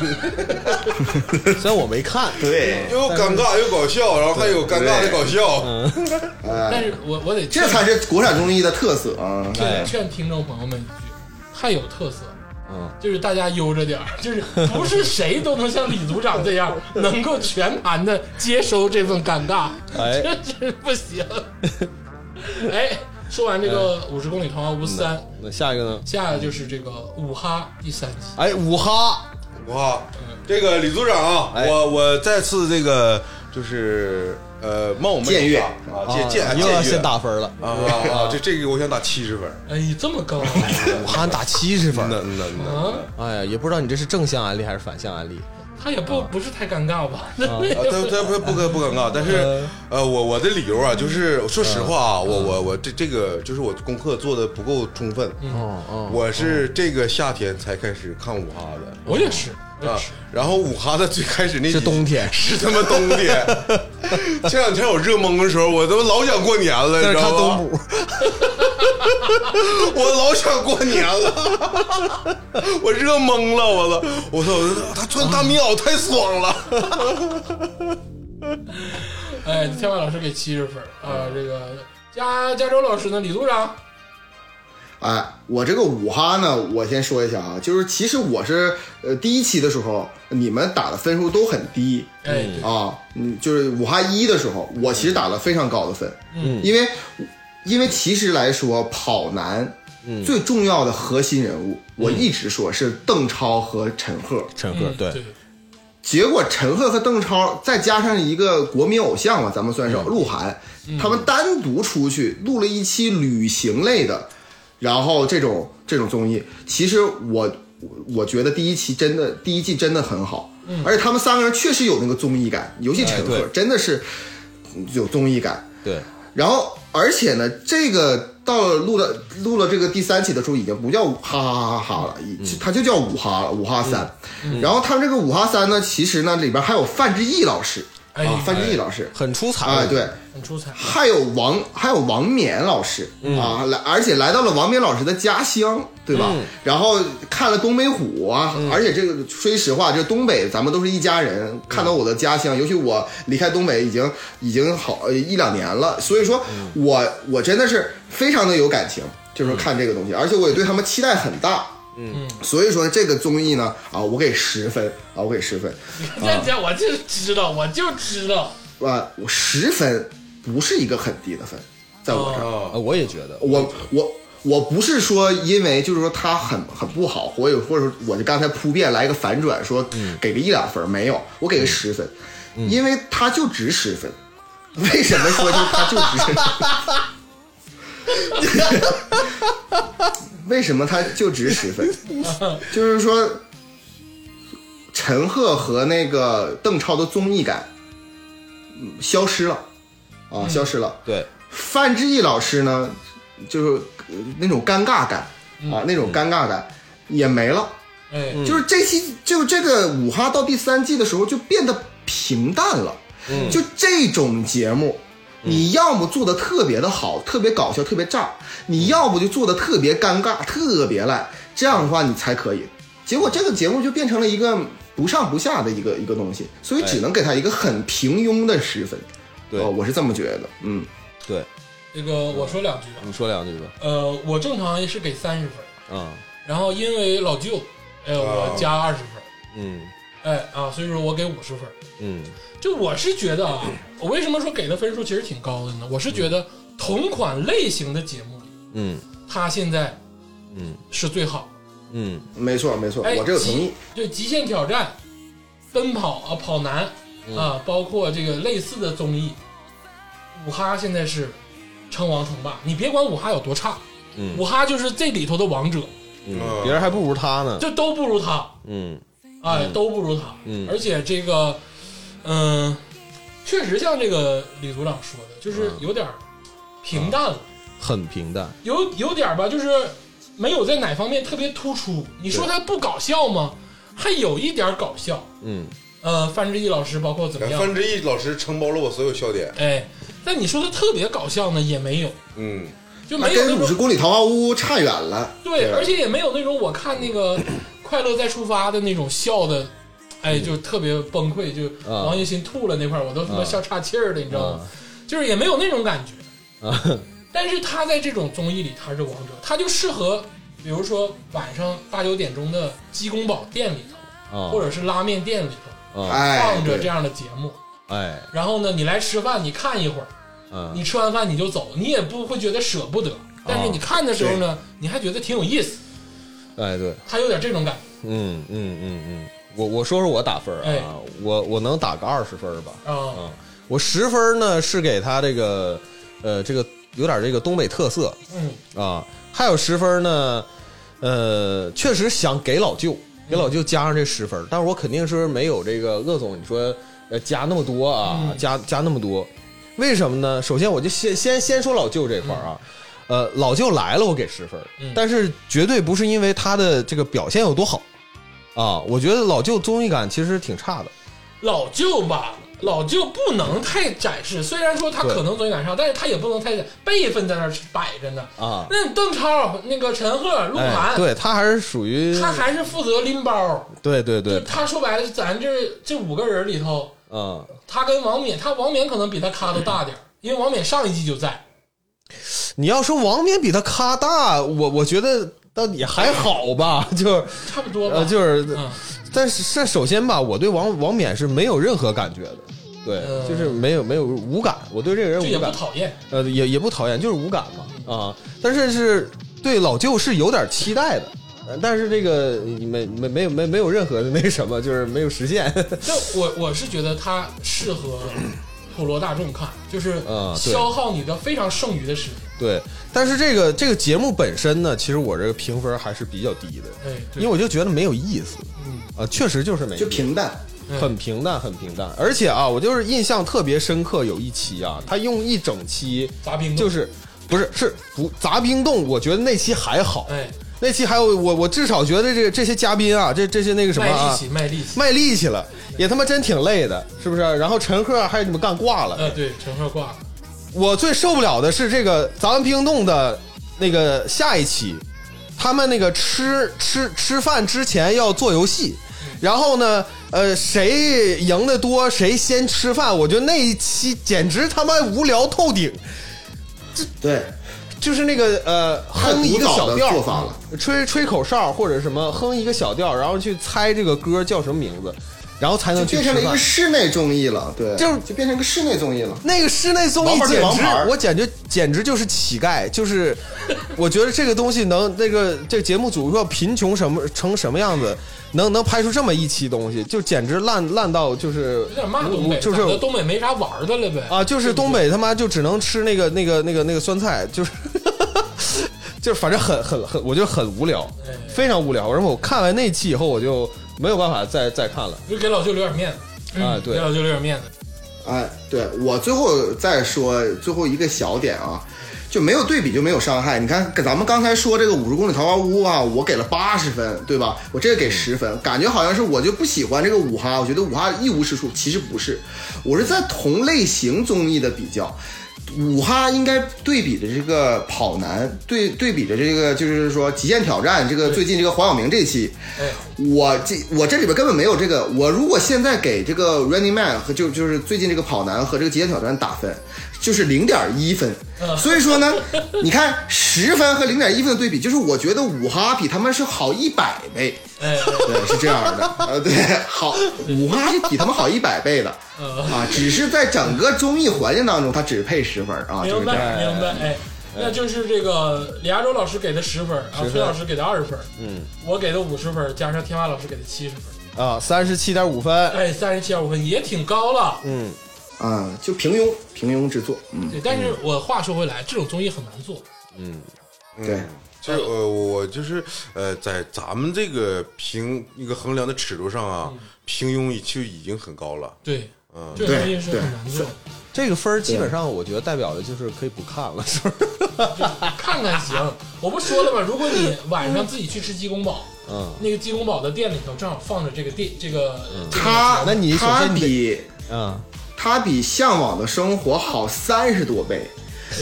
C: 虽然我没看，
D: 对，
B: 又尴尬又搞笑，然后还有尴尬的搞笑。
A: 但是我我得
D: 哎这才是国产综艺的特色啊！
B: 哎
A: 劝劝听众朋友们一句，太有特色了。
C: 嗯，
A: 就是大家悠着点儿，就是不是谁都能像李组长这样能够全盘的接收这份尴尬，
C: 哎
A: 这真 不行。哎，说完这
D: 哎
A: 个五十公里桃花坞三，
D: 嗯
C: 那下一个呢？
A: 下来就是这个五哈第三集，
C: 哎，五哈，
B: 哇，这个李组长啊，
C: 哎
B: 我我再次这个就是呃冒昧
D: 僭越
B: 啊，僭僭
C: 啊
B: 僭
C: 又要先
B: 越
C: 打分了。
B: 啊啊啊！这这个我想打七十分。
A: 哎，这么 高，
C: 武汉打七十分，
B: 嗯那那
D: 嗯
B: 那
A: 啊，
C: 哎呀，也不知道你这是正向案例还是反向案例。
A: 他也
D: 啊
A: 不不是太尴尬吧？
B: 啊，他他不不尴不尴尬，但是
C: 嗯
B: 呃，我我的理由啊，就是说实话啊，我我我这这个就是我功课做的不够充分，
C: 哦哦，
B: 我是这个夏天才开始看五哈
A: 我也是，我也
B: 的啊
A: 是，，
B: 然后五哈的最开始那集
C: 是冬 天
B: 是他妈冬天，前两天我热懵的时候，我他妈老想过年了，你
C: 在
B: 知
C: 看
B: 道
C: 东
B: 吗？
C: 补，
B: 我老想过年了，我热懵了，我了，我操，他穿大棉袄太爽了。
A: 哎，天马老师给七十分啊，
C: 嗯
A: 这个加加州老师呢，李组长，
D: 哎，我这个五哈呢，我先说一下啊，就是其实我是呃第一期的时候，你们打的分数都很低
A: 哎，对
D: 啊，嗯，就是五哈一的时候，我其实打了非常高的分，嗯，因为因为其实来说，跑男最重要的核心人物，我一直说是邓超和陈赫，
C: 陈
A: 嗯
C: 啊对，
A: 对，
D: 结果陈赫和邓超再加上一个国民偶像嘛，咱们
C: 嗯
D: 算是鹿晗，他们单独出去录了一期旅行类的，然后这种这种综艺，其实我我觉得第一期真的第一季真的很好，而且他们三个人确实有那个综艺感，尤其陈
C: 嗯哎
D: 赫
C: 对
D: 真的是有综艺感。
C: 对，
D: 然后而且呢，这个到了录了录了这个第三期的时候，已经不叫哈哈哈哈哈了，已它就叫五哈了，五哈三。然后他们这个五哈三呢，其实呢里边还有范志毅老师，
A: 哎，
D: 啊，范志毅老师
C: 很出彩
D: 啊，对，
A: 很出 彩。
D: 还有王，还有王冕老师、啊，来，而且来到了王冕老师的家乡，对吧？然后看了东北虎啊，而且这个说实话，这东北咱们都是一家人。看到我的家乡，尤其我离开东北已经已经好呃一两年了，所以说我我真的是非常的有感情，就是看这个东西，而且我也对他们期待很大。嗯，所以说这个综艺呢，啊，我给十分啊，我给十分。
A: 这这我就知道，我就知道，
D: 啊，我十分不是一个很低的分，在我这儿，
C: 呃我也觉得，
D: 我我我不是说因为就是说他很很不好，或者或者说我就刚才铺垫来一个反转，说给个一两分，没有，我给个十分，因为他就值十分。为什么说就他就值十分？ 为什么他就值十分？就是说，陈赫和那个邓超的综艺感嗯消失了啊，消失了。
C: 对，
D: 范志毅老师呢，就是呃那种尴尬感啊，那种尴尬感也没了。
A: 哎，
D: 就是这期就这个五哈到第三季的时候就变得平淡了。就这种节目，你要么做的特别的好，特别搞笑，特别炸；你要不就做的特别尴尬，特别烂。这样的话你才可以。结果这个节目就变成了一个不上不下的一个一个东西，所以只能给他一个很平庸的十分。
C: 对
D: 哦我是这么觉得。嗯，
C: 对，
A: 这个我说两句啊，
C: 你说两句吧，
A: 呃，我正常是给三十分，
C: 啊，
A: 然后因为老舅，哎，我加二十分，
C: 嗯
A: 哎啊，所以说我给五十分。
C: 嗯
A: 就我是觉得 啊，我为什么说给的分数其实挺高的呢？我是觉得同款类型的节目里，
C: 嗯
A: 它现在
C: 嗯
A: 是最好。
C: 嗯
D: 没错没错，
A: 哎，
D: 我这个同意
A: 极。对极限挑战、奔跑啊、跑男
C: 嗯
A: 啊，包括这个类似的综艺，五哈现在是称王称霸。你别管五哈有多差，
C: 嗯
A: 五哈就是这里头的王者，
B: 啊
C: 嗯，别人还不如他呢，
A: 就都不如他。
C: 嗯
A: 哎，都不如他。
C: 嗯
A: 而且这个，嗯、确实像这个李组长说的，就是有点儿平淡了，
C: 很平淡，
A: 有有点儿吧，就是没有在哪方面特别突出。你说他不搞笑吗？还有一点儿搞笑。
C: 嗯
A: 呃，范志毅老师包括怎么样？
B: 哎范志毅老师承包了我所有笑点，
A: 哎，但你说他特别搞笑呢，也没有，
B: 嗯，
A: 就
D: 那
A: 没有
D: 跟
A: 那
D: 五十
A: 种
D: 公里桃花坞差远了。
A: 对，而且也没有那种我看那 个《快乐再出发》的那种笑的。哎，就特别崩溃，就
C: 嗯啊
A: 王栎鑫吐了那块儿，我都他妈
C: 啊
A: 笑岔气儿了，你知道吗
C: 啊？
A: 就是也没有那种感觉。
C: 啊，
A: 但是他在这种综艺里，他是王者，他就适合，比如说晚上八九点钟的鸡公煲店里头，
C: 啊
A: 或者是拉面店里头
C: 啊，
D: 哎
A: 哦放，着
D: 对
A: 这样的节目。
C: 哎，
A: 然后呢，你来吃饭，你看一会儿，
C: 嗯
A: 你吃完饭你就走，你也不会觉得舍不得。但是
C: 啊
A: 你看的时候呢，你还觉得挺有意思，
C: 哎，对，
A: 他有点这种感
C: 嗯嗯嗯嗯，我我说说我打分儿
A: 哎
C: 啊，我我能打个二十分儿吧，
A: 觉啊。
C: 嗯，我十分儿呢是给他这个，呃，这个有点这个东北特色
A: 嗯，
C: 啊，还有十分儿呢，呃，确实想给老舅，给老舅加上这十分儿，但是我肯定是没有这个鄂总你说呃加那么多啊，
A: 嗯
C: 加加那么多，为什么呢？首先我就先先先说老舅这块儿啊。呃，老舅来了，我给十分儿，
A: 嗯
C: 但是绝对不是因为他的这个表现有多好啊！我觉得老舅综艺感其实挺差的，
A: 老舅吧，老舅不能太展示，虽然说他
C: 对
A: 可能综艺感上，但是他也不能太展辈分在那儿摆着呢。
C: 啊
A: 那邓超、那个陈赫、鹿
C: 哎
A: 晗，
C: 对他还是属于
A: 他还是负责拎包。
C: 对对
A: 就
C: 对，
A: 他说白了，咱这这五个人里头，
C: 嗯，
A: 他跟王冕，他王冕可能比他咖都大点儿，因为王冕上一季就在。
C: 你要说王冕比他咖大，我我觉得倒也还好吧， 就是
A: 差不多吧，
C: 呃就是，
A: 嗯，
C: 但是这首先吧，我对王王冕是没有任何感觉的，对，
A: 嗯
C: 就是没有没有无感，我对这个人
A: 就也
C: 无
A: 不
C: 感，
A: 讨厌。
C: 呃，也也不讨厌，就是无感嘛啊，但是是对老舅是有点期待的。呃但是这个没没没有没没有任何的那什么，就是没有实现。
A: 但我我是觉得他适合普罗大众看，就是
C: 嗯对
A: 消耗你的非常剩余的时间。
C: 对，但是这个这个节目本身呢，其实我这个评分还是比较低
A: 哎，
C: 的。因
A: 对
C: 为我就觉得没有意思，
A: 嗯
C: 啊，确实就是没意思，
D: 就平淡。
A: 嗯
C: 很平淡，很平淡。而且啊，我就是印象特别深刻，有一期啊，他用一整期
A: 砸冰棍嗯
C: 就是不是是不砸冰冻，我觉得那期还好，
A: 哎，
C: 那期还有我，我至少觉得这这些嘉宾啊，这这些那个什么
A: 卖力
C: 啊，
A: 气，卖力气。
C: 卖力气了，也他妈真挺累的，是不是？然后陈赫还你们干挂了。
A: 呃，对，陈赫挂了。
C: 我最受不了的是这个咱们冰冻的那个下一期，他们那个吃吃吃饭之前要做游戏，然后呢，呃，谁赢的多谁先吃饭。我觉得那一期简直他妈无聊透顶，
D: 对，
C: 就是那个呃，哼一个小
D: 太古早的做
C: 调
D: 法了，
C: 吹吹口哨或者什么，哼一个小调，然后去猜这个歌叫什么名字，然后才
D: 就
C: 能去
D: 变
C: 吃
D: 成了一
C: 饭
D: 个。室内综艺了，对，
C: 就是
D: 就变成一个室内综艺了。
C: 那个室内综艺
D: 王牌对
C: 简
D: 王
C: 直
D: 牌儿，
C: 我简直简直就是乞丐，就是我觉得这个东西能那个这个节目组要贫穷什么成什么样子，能能拍出这么一期东西，就简直烂烂到就是
A: 有点骂东北，
C: 就
A: 咋的
C: 是
A: 东北没啥玩的了呗。
C: 啊，就是东北他妈就只能吃那个那个那个那个酸菜，就是 就是反正很很很，我觉得很无聊，非常无聊。然后我看完那期以后，我就没有办法再再看了。
A: 就给老舅留点面子
C: 啊
A: 嗯
C: 对
A: 给老舅留点面子。
D: 哎，对我最后再说最后一个小点啊，就没有对比就没有伤害。你看，咱们刚才说这个《五十公里桃花坞》啊，我给了八十分，对吧？我这个给十分，感觉好像是我就不喜欢这个五哈，我觉得五哈一无是处。其实不是，我是在同类型综艺的比较。五哈应该对比着这个跑男，对对比着这个就是说极限挑战，这个最近这个黄晓明这期，
A: 哎，
D: 我这我这里边根本没有这个。我如果现在给这个 Running Man 和就就是最近这个跑男和这个极限挑战打分，就是零点一分。 所以说呢，你看十分和零点一分的对比，就是我觉得五哈比他们是好一百倍。
A: 哎，
D: 对，是这样的，呃，对，好，五哈是比他们好一百倍的啊，只是在整个综艺环境当中，他只配十分啊，就是
A: 明
D: 这样。
A: 白明白。哎，那就是这个李亚洲老师给的十分，啊，崔老师给的二十分，嗯，我给的五十分，加上天华老师给的七十分，
C: 啊，三十七点五分，
A: 哎，三十七点五分也挺高了。
C: 嗯，
D: 啊、就平庸，平庸之作，嗯，
A: 对，但是我话说回来，这种综艺很难做。
D: 对。
C: 嗯
B: 就是呃，我就是呃，在咱们这个评一个衡量的尺度上啊，平庸就已经很高了。
A: 对，
B: 嗯
A: 这种东西是很难做，
C: 这个分儿基本上我觉得代表的就是可以不看了，是不是？
A: 看看行。我不说了吗？如果你晚上自己去吃鸡公煲，
C: 嗯，
A: 那个鸡公煲的店里头正好放着这个店，这个这个
D: 他
C: 那你首
D: 他
C: 先你得
D: 比
C: 嗯，
D: 它比《向往的生活》好三十多倍，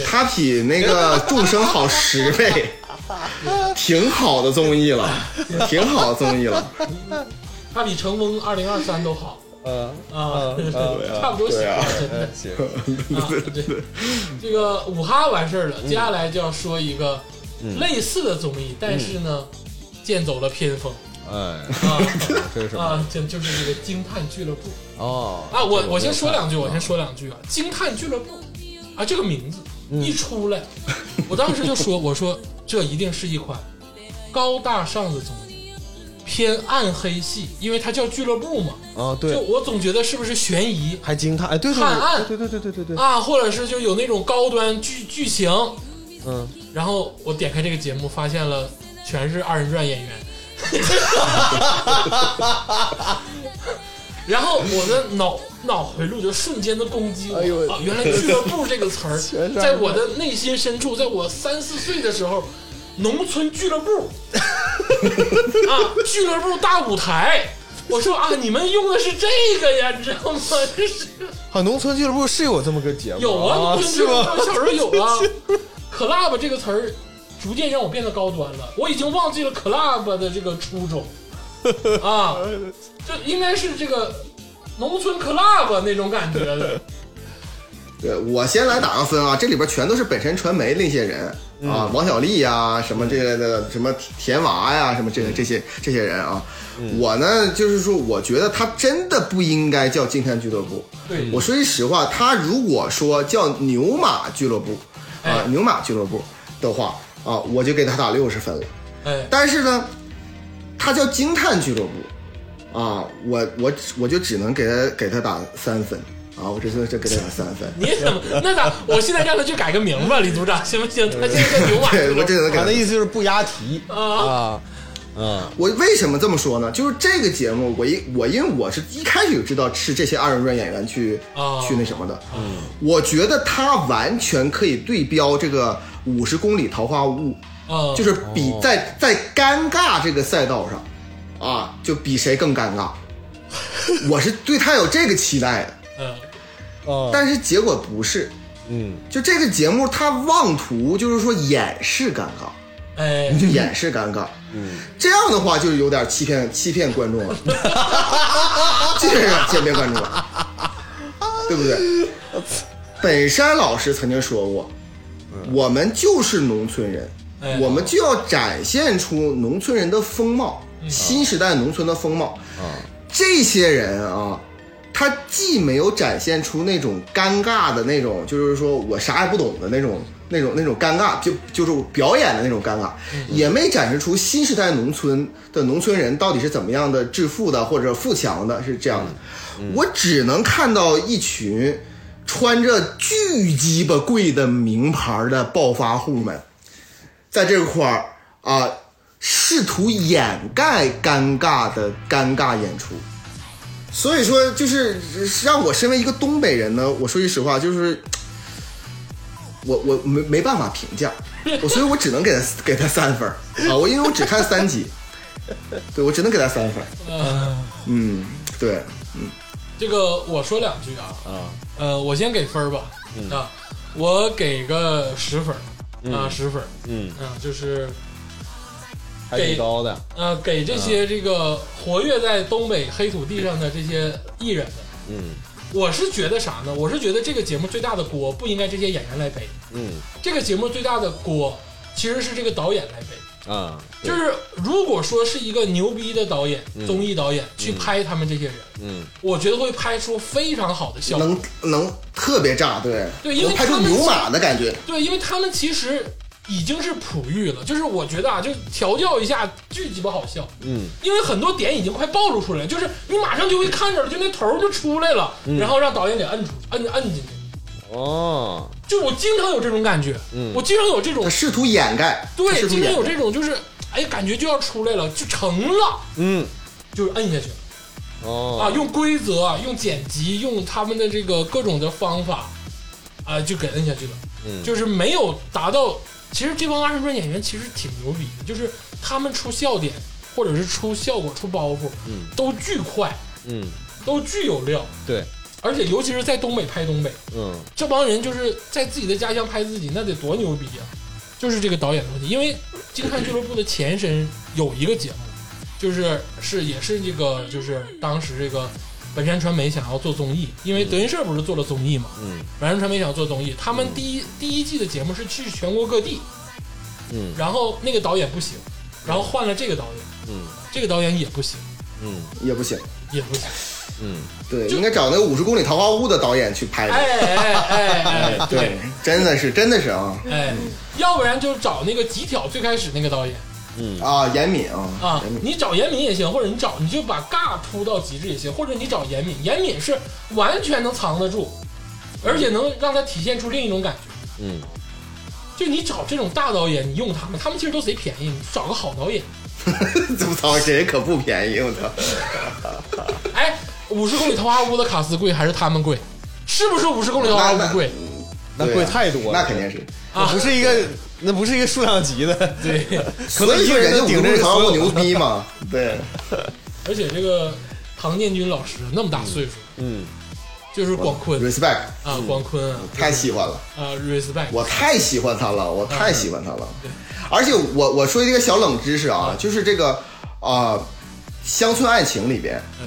D: 它比那个《众生》好十倍，挺好的综艺了，挺好的综艺了。
A: 它比成龙二零二三都好
C: 呃，
A: 啊
C: 嗯嗯，
A: 差不多行了，真的
C: 嗯行，
A: 啊。对，嗯这个五哈完事儿了，接下来就要说一个类似的综艺，但是呢，剑走了偏锋
C: 哎，
A: 啊
C: 这是什么？
A: 啊，这就是这个惊叹俱乐部
C: 哦，
A: 啊。我我先
C: 这个
A: 说两句，我先说两句啊，惊叹俱乐部啊，这个名字一出来，我当时就说，我说这一定是一款高大上的综艺，偏暗黑系，因为它叫俱乐部嘛。
C: 啊，
A: 就
C: 对，
A: 我总觉得是不是悬疑
C: 还惊叹，哎，对对
A: 探案
C: 对对对对对对对，
A: 啊，或者是就有那种高端剧剧情。
C: 嗯，
A: 然后我点开这个节目，发现了全是二人转演员。 然后我的脑脑回路就瞬间的攻击我、
C: 哎呦
A: 啊！原来俱乐部这个词儿
C: 全，是二
A: 在
C: 人转
A: 我的内心深处，在我三四岁的时候，农村俱乐部啊，俱乐部大舞台，我说啊，你们用的是这个呀，你知道吗？这是。
C: 好，啊农村俱乐部是有这么个节目，
A: 有啊，农村俱乐
C: 哦是吗？
A: 部小时候有啊。club 这个词儿逐渐让我变得高端了，我已经忘记了 club 的这个初衷啊，就应该是这个农村 club 那种感觉的。
D: 对我先来打个分啊，这里边全都是本山传媒那些人
A: 嗯
D: 啊，王小利呀、什么这个的，什么田娃呀、什么
A: 嗯
D: 这这些这些人啊。我呢，就是说，我觉得他真的不应该叫惊叹俱乐部。
A: 对
D: 我说句实话，他如果说叫牛马俱乐部啊
A: 哎，
D: 牛马俱乐部的话啊，我就给他打六十分了。
A: 哎，
D: 但是呢，他叫惊叹俱乐部啊，我我我就只能给他给他打三分啊，我这就这给他打三分。
A: 你怎么那咋？我现在让他去改个名吧，李组长行不行？他现在叫牛马
D: 对，我
A: 俱
D: 这啊
A: 乐
D: 能给
C: 他
D: 他
C: 的意思就是不押题啊，嗯，
D: 我为什么这么说呢？就是这个节目，我一我因为我是一开始就知道是这些二人转演员去、
A: 哦
D: 去那什么的，我觉得他完全可以对标这个《五十公里桃花坞》
A: 嗯，
D: 就是比在在尴尬这个赛道上，啊，就比谁更尴尬。我是对他有这个期待的，
A: 嗯
C: 哦，
D: 但是结果不是。
C: 嗯，
D: 就这个节目，他妄图就是说掩饰尴尬，
A: 哎，
D: 掩饰尴尬。嗯，这样的话就是有点欺骗欺骗观众了， 这个欺骗观众了，对不对？本山老师曾经说过，我们就是农村人，
A: 哎
D: 我们就要展现出农村人的风貌，新时代农村的风貌。这些人啊，他既没有展现出那种尴尬的那种，就是说我啥也不懂的那种、那种、那种尴尬，就就是表演的那种尴尬，也没展示出新时代农村的农村人到底是怎么样的致富的或者富强的，是这样的。我只能看到一群穿着巨鸡巴贵的名牌的暴发户们，在这块儿啊、试图掩盖尴尬的尴尬演出。所以说，就是让我身为一个东北人呢，我说句实话，就是我我没没办法评 价，我所以我只能给他给他三分儿啊，我因为我只看 三集，对我只能给他三分儿。
A: 嗯，
D: 嗯，对，
A: 这个我说两句啊，
C: 啊，
A: 呃，我先给分儿吧，啊，我给个十分儿，啊，十分儿，
C: 嗯，
A: 啊，就是
C: 还挺高的，
A: 呃，给这些这个活跃在东北黑土地上的这些艺人们，
C: 嗯
A: 我是觉得啥呢？我是觉得这个节目最大的锅不应该这些演员来背，
C: 嗯
A: 这个节目最大的锅其实是这个导演来背。
C: 啊，对
A: 就是如果说是一个牛逼的导演、综艺导演去拍他们这些人，
C: 嗯
A: 我觉得会拍出非常好的效果。
D: 能能特别炸，对，
A: 对因为
D: 能拍出
A: 他们
D: 牛马的感觉，
A: 对，因为他们其实已经是璞玉了，就是我觉得啊，就调教一下，巨鸡巴好笑。
C: 嗯
A: 因为很多点已经快暴露出来了，就是你马上就会看着了，就那头儿就出来了，
C: 嗯
A: 然后让导演给摁出去，摁摁进去。
C: 哦，
A: 就我经常有这种感觉，
C: 嗯
A: 我经常有这种
D: 他试图掩盖，
A: 哦
D: 他
A: 对，
D: 试图
A: 经常
D: 掩
A: 有
D: 盖。
A: 这种就是哎，感觉就要出来了，就成了，
C: 嗯
A: 就是摁下去了
C: 哦
A: 啊，用规则啊，用剪辑，用他们的这个各种的方法啊，就给摁下去了，
C: 嗯
A: 就是没有达到。其实这帮二人转演员其实挺牛逼的，就是他们出笑点或者是出效果、出包袱，
C: 嗯
A: 都巨快，
C: 嗯，
A: 都巨有料。
C: 对，
A: 而且尤其是在东北拍东北，
C: 嗯
A: 这帮人就是在自己的家乡拍自己，那得多牛逼啊！就是这个导演的问题，因为《金看俱乐部》的前身有一个节目，就是是也是这个就是当时这个本山传媒想要做综艺，因为德云社不是做了综艺嘛，
C: 嗯
A: 本山传媒想要做综艺，他们第一第一季的节目是去全国各地，
C: 嗯
A: 然后那个导演不行，然后换了这个导演，
C: 嗯
A: 这个导演也不行，
C: 嗯
D: 也不行，
A: 也不行，
C: 嗯，
D: 对，应该找那个《五十公里桃花坞》的导演去拍的，
A: 哎哎哎哎，对。
D: 对，真的是真的是啊
A: 哎，要不然就找那个极挑最开始那个导演
D: 啊，严敏啊
A: 啊
D: 严，敏
A: 你找严敏也行，或者你找你就把尬铺到极致也行，或者你找严敏，严敏是完全能藏得住，而且能让他体现出另一种感觉。
C: 嗯，
A: 就你找这种大导演，你用他们，他们其实都贼便宜，你找个好导演。
D: 我操，人可不便宜，我操！
A: 哎，五十公里桃花坞的卡斯贵还是他们贵？是不是五十公里桃花
D: 那
A: 坞
D: 那
A: 贵？
C: 那贵太多了，
D: 那肯定是。
A: 啊
C: 那不是一个，那不是一个数量级的，
A: 对，
C: 可能一个人
D: 所
C: 能
D: 以
C: 顶
D: 说人
C: 着
D: 家五常
C: 所
D: 不
C: 有
D: 牛逼 嘛？对，
A: 而且这个唐建军老师那么大岁数，
C: 嗯
A: 就是广坤
D: respect，
A: 啊，广坤啊，
D: 太喜欢了，
A: 啊，respect，
D: 我太喜欢他了，我太喜欢他了。
C: 嗯
D: 而且我我说一个小冷知识啊，就是这个啊，呃乡村爱情》里边，
A: 哎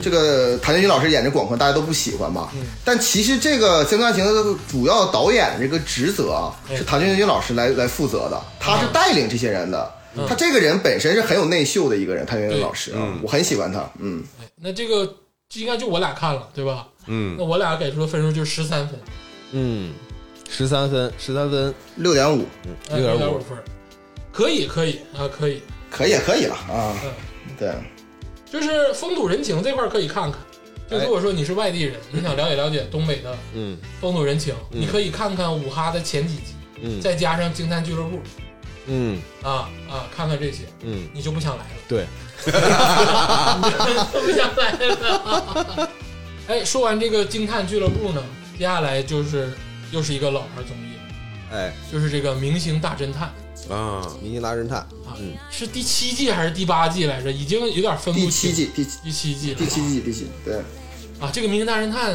D: 这个谭俊老师演这广坤，大家都不喜欢吧？
C: 嗯
D: 但其实这个《乡村爱情》的主要导演这个职责啊，
A: 哎
D: 是谭俊英老师来来负责的，
C: 嗯
D: 他是带领这些人的。他这个人本身是很有内秀的一个人，谭俊英老师啊，我很喜欢他。嗯，
A: 哎那这个就应该就我俩看了，对吧？
B: 嗯，
A: 那我俩给出的分数就是十三分，
C: 嗯，十三分，十三分，
D: 六点五，
A: 六
C: 六点
A: 呃五
C: 五
A: 分儿，可以，可以啊，可以，
D: 可以可以了啊
A: 嗯。
D: 对，
A: 就是风土人情这块儿可以看看。就如果说你是外地人，你想了解了解东北的
C: 嗯
A: 风土人情，你可以看看五哈的前几集，
C: 嗯
A: 再加上《惊叹俱乐部
C: 嗯》
A: 啊啊，看看这些，
C: 嗯，
A: 你就不想来了，
C: 对，
A: 不想来了。 哎，说完这个《惊叹俱乐部》呢，接下来就是又是一个老牌综艺，
C: 哎，
A: 就是这个《明星大侦探》。
B: 啊，
C: 《迷津大侦探》
A: 啊，是第七季还是第八季来着？已经有点分不清。
D: 第七季，第七
A: 第七季了啊，
D: 第七季，第七季，对，
A: 啊，这个《名侦大侦探》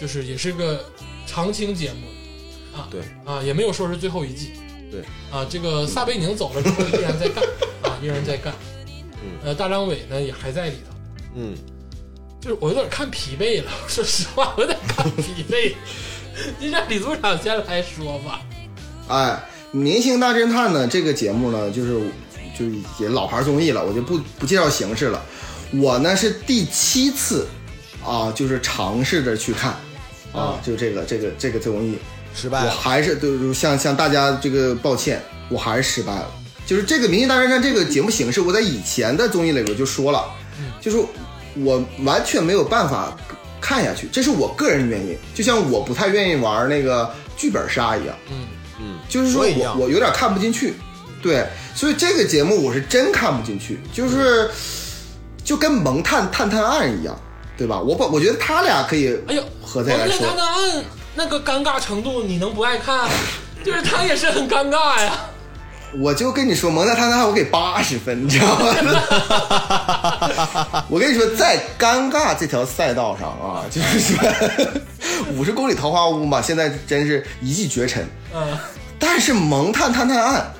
A: 就是也是个长青节目啊，
B: 对
A: 啊，也没有说是最后一季，
B: 对
A: 啊，这个撒贝宁走了之后依然在干啊，依然在干，
B: 嗯
A: 呃，大张伟呢也还在里头。
C: 嗯，
A: 就是我有点看疲惫了， 说实话，我有点看疲惫。 你让李组长先来说吧。
D: 哎，《明星大侦探》呢这个节目呢，就是就是也老牌综艺了，我就不不介绍形式了。我呢是第七次啊，就是尝试着去看啊，就这个这个这个综艺，
C: 失败
D: 我
C: 了。
D: 还是对向向大家这个抱歉，我还是失败了。就是这个《明星大侦探》这个节目形式，我在以前的综艺里边就说了，
C: 嗯
D: 就是我完全没有办法看下去，这是我个人原因。就像我不太愿意玩那个剧本杀一样，
A: 嗯
D: 嗯，就是说
C: 我也一
D: 我
C: 样
D: 我有点看不进去，对，所以这个节目我是真看不进去，就是就跟《萌探探探案》一样，对吧？我把我觉得他俩可以
A: 哎呦，
D: 合
A: 我
D: 在
A: 们
D: 来
A: 来
D: 说，
A: 看看案那个尴尬程度，你能不爱看？就是他也是很尴尬呀。
D: 我就跟你说，《萌大探探》我给八十分，你知道吗？ 我跟你说，在尴尬这条赛道上啊，就是说五十公里桃花坞嘛，现在真是一骑绝尘。
A: 嗯，
D: 但是《萌探探探案》，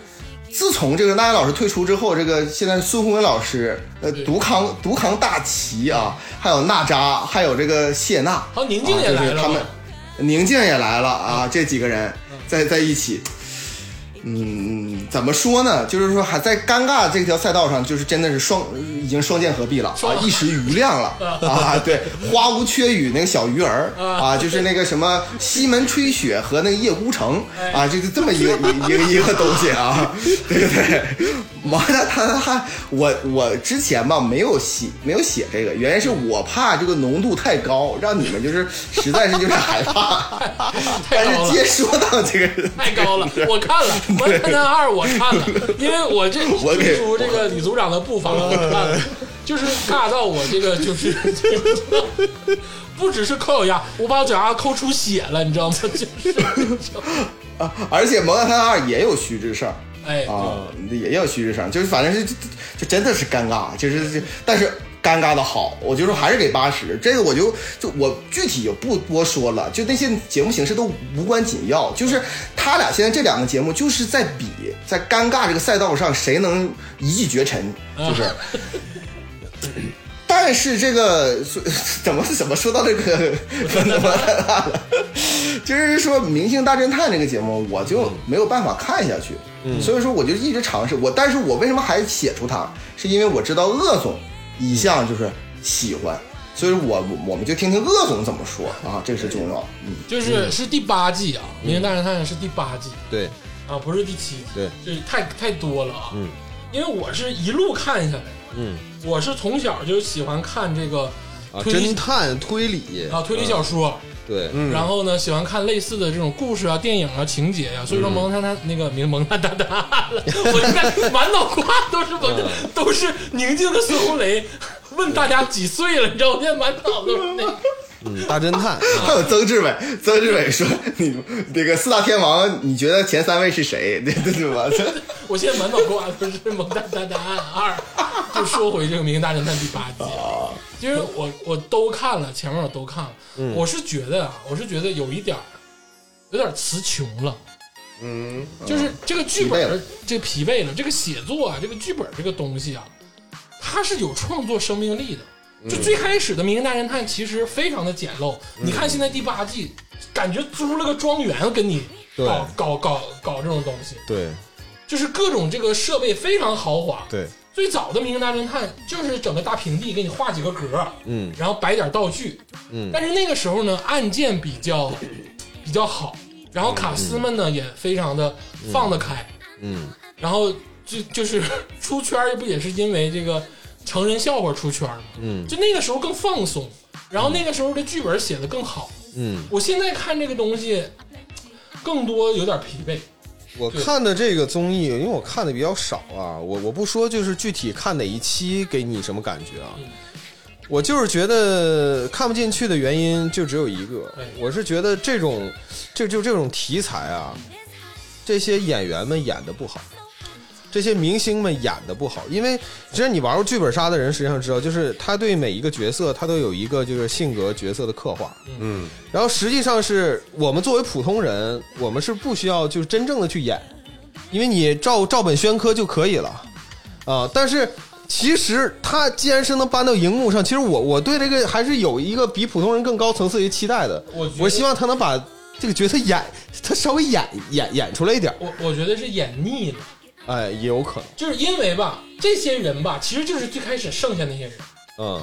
D: 自从这个那英老师退出之后，这个现在孙宏伟老师，呃，
A: 对
D: 独扛独扛大旗啊，还有娜扎，还有这个谢娜，
A: 好宁静也
D: 啊就
A: 来
D: 是
A: 了嗯
D: 他
A: 吧
D: 们宁静也来了啊，这几个人在在一起。嗯，怎么说呢？就是说还在尴尬这条赛道上，就是真的是双呃已经双剑合璧了啊
A: 双，嗯
D: 一时瑜 亮了啊！对，花无缺雨那个小鱼儿
A: 啊
D: 啊，就是那个什么西门吹雪和那个叶孤城
A: 哎
D: 啊，就是这么一个 一一个一个东西啊， 对不对？ 完了，他还我我之前吧没有写没有写这个，原因是我怕这个浓度太高，让你们就是实在是就是害怕。
A: 太
D: 但
A: 高
D: 是
A: 了
D: 接。说到这个，
A: 太高了，我看了《魔探探二》，我看 了，因为我这
D: 我
A: 追
D: 给
A: 逐这个李组长的步伐，我看 了，就是尬到我这个就是， 不只是抠脚丫，我把我脚丫抠出血了，你知道吗？ 就是，
D: 啊而且《萌大探二》也有虚之上。
A: 哎，
D: 啊，也要虚之声，就是反正是就就真的是尴尬，就是这，但是尴尬的好，我就说还是给八十，这个我就就我具体就不多说了，就那些节目形式都无关紧要，就是他俩现在这两个节目就是在比，在尴尬这个赛道上谁能一骑绝尘，
A: 啊
D: 就是。但是这个所 怎么怎么说到这个怎么了？就是说《明星大侦探》这个节目，我就没有办法看下去，所以说我就一直尝试我，但是我为什么还写出它，是因为我知道鄂总一向就是喜欢，所以我我们就听听鄂总怎么说啊，这个是重要。 嗯，
A: 就是是第八季啊，《名人大侦探》是第八季
C: 对，
A: 啊，不是第七季，
C: 对，
A: 就是太太多了啊，嗯，因为我是一路看下来，嗯，我是从小就喜欢看这个
C: 啊，
A: 推理
C: 侦探嗯推理
A: 啊推嗯理小说，
C: 对，
A: 然后呢，喜欢看类似的这种故事啊、电影啊、情节呀、所
C: 嗯
A: 以说蒙探探那个名蒙探探探案了， 我现在满脑瓜都是蒙，
C: 啊
A: 都是宁静的孙红雷。问大家几岁了？你知道我现在满脑子都是那个。
C: 嗯，大侦探，
D: 还有曾志伟，曾志伟说你那个四大天王，你觉得前三位是谁？ 对对对吧？
A: 我现在满脑瓜都是《蒙探探探案二》，就说回这个《名侦大侦探》第八集啊，因为我我都看了，前面我都看了，我是觉得啊，我是觉得有一点儿有点儿词穷了，
B: 嗯，
A: 就是这个剧本
D: 疲 惫
A: 儿
D: 了，
A: 这个疲惫了，这个写作啊，这个剧本儿这个东西啊，它是有创作生命力的。就最开始的《名侦大侦探》其实非常的简陋，你看现在第八季，感觉租了个庄园跟你
C: 对
A: 搞搞搞搞这种东西，
C: 对
A: 就是各种这个设备非常豪华。
C: 对，
A: 最早的《名侦大侦探》就是整个大平地给你画几个格儿，
C: 嗯
A: 然后摆点道具，
C: 嗯
A: 但是那个时候呢，案件比 较比较好，然后卡司们呢也非常的放得开，
C: 嗯，
A: 然后就就是出圈儿不也是因为这个成人笑话出圈儿吗？
C: 嗯
A: 就那个时候更放松，然后那个时候的剧本写的更好。
C: 嗯，
A: 我现在看这个东西，更多有点疲惫。
C: 我看的这个综艺，因为我看的比较少啊，我我不说就是具体看哪一期给你什么感觉啊
A: 嗯，
C: 我就是觉得看不进去的原因就只有一个
A: 哎，
C: 我是觉得这种这就这种题材啊，这些演员们演的不好，这些明星们演的不好，因为其实你玩过剧本杀的人实际上知道，就是他对每一个角色他都有一个就是性格角色的刻画，
B: 嗯，
C: 然后实际上是我们作为普通人，我们是不需要就是真正的去演，因为你照照本宣科就可以了啊。但是其实他既然是能搬到荧幕上，其实我我对这个还是有一个比普通人更高层次的期待的。
A: 我觉得
C: 我希望他能把这个角色演，他稍微演演演出来一点，
A: 我我觉得是演腻了，
C: 哎，也有可能，
A: 就是因为吧，这些人吧，其实就是最开始剩下那些人，
C: 嗯。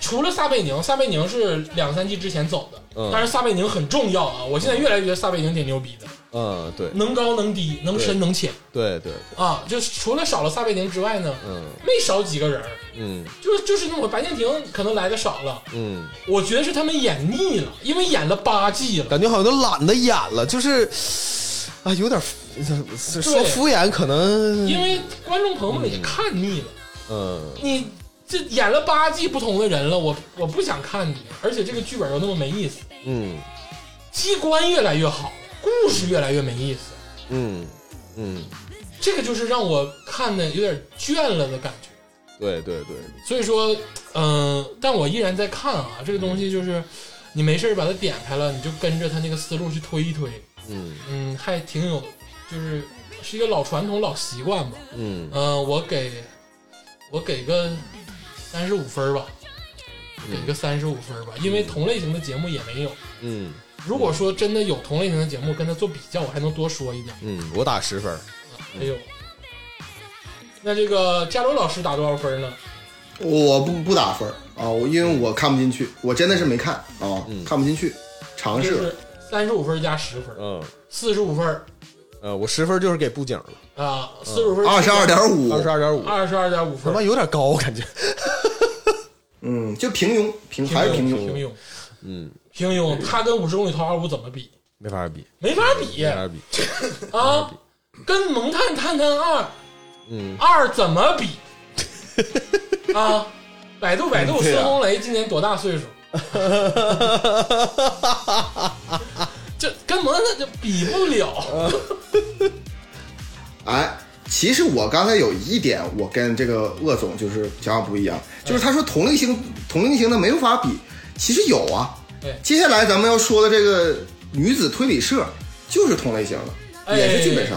A: 除了撒贝宁，撒贝宁是两三季之前走的，
C: 嗯
A: 但是撒贝宁很重要啊，我现在越来越觉得撒贝宁挺牛逼的，
C: 嗯，对
A: 能高能低，能深能浅
C: 对对，
A: 啊，就是除了少了撒贝宁之外呢，
C: 嗯
A: 没少几个人儿，
C: 嗯
A: 就是就是那种白敬亭可能来的少了，
C: 嗯，
A: 我觉得是他们演腻了，因为演了八季了。
C: 感觉好像都懒得演了，就是啊，有点说敷衍，可能
A: 因为观众朋友们也看腻了，
C: 嗯
A: 你这演了八季不同的人了，我我不想看你，而且这个剧本又那么没意思，
C: 嗯
A: 机关越来越好，故事越来越没意思，
C: 嗯嗯，
A: 这个就是让我看的有点倦了的感觉。
C: 对对对，
A: 所以说，嗯、但我依然在看啊，这个东西就是你没事儿把它点开了，你就跟着他那个思路去推一推，
C: 嗯
A: 嗯，还挺有，就是是一个老传统老习惯吧。
C: 嗯
A: 嗯、我给我给个三十五分儿吧，给个三十五分儿吧，因为同类型的节目也没有。
C: 嗯
A: 如果说真的有同类型的节目跟它做比较，我还能多说一点。
C: 嗯，我打十分，
A: 哎呦，那这个伽罗老师打多少分呢？
D: 我不不打分儿啊，我因为我看不进去，我真的是没看啊，
C: 嗯
D: 看不进去，尝
A: 就
D: 试了
A: 是三十五分加十分，
C: 嗯
A: 四十五分儿
C: 呃，我十分就是给布景了，
A: 啊，四十五分
D: 嗯二十二点五，
C: 二十二点五，
A: 二十二点五
C: 他
A: 分
C: 妈，有点高，感觉，
D: 嗯，就平庸，平还是平
A: 平
D: 庸，
A: 平庸，
C: 嗯，
A: 平庸，他跟五十公里头二五怎么比？
C: 没法比，
A: 没法比
C: 没法比，
A: 啊！跟蒙探探探二
C: 嗯
A: 二怎么比？啊，百度百度，
D: 嗯对
A: 孙
D: 啊
A: 红雷今年多大岁数？ 这跟蒙探探就比不了。
D: 哎，其实我刚才有一点，我跟这个鄂总就是想法不一样，
A: 哎
D: 就是他说同类型同类型的没有法比，其实有啊
A: 对。
D: 接下来咱们要说的这个女子推理社就是同类型
A: 哎
D: 的，也是剧本杀，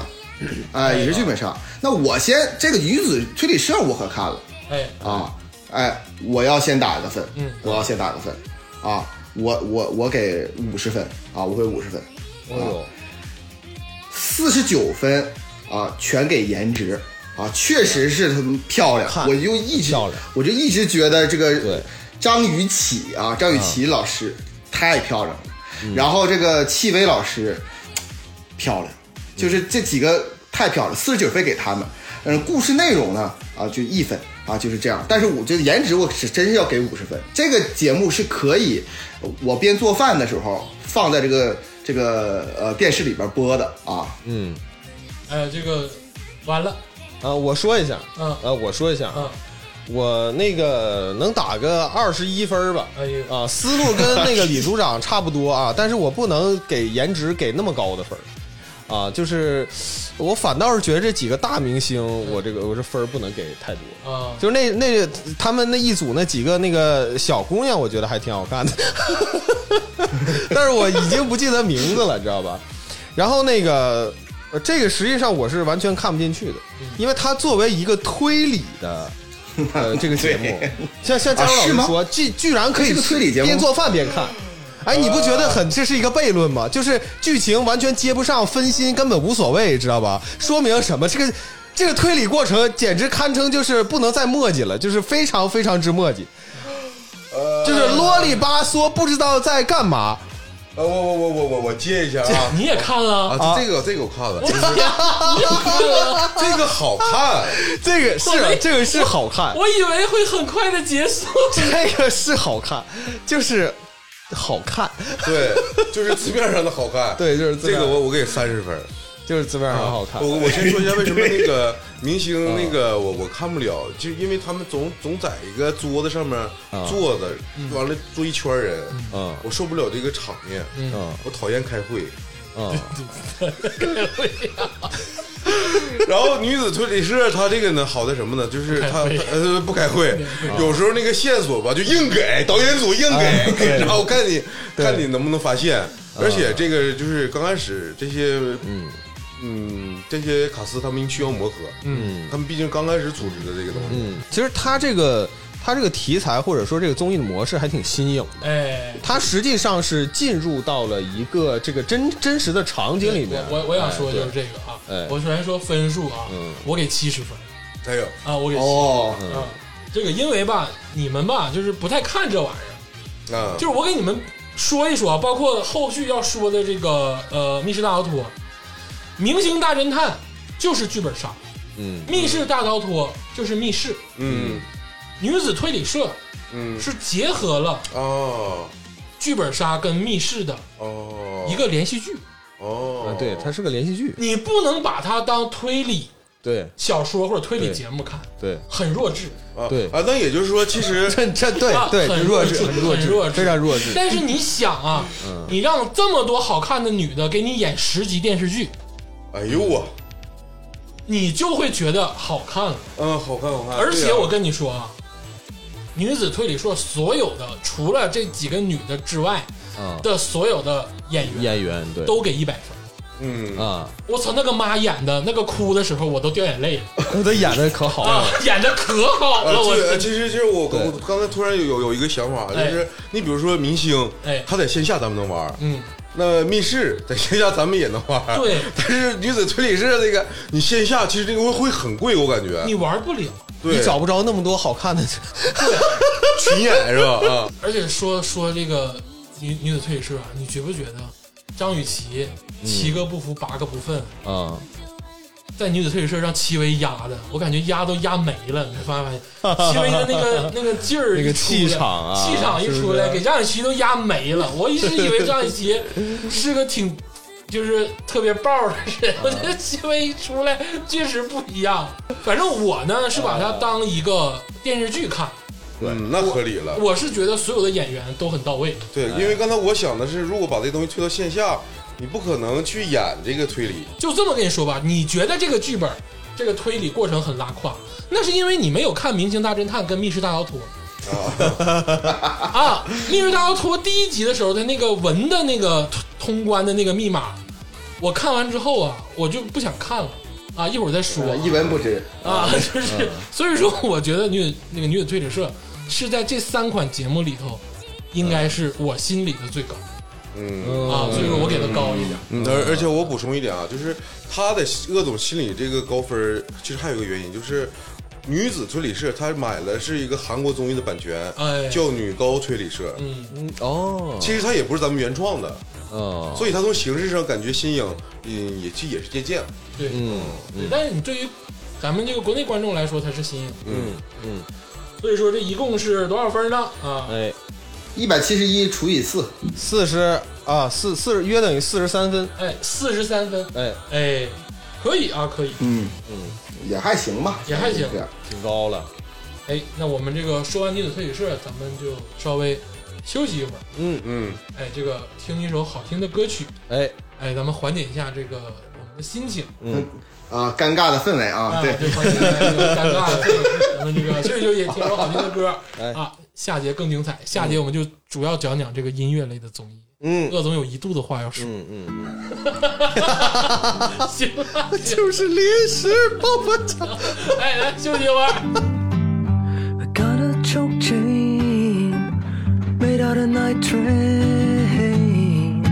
D: 哎，也是剧本杀。那我先这个女子推理社我可看了
A: 哎，
D: 啊，哎，我要先打一个分，
A: 嗯
D: 我要先打个分啊，我我我给五十分啊，我给五十分，
C: 哦呦，
D: 四十九分啊，全给颜值啊，确实是他们漂亮。
C: 看
D: 我就一直
C: 漂亮，
D: 我就一直觉得这
C: 对嗯
D: 个张雨绮啊，张雨绮老师、太漂亮了。然后这个戚薇老师漂亮，就是这几个太漂亮，四十九分给他们。嗯，故事内容呢啊就一分啊就是这样，但是我觉得颜值我是真是要给五十分。这个节目是可以，我边做饭的时候放在这个这个呃电视里边播的啊，
C: 嗯
A: 哎，这个完了，
C: 啊，我说一下，
A: 嗯
C: 啊，我说一下，
A: 嗯，
C: 我那个能打个二十一分吧。
A: 哎呦，
C: 啊，思路跟那个李组长差不多啊，但是我不能给颜值给那么高的分儿，啊，就是我反倒是觉得这几个大明星，我这个我这分儿不能给太多。
A: 啊，
C: 就是那那个他们那一组那几个那个小姑娘，我觉得还挺好看的， 但是我已经不记得名字了，你知道吧？然后那个呃这个实际上我是完全看不进去的，因为它作为一个推理的。呃，这个节目，像像
D: 啊
C: 佳茹老
D: 是
C: 师
D: 吗
C: 说，居居然可以
D: 这是个推理节目
C: 边做饭边看，哎，你不觉得很这是一个悖论吗？就是剧情完全接不上，分心根本无所谓，知道吧？说明什么？这个这个推理过程简直堪称就是不能再墨迹了，就是非常非常之墨迹，
A: 呃
C: 就是啰里吧嗦，不知道在干嘛。
B: 呃，我我我我我我接一下啊
A: 你也看 了，
B: 啊，这个这个我看了，就是
A: 你也看了，
B: 这个好看，
C: 这个是
A: 啊
C: 啊
A: 我没
C: 这个是好看，
A: 我以为会很快的结束。
C: 这个是好看，就是好看，
B: 对，就是字面上的好 看，
C: 对就是字
B: 这
C: 面
B: 个我我给三十分儿。
C: 就是字面上好看。
B: 我我先说一下为什么那个 明星那个我我看不了，就因为他们总总在一个桌子上面坐着，完了坐一圈人，
C: 嗯
B: 我受不了这个场面，
C: 嗯
B: 我讨厌开会。
C: 嗯，
B: 然后女子推理社，它这个呢好在什么呢？就是
A: 不
B: 它
A: 开会
B: 它呃不开会，有时候那个线索吧就硬给导演组硬
C: 哎
B: 给，
C: 对
B: 然后看你
C: 对
B: 看你能不能发现。而且这个就是刚开始这些嗯嗯这些卡司他们需要磨合，嗯，他们毕竟刚开始组织的这个东西，
C: 嗯，其实他这个他这个题材或者说这个综艺的模式还挺新颖的，
A: 哎，
C: 它实际上是进入到了一个这个真真实的场景里面。
A: 我我我想
C: 哎
A: 说
C: 对
A: 就是这个啊，
C: 哎
A: 我首先说分数啊，我给七十分
B: 还有
A: 啊，我给七十分
D: 哦，
A: 啊，这个因为吧，你们吧就是不太看这玩意儿，
B: 啊
A: 就是我给你们说一说啊，包括后续要说的这个呃《密室大逃脱》《明星大侦探》就是剧本杀，
C: 嗯
A: 《密室大逃脱》就是密室，
B: 嗯
A: 女子推理社
B: 嗯
A: 是结合了
B: 哦
A: 剧本杀跟密室的
B: 哦
A: 一个连续剧，
B: 哦
C: 啊，对，它是个连续剧，
A: 你不能把它当推理
C: 对
A: 小说或者推理节目看，
C: 对，
A: 很弱智。
B: 啊
C: 对
B: 啊，那也就是说其实
C: 这 这对
A: 啊
C: 对
A: 很
C: 弱
A: 弱智
C: 智，弱
A: 很弱智
C: 非常弱智。嗯
A: 但是你想啊，你让这么多好看的女的给你演十集电视剧，
B: 哎呦我
A: 你就会觉得好看了。
B: 嗯好看好看，
A: 而
B: 对
A: 且
B: 啊
A: 我跟你说啊，女子推理社所有的除了这几个女的之外
C: 啊，
A: 的所有的演员
C: 演员对
A: 都给一百分。
B: 嗯
C: 啊，
A: 我操，那个妈演的那个哭的时候，我都掉眼泪了
C: 他演的可好
A: 啊
C: 了，，
A: 演的可好
B: 啊
A: 了，，我
B: 这个
A: 真
B: 呃其实其实我
C: 对
B: 我刚才突然有有有一个想法，就
A: 哎
B: 是你比如说明星，
A: 哎
B: 他在线下咱们能玩，
A: 嗯，
B: 那密室在线下咱们也能玩，
A: 对
B: 但是女子推理社那个，你线下其实这个会会很贵，我感觉，
A: 你玩不了。
B: 对
C: 你找不着那么多好看的。
B: 群演是吧？啊，
A: 而且说说这个女女子推理社啊，你觉不觉得张雨绮七个不服八个不忿，
C: 啊，
A: 在女子推理社让戚薇压的，我感觉压都压没了。你发没发现？戚薇的那个那个劲儿一出来，
C: 那个气场啊
A: 气场一出来，给张雨绮都压没了。我一直以为张雨绮是个挺。就是特别爆的人，我觉得戚薇一出来确实不一样。反正我呢是把它当一个电视剧看，
B: 嗯，那合理了。
A: 我是觉得所有的演员都很到位。
B: 对，因为刚才我想的是，如果把这东西推到线下，你不可能去演这个推理，
A: 就这么跟你说吧，你觉得这个剧本、这个推理过程很拉胯，那是因为你没有看《明星大侦探》跟《密室大逃脱》啊。《密室大逃脱》第一集的时候，他那个文的那个通通关的那个密码，我看完之后啊，我就不想看了啊，一会儿再说
D: 呃一文不值。
A: 啊，就是所以说，我觉得女那个女子推理社是在这三款节目里头，应该是我心里的最高
B: 嗯。
A: 啊，所以说我给它高一点。
B: 嗯，而而且我补充一点啊，就是他的鄂总心里这个高分儿，其实还有一个原因，就是女子推理社他买了是一个韩国综艺的版权，
A: 哎
B: 叫女高推理社。
C: 嗯哦，
B: 其实它也不是咱们原创的，
C: 嗯，
B: 所以它从形式上感觉新颖，嗯，也其实也是借鉴。
A: 对，
C: 嗯
A: 但是你对于咱们这个国内观众来说，它是新颖。
B: 嗯
C: 嗯，
A: 所以说这一共是多少分呢？啊，
C: 哎，
D: 一百七十一除以四，
C: 四十啊，四四十约等于四十三分，
A: 哎，四十三分，
C: 哎，
A: 哎，可以啊，可以，
D: 嗯嗯，也还行吧，
A: 也还行
D: 这样
C: 挺高了。
A: 哎，那我们这个说完女子推理社，咱们就稍微休息一会儿，
C: 嗯，
B: 嗯，
A: 哎，这个听一首好听的歌曲，
C: 哎，
A: 哎，咱们缓解一下这个我们的心情
D: 啊，尴尬的氛围啊，对，
A: 就缓解一下这个尴尬的，咱们这个休息休息，听首好听的歌
C: 哎
A: 啊，下节更精彩，下节我们就主要讲讲这个音乐类的综艺。
C: 嗯
A: 鄂总有一肚子话要说，
C: 嗯嗯，
A: 行吧，
C: 就是临时抱不着。
A: 哎，来休息一会儿。
E: I got a choke chain made out of night train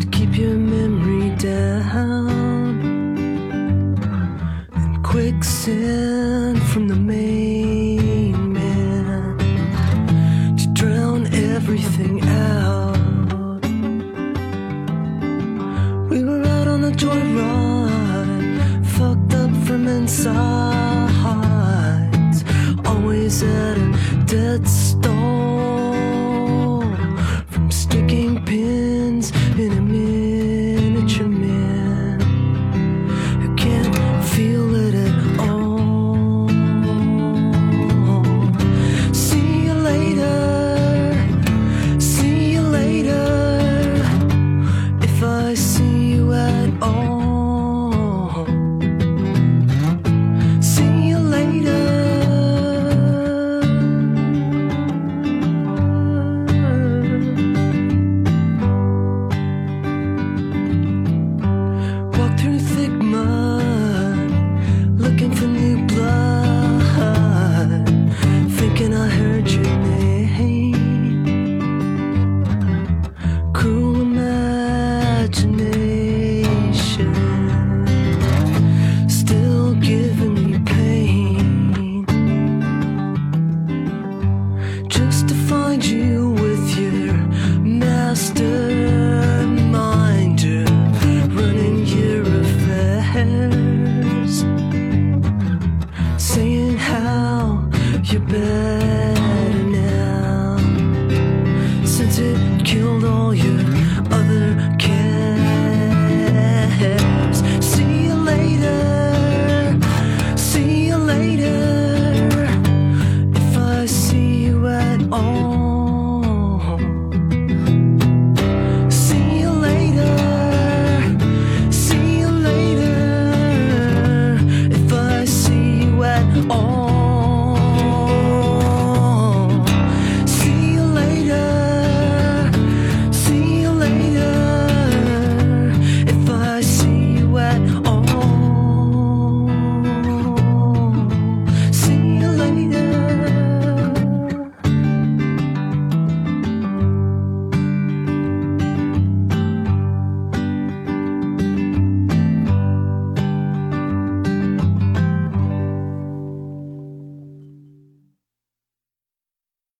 E: to keep your memory down and quicksand from the main man to drown everything out. We were out on a joyride, fucked up from inside. Always at a dead